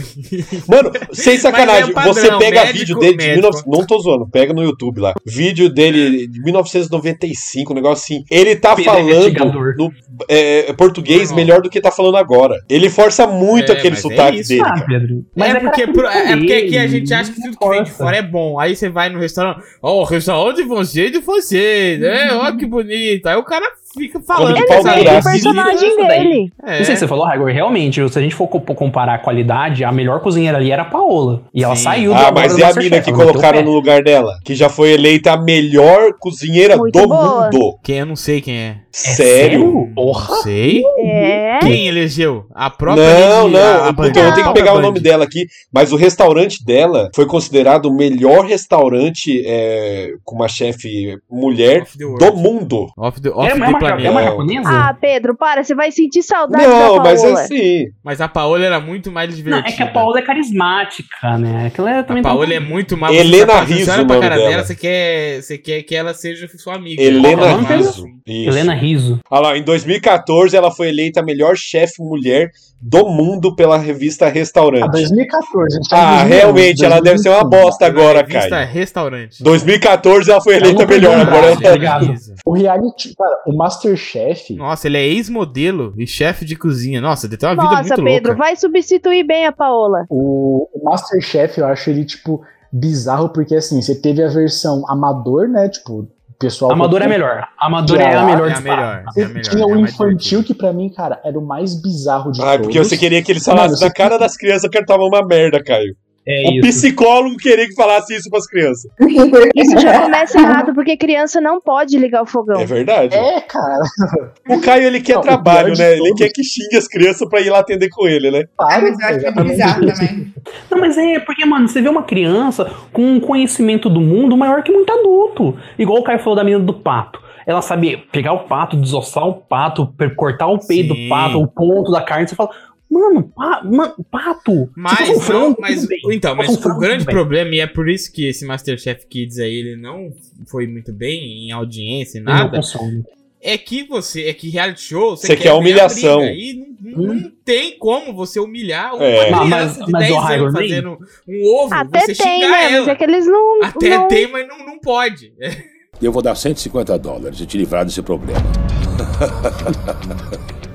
Speaker 3: Mano, sem
Speaker 2: Mas
Speaker 3: sacanagem,
Speaker 2: é padrão,
Speaker 3: você pega
Speaker 2: médico,
Speaker 3: vídeo dele de
Speaker 2: médico.
Speaker 3: 19... Não tô zoando, pega no YouTube lá. Vídeo dele de 1995, um negócio assim. Ele tá
Speaker 2: é
Speaker 4: Pedro
Speaker 3: falando
Speaker 4: investigador.
Speaker 3: no é, português
Speaker 2: Normal.
Speaker 3: melhor do que tá falando agora. Ele força muito
Speaker 2: É,
Speaker 3: aquele
Speaker 2: mas é
Speaker 3: sotaque
Speaker 2: isso,
Speaker 3: dele.
Speaker 4: Ah,
Speaker 3: cara.
Speaker 4: Pedro.
Speaker 2: é, porque, pro- é
Speaker 4: característica
Speaker 2: porque aqui a
Speaker 4: dele,
Speaker 2: gente acha que
Speaker 4: não
Speaker 2: tudo que vem de
Speaker 4: força.
Speaker 2: fora é bom. Aí Uhum. você vai no restaurante, ó, o restaurante de vocês de vocês, né? Ó, que bonito. Aí o cara fica falando.
Speaker 3: Como
Speaker 2: que
Speaker 3: de pau
Speaker 2: essa aí-
Speaker 3: furado.
Speaker 1: O né, é um personagem
Speaker 4: Isso daí.
Speaker 1: dele.
Speaker 2: É.
Speaker 4: Não sei se você falou, Raigor, realmente, se a gente for co- comparar a qualidade, a melhor cozinheira ali era a Paola. E ela
Speaker 2: Sim.
Speaker 4: saiu
Speaker 3: Ah,
Speaker 4: do
Speaker 3: mas
Speaker 4: do
Speaker 3: e a
Speaker 4: Masterchef,
Speaker 3: mina que
Speaker 4: ela meteu o
Speaker 3: colocaram
Speaker 4: pé.
Speaker 3: no lugar dela? Que já foi eleita a melhor cozinheira
Speaker 1: Muito
Speaker 3: do
Speaker 1: boa.
Speaker 3: mundo.
Speaker 2: Quem eu não sei quem é.
Speaker 3: Sério?
Speaker 4: Porra!
Speaker 2: Não sei.
Speaker 4: Uhum.
Speaker 1: É.
Speaker 2: Quem elegeu? A própria.
Speaker 3: Não,
Speaker 2: Lady- a-
Speaker 3: não.
Speaker 2: a
Speaker 3: Então
Speaker 2: Band.
Speaker 3: eu tenho que
Speaker 2: A
Speaker 3: pegar o
Speaker 2: Band.
Speaker 3: nome dela aqui. Mas o restaurante dela foi considerado o melhor restaurante é, com uma chefe mulher
Speaker 2: Off the world.
Speaker 3: do mundo.
Speaker 2: Off the,
Speaker 4: É,
Speaker 2: off
Speaker 4: é,
Speaker 2: the
Speaker 4: uma, ja-
Speaker 2: planeta.
Speaker 4: é uma japonesa?
Speaker 1: Ah, Pedro, para, você vai sentir saudade
Speaker 3: Não,
Speaker 1: da Paola.
Speaker 3: mas assim.
Speaker 2: Mas a Paola era muito mais
Speaker 4: Não,
Speaker 2: divertida.
Speaker 4: é que a Paola é carismática, né? Aquela é também
Speaker 2: A Paola é muito mais.
Speaker 3: Helena
Speaker 2: você
Speaker 3: Rizzo,
Speaker 2: olha
Speaker 3: o
Speaker 2: pra
Speaker 3: nome
Speaker 2: cara
Speaker 3: dela.
Speaker 2: dela, você quer, você quer que ela seja sua amiga.
Speaker 3: Helena
Speaker 2: Qual que é o nome dela?
Speaker 3: Rizzo. Isso.
Speaker 4: Helena Riso.
Speaker 3: Olha lá, em 2014 ela foi eleita a melhor chefe mulher do mundo pela revista
Speaker 10: Ah,
Speaker 3: Restaurante.
Speaker 10: 2014. a gente tá
Speaker 3: É.
Speaker 10: em
Speaker 3: Ah,
Speaker 10: 2011,
Speaker 3: realmente, ela deve ser uma
Speaker 10: 2021.
Speaker 3: bosta agora,
Speaker 2: Revista é-
Speaker 3: Caio.
Speaker 2: Restaurante.
Speaker 3: 2014 ela foi assim, eleita
Speaker 4: não
Speaker 3: melhor,
Speaker 4: perdeu
Speaker 3: agora
Speaker 4: nada,
Speaker 3: ela-
Speaker 4: ligado?
Speaker 2: Rizzo.
Speaker 10: O reality, cara, o Masterchef.
Speaker 2: Nossa, ele é ex-modelo e chefe de cozinha. Nossa, ele tem uma vida é
Speaker 1: Nossa,
Speaker 2: muito
Speaker 1: Pedro,
Speaker 2: louca.
Speaker 1: vai substituir bem a Paola.
Speaker 10: O, o Masterchef, eu acho ele, tipo, bizarro, porque assim, você teve a versão amador, né? Tipo, o pessoal.
Speaker 4: Amador é melhor. Amador é a
Speaker 10: Já,
Speaker 4: melhor um
Speaker 2: é a
Speaker 4: disparada.
Speaker 2: melhor. É
Speaker 10: Você
Speaker 2: a melhor.
Speaker 10: tinha
Speaker 2: é a
Speaker 10: o
Speaker 2: mais
Speaker 10: infantil,
Speaker 2: divertida.
Speaker 10: que pra mim, cara, era o mais bizarro de
Speaker 3: Ah,
Speaker 10: todos.
Speaker 3: porque você queria que eles falassem
Speaker 10: Mano,
Speaker 3: na
Speaker 10: você-
Speaker 3: cara das crianças que tava uma merda, Caio.
Speaker 4: É
Speaker 3: o
Speaker 4: isso.
Speaker 3: psicólogo queria que falasse isso pras crianças.
Speaker 1: Isso já começa errado, porque criança não pode ligar o fogão.
Speaker 3: É verdade.
Speaker 10: É, cara,
Speaker 3: O Caio, ele quer
Speaker 10: Não, o pior
Speaker 3: trabalho,
Speaker 10: de
Speaker 3: né? Ele
Speaker 10: todos-
Speaker 3: quer que xingue as crianças pra ir lá atender com ele, né?
Speaker 10: para.
Speaker 6: mas eu acho que é
Speaker 10: exatamente.
Speaker 6: bizarro também.
Speaker 4: Não, mas é, porque, mano, você vê uma criança com um conhecimento do mundo maior que muito adulto. Igual o Caio falou da menina do pato. Ela sabe pegar o pato, desossar o pato, per- cortar o peito
Speaker 2: Sim.
Speaker 4: do pato, o ponto da carne. Você fala, mano, pa- mano, pato. se fosse um
Speaker 2: Mas, não,
Speaker 4: frango,
Speaker 2: mas,
Speaker 4: tudo bem.
Speaker 2: então,
Speaker 4: Se
Speaker 2: mas
Speaker 4: fosse um
Speaker 2: o
Speaker 4: frango,
Speaker 2: grande
Speaker 4: tudo bem.
Speaker 2: problema, e é por isso que esse Masterchef Kids aí, ele não foi muito bem em audiência e
Speaker 4: Ele não
Speaker 2: nada,
Speaker 4: consome.
Speaker 2: é que você, é que reality show, você,
Speaker 3: Você quer
Speaker 2: ver a
Speaker 3: humilhação.
Speaker 2: briga, E não, não- não tem como você humilhar uma
Speaker 3: É.
Speaker 2: criança
Speaker 4: Mas-
Speaker 2: de
Speaker 4: Hum. mas,
Speaker 2: 10
Speaker 4: ô, Raigor,
Speaker 2: anos
Speaker 4: nem-
Speaker 2: fazendo um ovo,
Speaker 1: Até
Speaker 2: você
Speaker 1: tem,
Speaker 2: xingar
Speaker 1: né? Mas
Speaker 2: ela.
Speaker 1: é que eles não.
Speaker 2: Até
Speaker 1: não...
Speaker 2: tem, mas não, não pode. É.
Speaker 11: Eu vou dar 150 dólares e te livrar desse problema.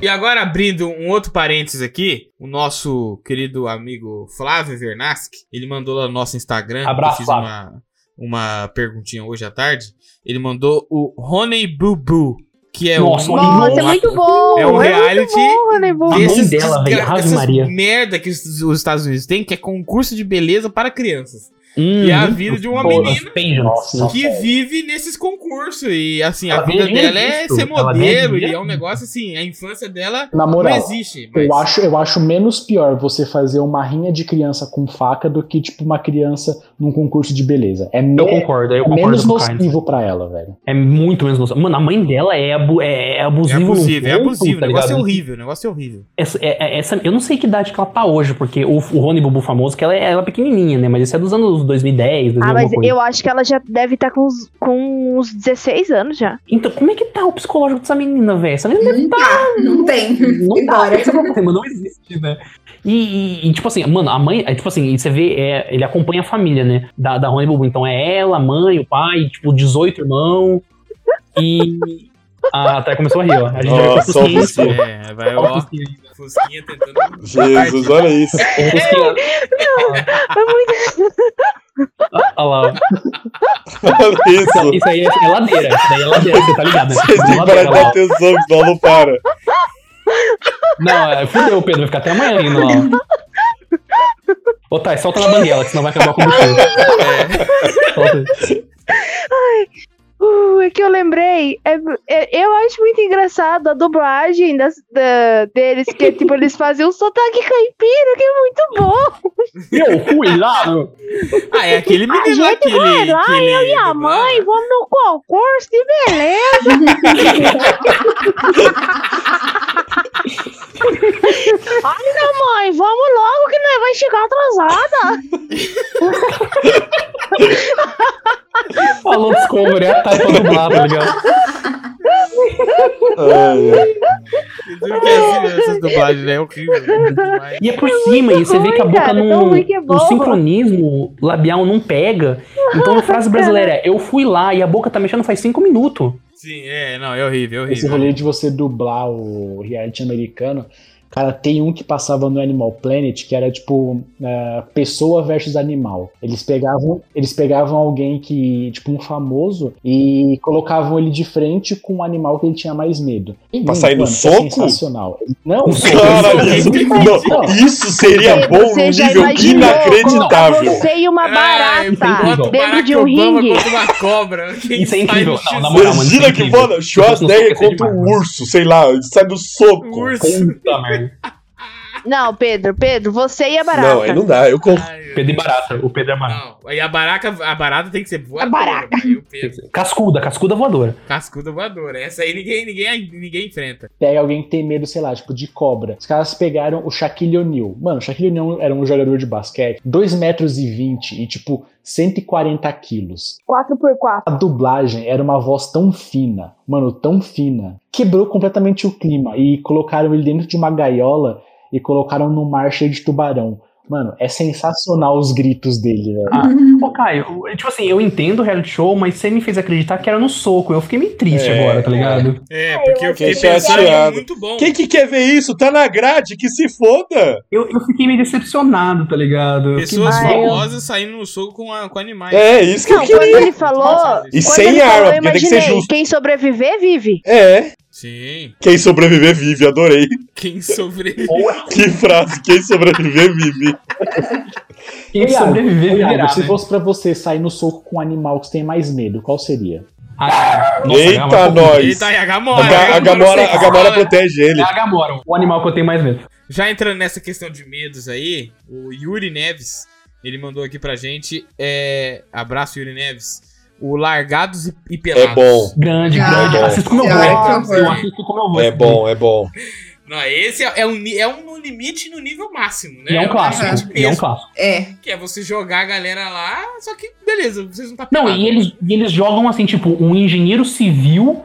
Speaker 2: E agora, abrindo um outro parênteses aqui, o nosso querido amigo Flávio Vernaski, ele mandou lá no nosso Instagram,
Speaker 4: Abraço,
Speaker 2: eu fiz uma, uma perguntinha hoje à tarde, ele mandou o Honey Boo Boo, que é
Speaker 4: Nossa,
Speaker 2: um...
Speaker 1: Nossa, é
Speaker 4: Nossa.
Speaker 1: muito bom!
Speaker 2: É um
Speaker 1: muito
Speaker 2: reality
Speaker 1: bom, Honeyboo.
Speaker 4: A mãe dela, velho,
Speaker 2: desgra-
Speaker 4: Ave
Speaker 2: dessas
Speaker 4: Maria.
Speaker 2: merda que os, os Estados Unidos têm, que é concurso de beleza para crianças.
Speaker 4: Hum,
Speaker 2: e é a vida de uma
Speaker 4: Pô,
Speaker 2: menina
Speaker 4: as pageants.
Speaker 10: Nossa,
Speaker 2: que é vive nesses concursos. E assim, a
Speaker 4: Ela
Speaker 2: vida
Speaker 4: ganha
Speaker 2: dela é
Speaker 4: isso,
Speaker 2: ser
Speaker 4: ela ganha
Speaker 2: modelo e
Speaker 4: dinheiro.
Speaker 2: é um negócio assim, a infância dela
Speaker 10: Na
Speaker 2: não
Speaker 10: moral,
Speaker 2: existe. Mas...
Speaker 10: eu acho, eu acho menos pior você fazer uma rinha de criança com faca do que, tipo, uma criança num concurso de beleza. É, me-
Speaker 4: Eu concordo, eu
Speaker 10: é
Speaker 4: concordo
Speaker 10: menos
Speaker 4: com o Caio.
Speaker 10: nocivo pra ela, velho.
Speaker 4: É muito menos noção. Mano, a mãe dela é, abu é, é
Speaker 2: É
Speaker 4: abusiva.
Speaker 2: abusivo,
Speaker 4: num
Speaker 2: é
Speaker 4: ponto,
Speaker 2: abusivo.
Speaker 4: tá
Speaker 2: O negócio é
Speaker 4: ligado?
Speaker 2: horrível, o negócio é horrível.
Speaker 4: Essa, é- é- essa- eu não sei que idade que ela tá hoje, porque o, o Rony Bubu famoso, que ela, é- ela é pequenininha, né? Mas isso é dos anos 2010, 2000
Speaker 1: Ah, mas
Speaker 4: alguma coisa.
Speaker 1: eu acho que ela já deve estar com, uns, com uns 16 anos já.
Speaker 4: Então, como é que tá o psicológico dessa menina, velho? Essa menina
Speaker 6: Não dá, não tem.
Speaker 4: não dá,
Speaker 6: Embora.
Speaker 4: esse é o problema, não existe, né? E, e- e, tipo assim, mano, a mãe, é, tipo assim, e você vê, é, ele acompanha a família, né? Da, da Rony Bubu. Então é ela, a mãe, o pai, tipo, 18 irmãos. E. Ah, tá, começou a rir, ó. A gente já vai
Speaker 3: Nossa,
Speaker 4: pra
Speaker 3: só o
Speaker 4: Fusquinha.
Speaker 3: Fusquinha.
Speaker 2: É, vai,
Speaker 4: Ó, o
Speaker 2: ó.
Speaker 4: Fusquinha.
Speaker 2: Fusquinha tentando.
Speaker 3: Jesus, olha isso.
Speaker 4: O Fusquinha.
Speaker 1: é
Speaker 4: Ah, Olha lá,
Speaker 3: Olha
Speaker 4: Não,
Speaker 3: isso.
Speaker 4: isso aí é, é ladeira. Isso daí é ladeira, você tá ligado, né?
Speaker 3: Vocês têm que parar de
Speaker 4: Ladeira lá.
Speaker 3: dar atenção, senão não para.
Speaker 4: Não, é, fudeu, Pedro. Vai ficar até amanhã rindo lá. Ô, Thay, solta na banguela, que senão vai acabar com o combustível.
Speaker 1: É.
Speaker 4: Solta.
Speaker 1: Uh, é que eu lembrei. é- é- eu acho muito engraçado a dublagem das, da- deles, que tipo, eles fazem um sotaque caipira, que é muito bom.
Speaker 4: Eu fui lá, meu.
Speaker 2: Ah, é aquele
Speaker 1: A
Speaker 2: menino lá
Speaker 1: gente
Speaker 2: que ele. é
Speaker 1: vai lá,
Speaker 2: que ele
Speaker 1: eu e a
Speaker 2: dublava.
Speaker 1: mãe, vamos no concurso de beleza. Olha, mãe, vamos logo que nós vamos chegar atrasada.
Speaker 4: Falou Discovery, é a Thay pra dublar, tá ligado?
Speaker 3: Ai, ai.
Speaker 2: Vocês viram que é assim, Essas dublagens, né? É horrível. Mas-
Speaker 4: E é por cima, e você vê que a
Speaker 1: ruim,
Speaker 4: boca
Speaker 1: cara,
Speaker 4: não.
Speaker 1: tão ruim que é bom.
Speaker 4: O sincronismo labial não pega. Então a frase brasileira é eu fui lá e a boca tá mexendo faz cinco minutos.
Speaker 2: Sim, é, não, é horrível, é
Speaker 10: Esse
Speaker 2: horrível.
Speaker 10: rolê de você dublar o reality americano. Cara, tem um que passava no Animal Planet que era tipo é, pessoa versus animal. Eles pegavam, eles pegavam alguém que, tipo, um famoso e colocavam ele de frente com o animal que ele tinha mais medo. E,
Speaker 3: Pra sair no
Speaker 10: mano, que é
Speaker 3: soco?
Speaker 10: sensacional. Não, é
Speaker 3: Cara, isso, não, isso seria
Speaker 1: Você
Speaker 3: bom num
Speaker 1: já
Speaker 3: nível
Speaker 1: imaginou
Speaker 3: inacreditável.
Speaker 1: Você e
Speaker 2: É,
Speaker 1: uma barata
Speaker 4: incrível.
Speaker 1: dentro de um
Speaker 2: Obama
Speaker 1: ringue.
Speaker 2: contra uma cobra. Quem
Speaker 4: Isso é incrível.
Speaker 2: sai no
Speaker 4: Não, na moral, mano, isso é
Speaker 3: Imagina que
Speaker 4: incrível.
Speaker 3: foda,
Speaker 4: Eu
Speaker 3: Schwarzenegger
Speaker 4: tô com
Speaker 3: contra um
Speaker 4: medo de
Speaker 3: urso, sei lá, ele sai do soco.
Speaker 2: Urso.
Speaker 4: Puta merda.
Speaker 1: Não, Pedro, Pedro, você e a barata.
Speaker 3: Não, aí não dá, eu conf...
Speaker 4: Pedro e barata. O Pedro é barata.
Speaker 2: Não, aí a baraca, a barata tem que ser voadora.
Speaker 1: A baraca.
Speaker 2: velho, o peso.
Speaker 4: Cascuda, cascuda voadora.
Speaker 2: Cascuda voadora. Essa aí ninguém, ninguém, ninguém enfrenta.
Speaker 10: Pega alguém que tem medo, sei lá, tipo, de cobra. Os caras pegaram o Shaquille O'Neal. Mano, o Shaquille O'Neal era um jogador de basquete, 2,20 metros e, tipo, 140 quilos.
Speaker 1: 4x4.
Speaker 10: A dublagem era uma voz tão fina, mano, tão fina. Quebrou completamente o clima e colocaram ele dentro de uma gaiola e colocaram no mar cheio de tubarão. Mano, é sensacional os gritos dele, velho.
Speaker 4: Ô, Caio, eu- tipo assim, eu entendo o reality show, mas você me fez acreditar que era no soco. Eu fiquei meio triste
Speaker 3: É.
Speaker 4: agora, tá ligado?
Speaker 2: É, porque eu
Speaker 1: acho
Speaker 2: fiquei
Speaker 3: que é
Speaker 2: pensando que é
Speaker 3: chateado.
Speaker 2: muito bom.
Speaker 3: Quem que quer ver isso? Tá na grade, que se foda!
Speaker 4: Eu, eu fiquei meio decepcionado, tá ligado?
Speaker 2: Pessoas
Speaker 1: que-
Speaker 2: famosas saindo no soco com, a- com animais.
Speaker 3: É, isso que
Speaker 1: Não,
Speaker 3: eu queria.
Speaker 1: quando ele falou.
Speaker 2: Nossa,
Speaker 3: E
Speaker 1: quando
Speaker 3: sem
Speaker 1: ele falou,
Speaker 3: arma,
Speaker 1: eu
Speaker 3: porque tem que ser
Speaker 1: imaginei,
Speaker 3: justo.
Speaker 1: Quem sobreviver, vive.
Speaker 3: É,
Speaker 2: Sim.
Speaker 3: quem sobreviver vive, adorei.
Speaker 2: Quem sobrevive.
Speaker 3: Que frase, quem sobreviver vive.
Speaker 4: Quem
Speaker 10: Iago,
Speaker 4: sobreviver
Speaker 10: Iago,
Speaker 4: virá.
Speaker 10: se fosse pra você sair no soco com um animal que você tem mais medo, qual seria?
Speaker 4: Ah, nossa,
Speaker 3: Eita,
Speaker 4: Gamora.
Speaker 3: nós!
Speaker 2: Eita, e tá a Gamora.
Speaker 3: A, Ga- a Gamora, a Gamora protege ele.
Speaker 4: É a Gamora, o animal que eu tenho mais medo.
Speaker 2: Já entrando nessa questão de medos aí, o Yuri Neves, ele mandou aqui pra gente, é... abraço Yuri Neves, o Largados e, e Pelados.
Speaker 3: É bom.
Speaker 4: Grande,
Speaker 6: Ah,
Speaker 4: grande.
Speaker 3: bom.
Speaker 4: Assisto como eu
Speaker 6: Ah,
Speaker 4: vou.
Speaker 6: por favor.
Speaker 4: Eu assisto como eu vou.
Speaker 3: É bom, é bom.
Speaker 2: Não, esse é, é um, ni- é um no limite no nível máximo, né?
Speaker 4: E é um
Speaker 2: limite
Speaker 4: clássico. E é um
Speaker 2: mesmo,
Speaker 4: clássico.
Speaker 6: É.
Speaker 2: Que é você jogar a galera lá, só que beleza, vocês não tá
Speaker 4: Não,
Speaker 2: pelado.
Speaker 4: e eles, e eles jogam assim, tipo, um engenheiro civil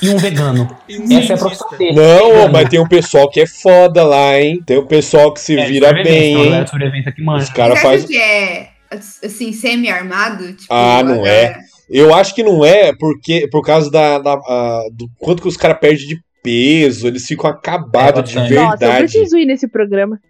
Speaker 4: e um vegano.
Speaker 2: E um
Speaker 4: Essa é a
Speaker 2: cientista.
Speaker 4: profissão dele.
Speaker 3: Não, mas tem um pessoal que é foda lá, hein? Tem um pessoal que se vira bem, hein?
Speaker 4: né? que
Speaker 3: Os
Speaker 4: manja.
Speaker 3: caras
Speaker 6: Você acha
Speaker 3: fazem.
Speaker 6: que é assim, semi-armado? Tipo,
Speaker 3: Ah, não é.
Speaker 6: agora-
Speaker 3: Eu acho que não é porque por causa da, da- a- do quanto que os caras perdem de peso, eles ficam acabados
Speaker 4: É
Speaker 3: de
Speaker 4: bastante.
Speaker 1: Nossa, eu
Speaker 3: verdade.
Speaker 1: preciso ir nesse programa.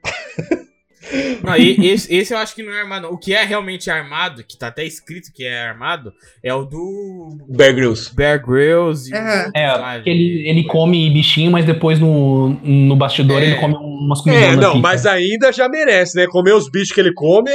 Speaker 2: Não, e- esse, esse eu acho que não é armado. não. O que é realmente armado, que tá até escrito que é armado, é o do
Speaker 3: Bear Grylls.
Speaker 2: Bear Grylls. E os
Speaker 6: Aham.
Speaker 2: outros
Speaker 4: É,
Speaker 2: lá,
Speaker 4: porque ele,
Speaker 2: de-
Speaker 4: ele come bichinho, mas depois no, no bastidor
Speaker 2: É.
Speaker 4: ele come umas comidas.
Speaker 3: É, não, mas ainda já merece, né? Comer os bichos que ele come,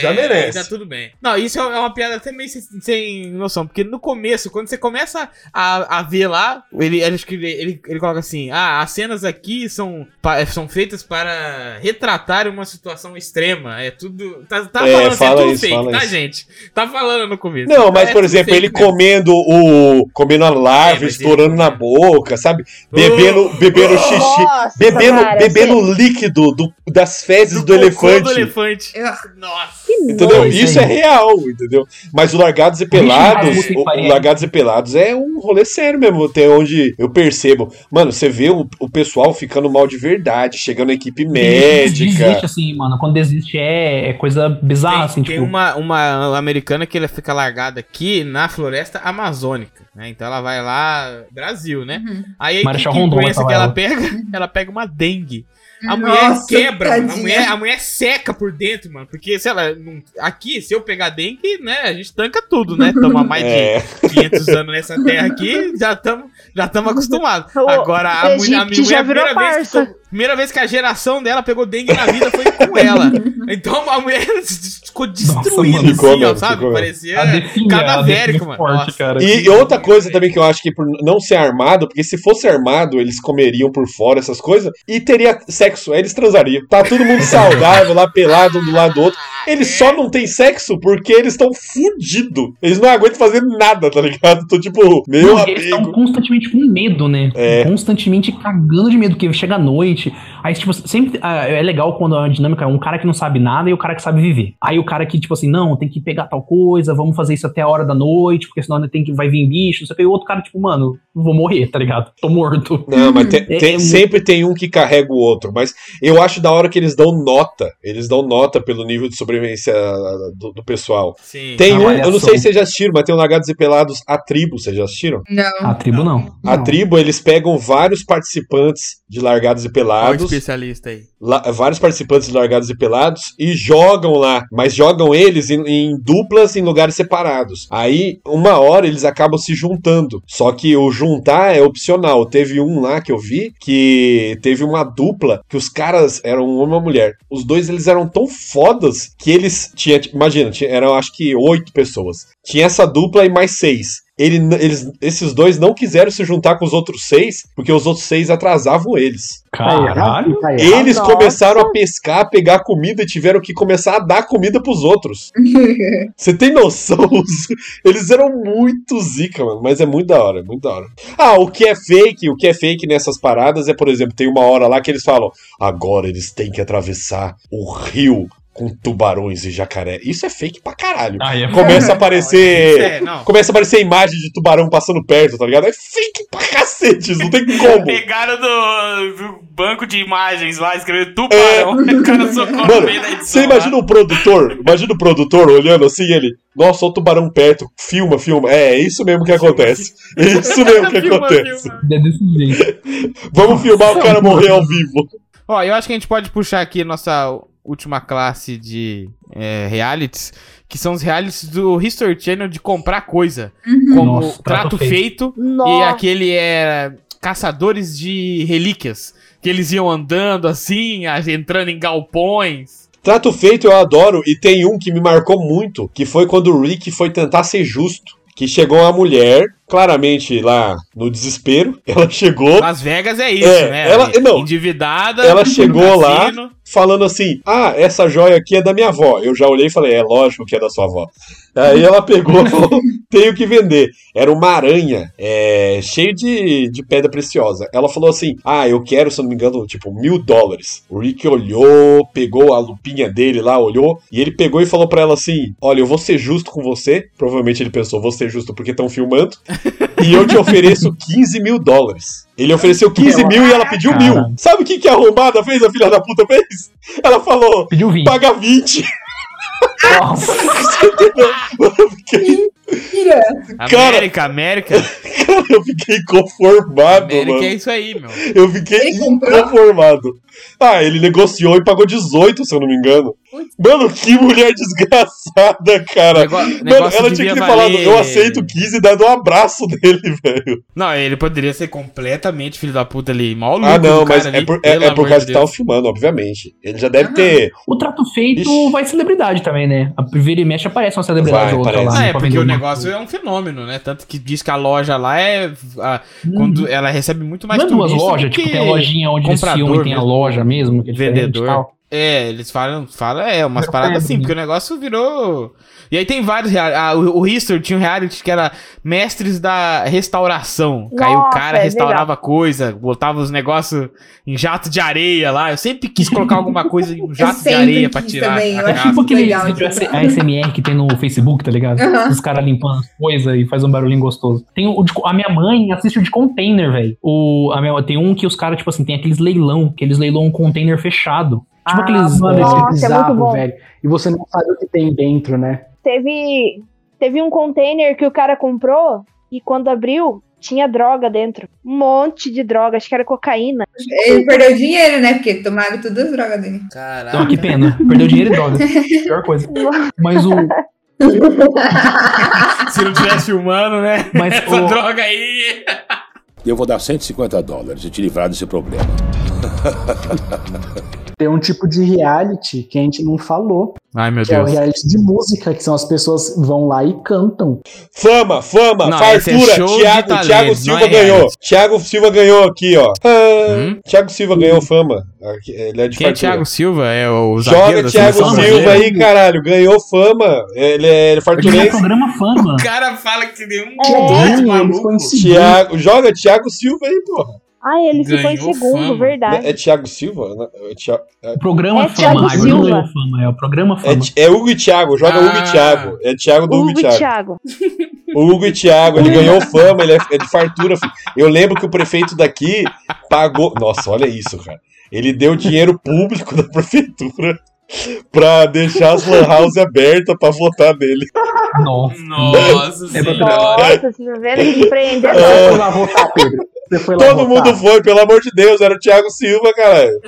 Speaker 3: já
Speaker 2: Tá
Speaker 3: merece.
Speaker 2: tudo bem. Não, isso é é uma piada até meio sem, sem noção, porque no começo, quando você começa a, a ver lá, ele, ele, acho que ele, ele, ele coloca assim: ah, as cenas aqui são, pa- são feitas para retratar uma situação extrema. É tudo. Tá, tá
Speaker 3: É,
Speaker 2: falando assim,
Speaker 3: fala
Speaker 2: é tudo
Speaker 3: isso,
Speaker 2: fake,
Speaker 3: fala
Speaker 2: tá,
Speaker 3: isso.
Speaker 2: gente? Tá falando no começo.
Speaker 3: Não,
Speaker 2: Então
Speaker 3: mas
Speaker 2: é
Speaker 3: por
Speaker 2: tudo
Speaker 3: exemplo,
Speaker 2: fake
Speaker 3: ele
Speaker 2: mesmo.
Speaker 3: comendo o comendo a larva,
Speaker 2: É, mas
Speaker 3: estourando
Speaker 2: ele-
Speaker 3: na boca, sabe? Bebendo, bebendo xixi,
Speaker 1: uh, Nossa,
Speaker 3: bebendo,
Speaker 1: cara,
Speaker 3: bebendo líquido do- das fezes do,
Speaker 2: cocô
Speaker 3: elefante.
Speaker 2: do elefante.
Speaker 6: Eu-
Speaker 2: Nossa.
Speaker 1: você-
Speaker 3: Entendeu?
Speaker 4: Nossa,
Speaker 3: Isso é
Speaker 4: gente.
Speaker 3: real, entendeu? Mas o Largados e
Speaker 4: Vixe,
Speaker 3: Pelados,
Speaker 4: Maria,
Speaker 3: o,
Speaker 4: que
Speaker 3: o Largados e Pelados é um rolê sério mesmo, até onde eu percebo. Mano, você vê o, o pessoal ficando mal de verdade, chegando a equipe médica.
Speaker 4: Desiste, assim, mano. Quando desiste é, é coisa bizarra,
Speaker 2: Tem,
Speaker 4: assim,
Speaker 2: tem
Speaker 4: tipo.
Speaker 3: um-
Speaker 2: uma, uma americana que ela fica largada aqui na floresta amazônica, né? Então ela vai lá, Brasil, né?
Speaker 6: Uhum.
Speaker 2: Aí que,
Speaker 4: Marechal
Speaker 2: que
Speaker 4: Rondon, né,
Speaker 2: doença que
Speaker 4: ela
Speaker 2: ela pega? Ela pega uma dengue. A mulher
Speaker 6: Nossa,
Speaker 2: quebra, mano. a
Speaker 6: tadinha.
Speaker 2: mulher, a mulher seca por dentro, mano. Porque, sei lá, não- aqui, se eu pegar dengue, né, a gente tanca tudo, né? Tamo há mais
Speaker 3: É,
Speaker 2: de 500 anos nessa terra aqui, já estamos já tamo acostumados.
Speaker 1: O
Speaker 2: Agora, a,
Speaker 1: Egito
Speaker 2: mulher, a
Speaker 1: já
Speaker 2: mulher, a
Speaker 1: virou
Speaker 2: primeira vez, que,
Speaker 1: parça.
Speaker 2: to- primeira vez que a geração dela pegou dengue na vida foi com ela. Então a mulher ficou destruída,
Speaker 4: mano,
Speaker 3: ficou
Speaker 2: assim, ó,
Speaker 3: mesmo,
Speaker 2: sabe?
Speaker 3: ficou mesmo.
Speaker 2: Parecia...
Speaker 4: a
Speaker 3: é,
Speaker 4: definha,
Speaker 2: cadavérico,
Speaker 4: a definha
Speaker 2: mano.
Speaker 4: forte,
Speaker 2: Nossa.
Speaker 4: cara.
Speaker 3: E outra coisa também que eu acho que por não ser armado, porque se fosse armado, eles comeriam por fora essas coisas e teria sexo, aí eles transariam. Tá todo mundo saudável lá, pelado um do lado do outro. Eles só não têm sexo porque eles estão fudidos. Eles não aguentam fazer nada, tá ligado? Tô tipo, meu
Speaker 4: Não, e eles estão
Speaker 3: amigo.
Speaker 4: constantemente com medo, né?
Speaker 3: É.
Speaker 4: Constantemente cagando de medo, porque chega à noite. Aí, tipo, sempre. ah, É legal quando a dinâmica é um cara que não sabe nada e o cara que sabe viver. Aí o cara que, tipo assim, não, tem que pegar tal coisa, vamos fazer isso até a hora da noite, porque senão ainda tem que, vai vir bicho, não sei o que. E o outro cara, tipo, mano, vou morrer, tá ligado? Tô morto.
Speaker 3: Não, mas tem-
Speaker 4: É-
Speaker 3: tem-
Speaker 4: é
Speaker 3: sempre tem um que carrega o outro. Mas eu acho da hora que eles dão nota. Eles dão nota pelo nível de sobrevivência ah, do, do pessoal.
Speaker 2: Sim.
Speaker 3: Tem um, eu não
Speaker 4: avaliação.
Speaker 3: sei se vocês já assistiram, mas tem um Lagados e Pelados, a tribo, vocês já assistiram?
Speaker 6: Não.
Speaker 4: A tribo não.
Speaker 3: A tribo, eles pegam vários participantes de largados e pelados
Speaker 2: especialista aí.
Speaker 3: la- vários participantes largados e pelados e jogam lá, mas jogam eles em, em duplas em lugares separados. Aí, uma hora eles acabam se juntando. Só que o juntar é opcional. Teve um lá que eu vi que teve uma dupla que os caras eram um homem e uma mulher. Os dois eles eram tão fodas que eles tinha, tipo, imagina, tinha- eram acho que oito pessoas. Tinha essa dupla e mais seis. Ele n- eles, esses dois não quiseram se juntar com os outros seis, porque os outros seis atrasavam eles.
Speaker 10: Caralho.
Speaker 3: Eles
Speaker 1: Nossa.
Speaker 3: começaram a pescar, a pegar comida e tiveram que começar a dar comida pros outros. Você tem noção? Os- Eles eram muito zica, mano. Mas é muito da hora, é muito da hora. Ah, o que é fake, o que é fake nessas paradas é, por exemplo, tem uma hora lá que eles falam: agora eles têm que atravessar o rio com tubarões e jacaré. Isso é fake pra caralho.
Speaker 9: Aí é
Speaker 3: Começa a
Speaker 2: Isso
Speaker 3: aparecer.
Speaker 2: É, Ah, não.
Speaker 3: Começa a aparecer imagem de tubarão passando perto, tá ligado? É fake pra cacete, isso não tem como.
Speaker 13: Pegaram do, do banco de imagens lá, escreveram tubarão. O cara socou no
Speaker 3: É. Mano,
Speaker 13: meio da edição.
Speaker 3: Você imagina
Speaker 2: é.
Speaker 3: o produtor? Imagina o produtor olhando assim ele. Nossa, olha o tubarão perto. Filma, filma. É, é isso mesmo que acontece. É isso mesmo que
Speaker 2: Filma,
Speaker 3: acontece.
Speaker 9: É desse jeito.
Speaker 3: Vamos filmar o cara morrer ao vivo.
Speaker 2: Ó, eu acho que a gente pode puxar aqui nossa última classe de é, realities, que são os realities do History Channel de comprar coisa. Como
Speaker 9: Nossa, Trato
Speaker 2: Trato Feito,
Speaker 3: um
Speaker 2: e
Speaker 1: Nossa.
Speaker 2: aquele é Caçadores de Relíquias. Que eles iam andando assim, a- entrando em galpões.
Speaker 3: Trato feito, eu adoro. E tem um que me marcou muito, que foi quando o Rick foi tentar ser justo. Que chegou uma mulher, claramente lá no desespero. Ela chegou.
Speaker 2: Las Vegas é isso,
Speaker 3: É,
Speaker 2: né?
Speaker 3: ela- não.
Speaker 2: Endividada.
Speaker 3: Ela
Speaker 2: no
Speaker 3: chegou lá,
Speaker 2: cassino.
Speaker 3: falando assim: Ah, essa joia aqui é da minha avó. Eu já olhei e falei: É lógico que é da sua avó. Aí ela pegou e falou: Tenho que vender. Era uma aranha é, cheia de, de pedra preciosa. Ela falou assim: Ah, eu quero, se eu não me engano, tipo mil dólares. O Rick olhou, pegou a lupinha dele lá, olhou, e ele pegou e falou pra ela assim: Olha, eu vou ser justo com você. Provavelmente ele pensou: Vou ser justo porque estão filmando. E eu te ofereço 15 mil dólares. Ele ofereceu 15 mil e ela pediu mil.
Speaker 9: Caralho.
Speaker 3: Sabe o que, que a arrombada fez, a filha da puta fez? Ela falou,
Speaker 9: Pediu 20.
Speaker 3: paga 20.
Speaker 9: Nossa.
Speaker 3: Eu fiquei,
Speaker 6: Tira.
Speaker 3: Cara-
Speaker 2: América, América.
Speaker 3: cara, eu fiquei conformado,
Speaker 2: América é
Speaker 3: Tá mano.
Speaker 2: isso aí, meu.
Speaker 3: Eu fiquei
Speaker 6: Ele comprou?
Speaker 3: conformado. Ah, ele negociou e pagou 18, se eu não me engano.
Speaker 6: Putz.
Speaker 3: Mano, que mulher desgraçada, cara.
Speaker 2: Nego-
Speaker 3: Mano,
Speaker 2: negócio
Speaker 3: ela tinha
Speaker 2: devia
Speaker 3: que ter falado,
Speaker 2: valer-
Speaker 3: eu aceito 15 e dado um abraço nele, velho.
Speaker 2: Não, ele poderia ser completamente filho da puta ali, maluco.
Speaker 3: Ah, não,
Speaker 2: do cara
Speaker 3: mas é
Speaker 2: ali,
Speaker 3: por, é-
Speaker 2: pelo
Speaker 3: é por
Speaker 2: amor
Speaker 3: causa
Speaker 2: de
Speaker 3: que tava
Speaker 2: Deus. Ah.
Speaker 3: filmando, obviamente. Ele já deve ter.
Speaker 9: O trato feito
Speaker 3: Ixi.
Speaker 9: vai celebridade também, né? A vira e mexe aparece uma celebridade
Speaker 3: Vai,
Speaker 9: ou outra
Speaker 3: aparece.
Speaker 9: lá.
Speaker 2: Ah,
Speaker 9: né,
Speaker 2: é
Speaker 9: pra
Speaker 2: porque
Speaker 9: vender
Speaker 2: o
Speaker 9: uma
Speaker 2: negócio
Speaker 9: coisa.
Speaker 2: é um fenômeno, né? Tanto que diz que a loja lá é. a- quando
Speaker 9: Hum.
Speaker 2: ela recebe muito mais
Speaker 9: Não é duas
Speaker 2: turista do
Speaker 9: lojas,
Speaker 2: que
Speaker 9: tipo, tem a lojinha onde eles
Speaker 2: comprador
Speaker 9: filmam e tem a
Speaker 2: mesmo.
Speaker 9: loja mesmo, que é diferente e
Speaker 2: Vendedor.
Speaker 9: tal.
Speaker 2: É, eles falam, falam é, umas
Speaker 9: Era
Speaker 2: paradas
Speaker 9: febre,
Speaker 2: assim,
Speaker 9: né?
Speaker 2: porque o negócio virou. E aí tem vários reali- ah, o, o History tinha um reality que era mestres da restauração.
Speaker 1: Nossa,
Speaker 2: Caiu o cara,
Speaker 1: é
Speaker 2: restaurava coisa, botava os negócios em jato de areia lá. Eu sempre quis colocar alguma coisa em um jato de
Speaker 6: sempre
Speaker 2: areia pra
Speaker 6: quis
Speaker 2: tirar.
Speaker 6: também, eu
Speaker 2: a
Speaker 6: acho
Speaker 2: graça.
Speaker 9: Tipo aquele
Speaker 6: Legal,
Speaker 9: vídeo
Speaker 6: tipo-
Speaker 9: ASMR que tem no Facebook, tá ligado?
Speaker 6: Aham.
Speaker 9: Os caras limpando as coisas e faz um barulhinho gostoso. Tem o, de- a minha mãe assiste o de container, velho. O- a minha- Tem um que os caras, tipo assim, tem aqueles leilão, que eles leilam um container fechado.
Speaker 6: Ah,
Speaker 9: Tipo aqueles.
Speaker 10: Mano, isso
Speaker 1: Nossa,
Speaker 10: é
Speaker 1: é
Speaker 10: bizarro,
Speaker 1: muito bom.
Speaker 10: velho. E você não sabe o que tem dentro, né?
Speaker 1: Teve, teve um container que o cara comprou e quando abriu, tinha droga dentro. Um monte de droga, acho que era cocaína.
Speaker 6: Ele perdeu dinheiro, né? Porque tomaram todas as drogas dele.
Speaker 3: Tá.
Speaker 9: Não, que pena. Perdeu dinheiro e droga. Pior coisa. Mas
Speaker 3: É
Speaker 9: o.
Speaker 2: Se não tivesse filmando, né?
Speaker 9: Mas
Speaker 2: Essa
Speaker 9: o-
Speaker 2: droga aí.
Speaker 11: Eu vou dar 150 dólares e te livrar desse problema.
Speaker 10: Tem um tipo de reality que a gente não falou,
Speaker 2: Ai, meu
Speaker 10: que é o reality de música, que são as pessoas vão lá e cantam.
Speaker 3: Fama, fama,
Speaker 2: Não, esse é
Speaker 3: fartura.
Speaker 2: show de
Speaker 3: Thiago,
Speaker 2: talento,
Speaker 3: Thiago
Speaker 2: não
Speaker 3: Silva
Speaker 2: é
Speaker 3: ganhou.
Speaker 2: reality.
Speaker 3: Thiago Silva ganhou aqui, ó. Ah,
Speaker 2: Hum?
Speaker 3: Thiago Silva ganhou fama. Aqui, Ele é de
Speaker 2: Quem é
Speaker 3: fartura.
Speaker 2: Thiago Silva? É o zagueiro
Speaker 3: Joga
Speaker 2: da
Speaker 3: Thiago
Speaker 2: seleção
Speaker 3: Silva
Speaker 2: brasileira?
Speaker 3: aí, caralho. Ganhou fama. Ele é,
Speaker 9: Aquele é
Speaker 3: ele é
Speaker 9: o
Speaker 3: farturense.
Speaker 9: programa fama.
Speaker 2: O cara fala que deu um
Speaker 10: Que é
Speaker 2: ódio,
Speaker 10: ganho, eles
Speaker 2: maluco.
Speaker 10: coincidiram.
Speaker 3: Thiago, joga Thiago Silva aí, porra.
Speaker 1: Ah, ele ficou em
Speaker 2: Ganhou
Speaker 1: segundo,
Speaker 2: fama.
Speaker 1: verdade.
Speaker 3: É Thiago Silva? Não, É, Thi-
Speaker 9: O programa
Speaker 1: É Thiago
Speaker 9: fama. Ai, agora não
Speaker 1: Silva.
Speaker 9: é o fama, é o programa
Speaker 3: é
Speaker 9: fama.
Speaker 3: Ti- é Hugo e Thiago.
Speaker 2: Ah.
Speaker 3: Joga Hugo e Thiago. É Thiago do Hugo,
Speaker 1: Hugo e
Speaker 3: Thiago.
Speaker 1: Thiago.
Speaker 3: O Hugo e Thiago, ele ganhou fama, ele é, é de fartura. filho. Eu lembro que o prefeito daqui pagou. Nossa, olha isso, cara. Ele deu dinheiro público da prefeitura pra deixar as lan house abertas pra votar nele.
Speaker 9: Nossa.
Speaker 13: Nossa senhora.
Speaker 1: Nossa, vocês vendo que empreender.
Speaker 10: Eu vou lá votar, Pedro.
Speaker 3: Todo mundo foi, pelo amor de Deus, era o Thiago Silva, caralho.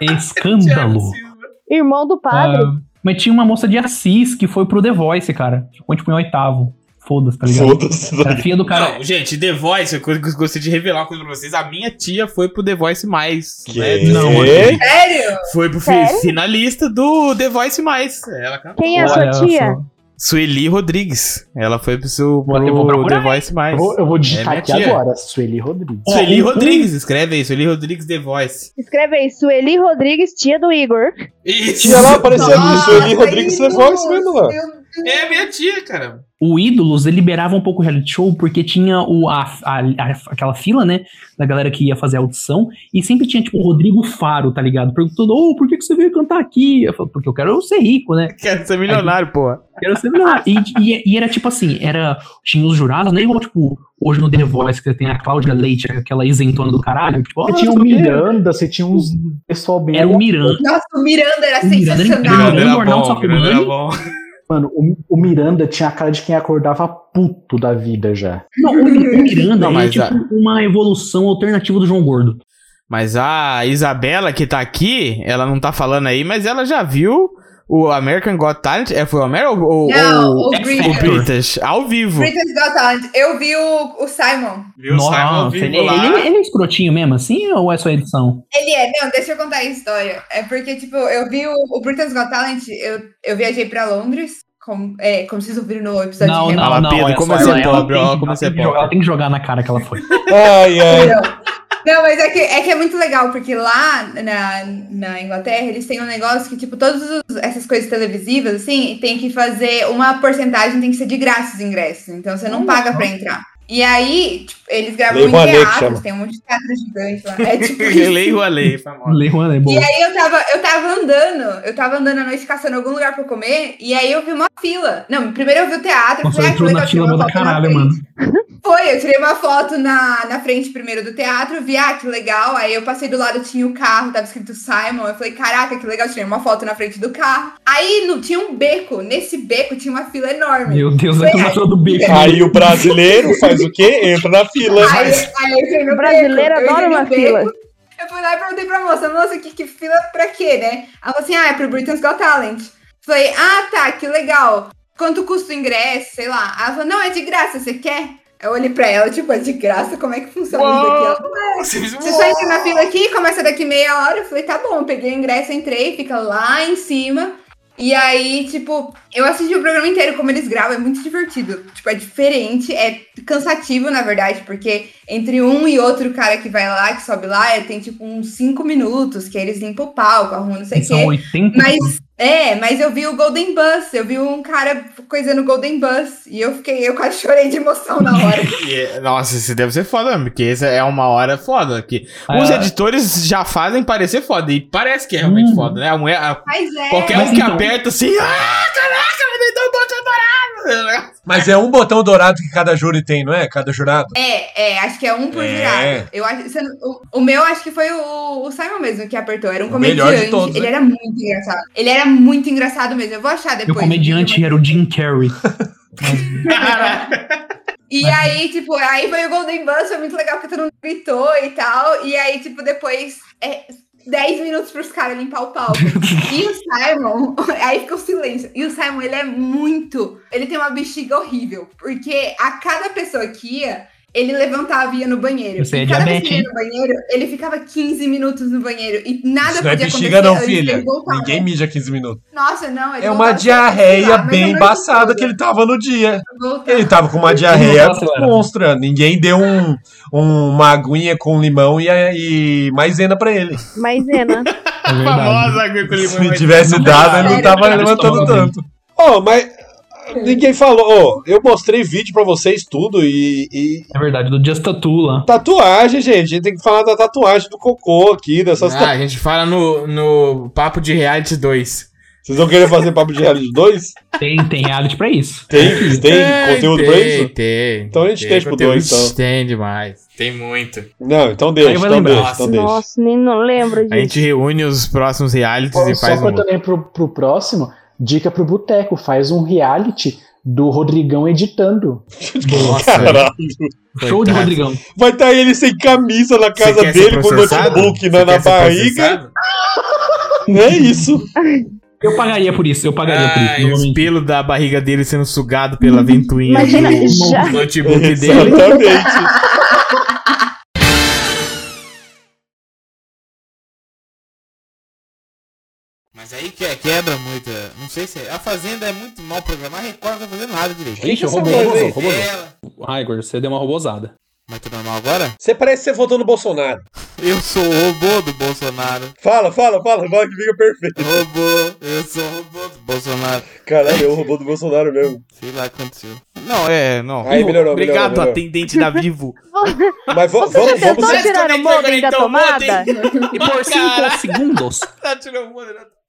Speaker 4: é
Speaker 3: É
Speaker 4: Escândalo.
Speaker 1: Irmão do padre.
Speaker 4: Ah, mas tinha uma moça de Assis que foi pro The Voice, cara. Ficou tipo em oitavo. Foda-se, tá ligado?
Speaker 3: Foda-se, tá
Speaker 4: Era a filha do cara.
Speaker 2: Não, gente, The Voice, eu gostaria de revelar uma coisa pra vocês. A minha tia foi pro The Voice Mais.
Speaker 3: Que?
Speaker 2: né?
Speaker 4: Não,
Speaker 3: Ei,
Speaker 6: Sério?
Speaker 2: Foi pro fi-
Speaker 1: Sério?
Speaker 2: finalista do The Voice Mais. Ela cantou.
Speaker 1: Quem é a
Speaker 4: Olha
Speaker 1: sua tia?
Speaker 4: só.
Speaker 2: Sueli Rodrigues. Ela foi pro, seu,
Speaker 4: Vou- eu vou
Speaker 2: pro
Speaker 4: procurar
Speaker 2: The Voice Mais.
Speaker 10: Eu vou, eu vou digitar
Speaker 2: É
Speaker 10: aqui
Speaker 2: minha tia.
Speaker 10: agora, Sueli Rodrigues.
Speaker 2: É,
Speaker 10: É,
Speaker 2: Sueli
Speaker 4: Ó, um-
Speaker 2: Rodrigues, escreve aí. Sueli Rodrigues The Voice.
Speaker 1: Escreve aí, Sueli Rodrigues, tia do Igor.
Speaker 2: Isso.
Speaker 3: Tinha lá aparecendo
Speaker 6: Nossa,
Speaker 3: Sueli Rodrigues
Speaker 6: isso. é
Speaker 3: The Voice mesmo lá.
Speaker 6: Meu Deus.
Speaker 2: É minha tia, cara.
Speaker 4: O Ídolos, ele liberava um pouco o reality show porque tinha o, a, a- a- aquela fila, né? Da galera que ia fazer a audição. E sempre tinha, tipo, o Rodrigo Faro, tá ligado? Perguntando, ô, por que, que você veio cantar aqui? Eu falo, porque eu quero ser rico, né?
Speaker 2: Quero ser milionário, porra.
Speaker 4: Quero ser milionário. E, e- e era tipo assim, era. Tinha os jurados, não é igual, tipo, hoje no The Voice, que tem a Cláudia Leite, aquela isentona do caralho. Tipo,
Speaker 10: Você
Speaker 4: "Ah,
Speaker 10: tinha o
Speaker 6: um
Speaker 4: não sei quê".
Speaker 10: Miranda, você tinha uns pessoal bem.
Speaker 2: um-
Speaker 4: Era o Miranda.
Speaker 6: Nossa, o Miranda era
Speaker 4: O Miranda era
Speaker 6: sensacional.
Speaker 4: incrível.
Speaker 2: Grana
Speaker 4: Arnaldo Sacomani?
Speaker 2: grana bom.
Speaker 10: Mano, o, o Miranda tinha a cara de quem acordava puto da vida já.
Speaker 4: Não, o Mi- o Miranda
Speaker 2: Não,
Speaker 4: é
Speaker 2: mas
Speaker 4: tipo
Speaker 2: a-
Speaker 4: uma evolução alternativa do João Gordo.
Speaker 2: Mas a Isabela que tá aqui, ela não tá falando aí, mas ela já viu o American Got Talent. É, foi o American ou, ou-
Speaker 6: Não,
Speaker 2: ou é
Speaker 6: o
Speaker 4: X
Speaker 2: o
Speaker 6: British.
Speaker 4: Factor.
Speaker 2: British? Ao vivo.
Speaker 6: Britain's Got Talent. Eu vi o, o Simon.
Speaker 14: Viu? Sai ao
Speaker 4: ele,
Speaker 14: vivo
Speaker 4: ele-
Speaker 14: lá.
Speaker 4: ele é escrotinho mesmo, assim, ou é só edição?
Speaker 6: Ele é, não, deixa eu contar a história. É porque, tipo, eu vi o, o Britain's Got Talent, eu, eu viajei pra Londres, como, é, como vocês ouviram no episódio
Speaker 4: Não,
Speaker 6: de
Speaker 4: não,
Speaker 2: Olha lá,
Speaker 4: não.
Speaker 2: Pedro,
Speaker 4: olha
Speaker 2: como
Speaker 4: só,
Speaker 2: você é
Speaker 4: ela- ela
Speaker 2: pobre,
Speaker 4: tem
Speaker 2: ó,
Speaker 4: que-
Speaker 2: como
Speaker 4: ela
Speaker 2: você é
Speaker 4: tem que jogar-
Speaker 2: pobre.
Speaker 4: Ela tem que jogar na cara que ela foi.
Speaker 3: Ai, ai.
Speaker 6: Não, mas é que, é que é muito legal, porque lá na, na Inglaterra eles têm um negócio que, tipo, todas os- essas coisas televisivas, assim, tem que fazer uma porcentagem, tem que ser de graça os ingressos. Então você
Speaker 3: Hum,
Speaker 6: não paga pra entrar. E aí, tipo, eles gravam em
Speaker 3: Levanê que
Speaker 6: teatros,
Speaker 3: chama.
Speaker 6: tem um monte de teatro gigante lá. É tipo isso.
Speaker 2: Lei rua lei, famosa.
Speaker 4: Leon é boa.
Speaker 6: E aí eu tava, eu tava andando, eu tava andando à noite caçando algum lugar pra eu comer, e aí eu vi uma fila. Não, primeiro eu vi o teatro,
Speaker 4: Nossa,
Speaker 6: eu
Speaker 4: entrou
Speaker 6: que
Speaker 4: na
Speaker 6: legal, tirei
Speaker 4: fila
Speaker 6: uma
Speaker 4: boa da
Speaker 6: foto na
Speaker 4: caralho,
Speaker 6: frente.
Speaker 4: mano.
Speaker 6: Foi, eu tirei uma foto na, na frente primeiro do teatro, vi, ah, que legal. Aí eu passei do lado, tinha o carro, tava escrito Simon. Eu falei, caraca, que legal, tirei uma foto na frente do carro. Aí não tinha um beco, nesse beco tinha uma fila enorme.
Speaker 4: Meu Deus, é
Speaker 6: Foi
Speaker 4: entrou na fila do bico.
Speaker 3: Aí o brasileiro faz o quê? Entra na fila.
Speaker 6: Aí, aí eu entrei no
Speaker 1: O brasileiro
Speaker 6: beco, eu
Speaker 1: adora
Speaker 6: entrei no
Speaker 1: uma
Speaker 6: beco.
Speaker 1: fila.
Speaker 6: Eu fui lá e perguntei pra moça, moça, que, que fila pra quê, né? Ela falou assim, ah, é pro Britain's Got Talent. Falei, ah, tá, que legal. Quanto custa o ingresso, sei lá. Ela falou, não, é de graça, você quer? Eu olhei pra ela, tipo, é de graça, como é que funciona isso aqui? Ela falou,
Speaker 2: Você fez um-
Speaker 6: você só entra na fila aqui, começa daqui meia hora. Eu falei, tá bom, peguei o ingresso, entrei, fica lá em cima. E aí, tipo, eu assisti o programa inteiro, como eles gravam, é muito divertido. Tipo, é diferente, é cansativo, na verdade, porque entre um e outro cara que vai lá, que sobe lá, é, tem tipo uns cinco minutos, que eles limpam o palco, arrumam não sei o quê.
Speaker 4: São 80
Speaker 6: Mas é, mas eu vi o Golden Bus, eu vi um cara coisando o Golden Bus e eu fiquei, eu quase chorei de emoção na hora.
Speaker 2: E é- Nossa, isso deve ser foda mesmo, porque essa é uma hora foda. Que
Speaker 4: Ah,
Speaker 2: os
Speaker 4: é.
Speaker 2: editores já fazem parecer foda, e parece que é realmente
Speaker 4: Hum.
Speaker 2: foda, né? A mulher- a-
Speaker 6: Mas é.
Speaker 2: qualquer
Speaker 4: mas
Speaker 2: um que
Speaker 4: então-
Speaker 2: aperta assim, ah, caraca, me deu um né? botão dourado!
Speaker 15: Mas é um botão dourado que cada júri tem, não é? Cada jurado.
Speaker 6: É, é, acho que é um por
Speaker 15: É.
Speaker 6: jurado. Eu acho, se eu não- o, o meu acho que foi o, o Simon mesmo que apertou. Era um
Speaker 15: O melhor
Speaker 6: comediante.
Speaker 15: de todos, né?
Speaker 6: ele era muito engraçado. Ele era muito engraçado mesmo. Eu vou achar
Speaker 4: e o
Speaker 6: depois.
Speaker 4: comediante era o Jim Carrey.
Speaker 6: E aí, tipo, aí foi o Golden Bus, foi muito legal porque todo mundo gritou e tal. E aí, tipo, depois é 10 minutos pros caras limpar o palco. e o Simon, aí fica o silêncio. E o Simon, ele é muito. Ele tem uma bexiga horrível. Porque a cada pessoa que ia, ele levantava e ia no banheiro.
Speaker 4: Você é
Speaker 6: e cada vez
Speaker 4: diabetes,
Speaker 6: que ele ia no banheiro, ele ficava 15 minutos no banheiro. E nada
Speaker 15: Isso não
Speaker 6: podia
Speaker 15: é bexiga,
Speaker 6: acontecer
Speaker 15: não,
Speaker 6: antes
Speaker 15: filha.
Speaker 6: dele voltar.
Speaker 15: Ninguém mija 15 minutos.
Speaker 6: Nossa, não. ele
Speaker 15: É uma
Speaker 6: voltava,
Speaker 15: diarreia
Speaker 6: sei lá, mas a
Speaker 15: bem
Speaker 6: noite
Speaker 15: embaçada
Speaker 6: toda.
Speaker 15: que ele tava no dia.
Speaker 6: Voltava.
Speaker 15: Ele tava com uma diarreia
Speaker 4: Nossa, cara.
Speaker 15: monstra. Ninguém deu um, um- uma aguinha com limão e, e maisena pra ele.
Speaker 1: Maisena.
Speaker 4: É verdade.
Speaker 2: Famosa água com limão.
Speaker 15: Se tivesse dado, ele não
Speaker 6: Sério,
Speaker 15: tava
Speaker 4: cara,
Speaker 15: levantando
Speaker 4: estômago,
Speaker 15: tanto.
Speaker 3: Ó, mas ninguém falou. Ó, eu mostrei vídeo pra vocês tudo e, e-
Speaker 4: É verdade, do Just Tattoo lá.
Speaker 3: Tatuagem, gente. A gente tem que falar da tatuagem do cocô aqui, dessas
Speaker 2: Ah, a gente fala no, no Papo de Reality 2.
Speaker 3: Vocês vão querer fazer papo de reality 2?
Speaker 4: Tem, tem reality pra isso.
Speaker 3: Tem, tem, conteúdo
Speaker 2: tem,
Speaker 3: pra isso?
Speaker 2: Tem.
Speaker 3: Então a gente
Speaker 2: tem
Speaker 3: deixa pro
Speaker 2: conteúdo.
Speaker 3: dois, então.
Speaker 2: Tem demais. Tem muito.
Speaker 3: Não, então
Speaker 4: Aí
Speaker 3: deixa,
Speaker 4: vai
Speaker 3: então
Speaker 4: lembrar.
Speaker 3: deixa, então deixa.
Speaker 1: Nossa, nem não lembro
Speaker 2: A gente
Speaker 1: disso.
Speaker 2: reúne os próximos realities
Speaker 10: Ó,
Speaker 2: e
Speaker 10: Só
Speaker 2: faz um.
Speaker 10: cortando aí pro, pro próximo, dica pro Boteco, faz um reality do Rodrigão editando.
Speaker 3: Nossa, Caralho.
Speaker 9: Show de Rodrigão.
Speaker 3: Vai estar tá ele sem camisa na casa
Speaker 2: quer ser
Speaker 3: dele, com o
Speaker 2: processado?
Speaker 3: notebook
Speaker 2: Você
Speaker 3: na, na
Speaker 2: quer ser
Speaker 3: barriga.
Speaker 2: Ah,
Speaker 3: É isso.
Speaker 9: Eu pagaria por isso, eu pagaria por
Speaker 2: Ah,
Speaker 9: isso.
Speaker 2: e os
Speaker 9: normalmente.
Speaker 2: pelos da barriga dele sendo sugado pela ventoinha
Speaker 1: Imagina,
Speaker 2: do
Speaker 1: já-
Speaker 2: notebook dele.
Speaker 3: Exatamente.
Speaker 2: Mas aí que- é, quebra muito. Não sei se. A Fazenda é muito mal programada, a Record não tá fazendo nada direito.
Speaker 9: Ixi,
Speaker 3: essa
Speaker 9: roubou,
Speaker 3: voz
Speaker 9: roubou,
Speaker 3: aí?
Speaker 9: roubou.
Speaker 2: Ela.
Speaker 9: Ah, Igor, você deu uma robozada.
Speaker 2: Mas tá normal agora?
Speaker 3: Você parece que você votou no Bolsonaro.
Speaker 2: Eu sou o robô do Bolsonaro.
Speaker 3: Fala, fala, fala, fala que fica perfeito.
Speaker 2: Robô, eu sou o robô do Bolsonaro.
Speaker 3: Caralho, eu roubou do Bolsonaro mesmo.
Speaker 2: Sei lá o que aconteceu. Não, é, não.
Speaker 3: Aí, melhorou,
Speaker 2: Obrigado,
Speaker 3: melhorou, melhorou.
Speaker 2: atendente da Vivo.
Speaker 3: Mas vo-
Speaker 1: Você já
Speaker 3: vamos,
Speaker 1: tentou
Speaker 3: vamos.
Speaker 2: Vocês
Speaker 1: tirar o
Speaker 2: conectam
Speaker 1: modem da
Speaker 2: então o
Speaker 1: tomada?
Speaker 9: E por 5 segundos,
Speaker 3: né?
Speaker 2: Tá tirando o modem.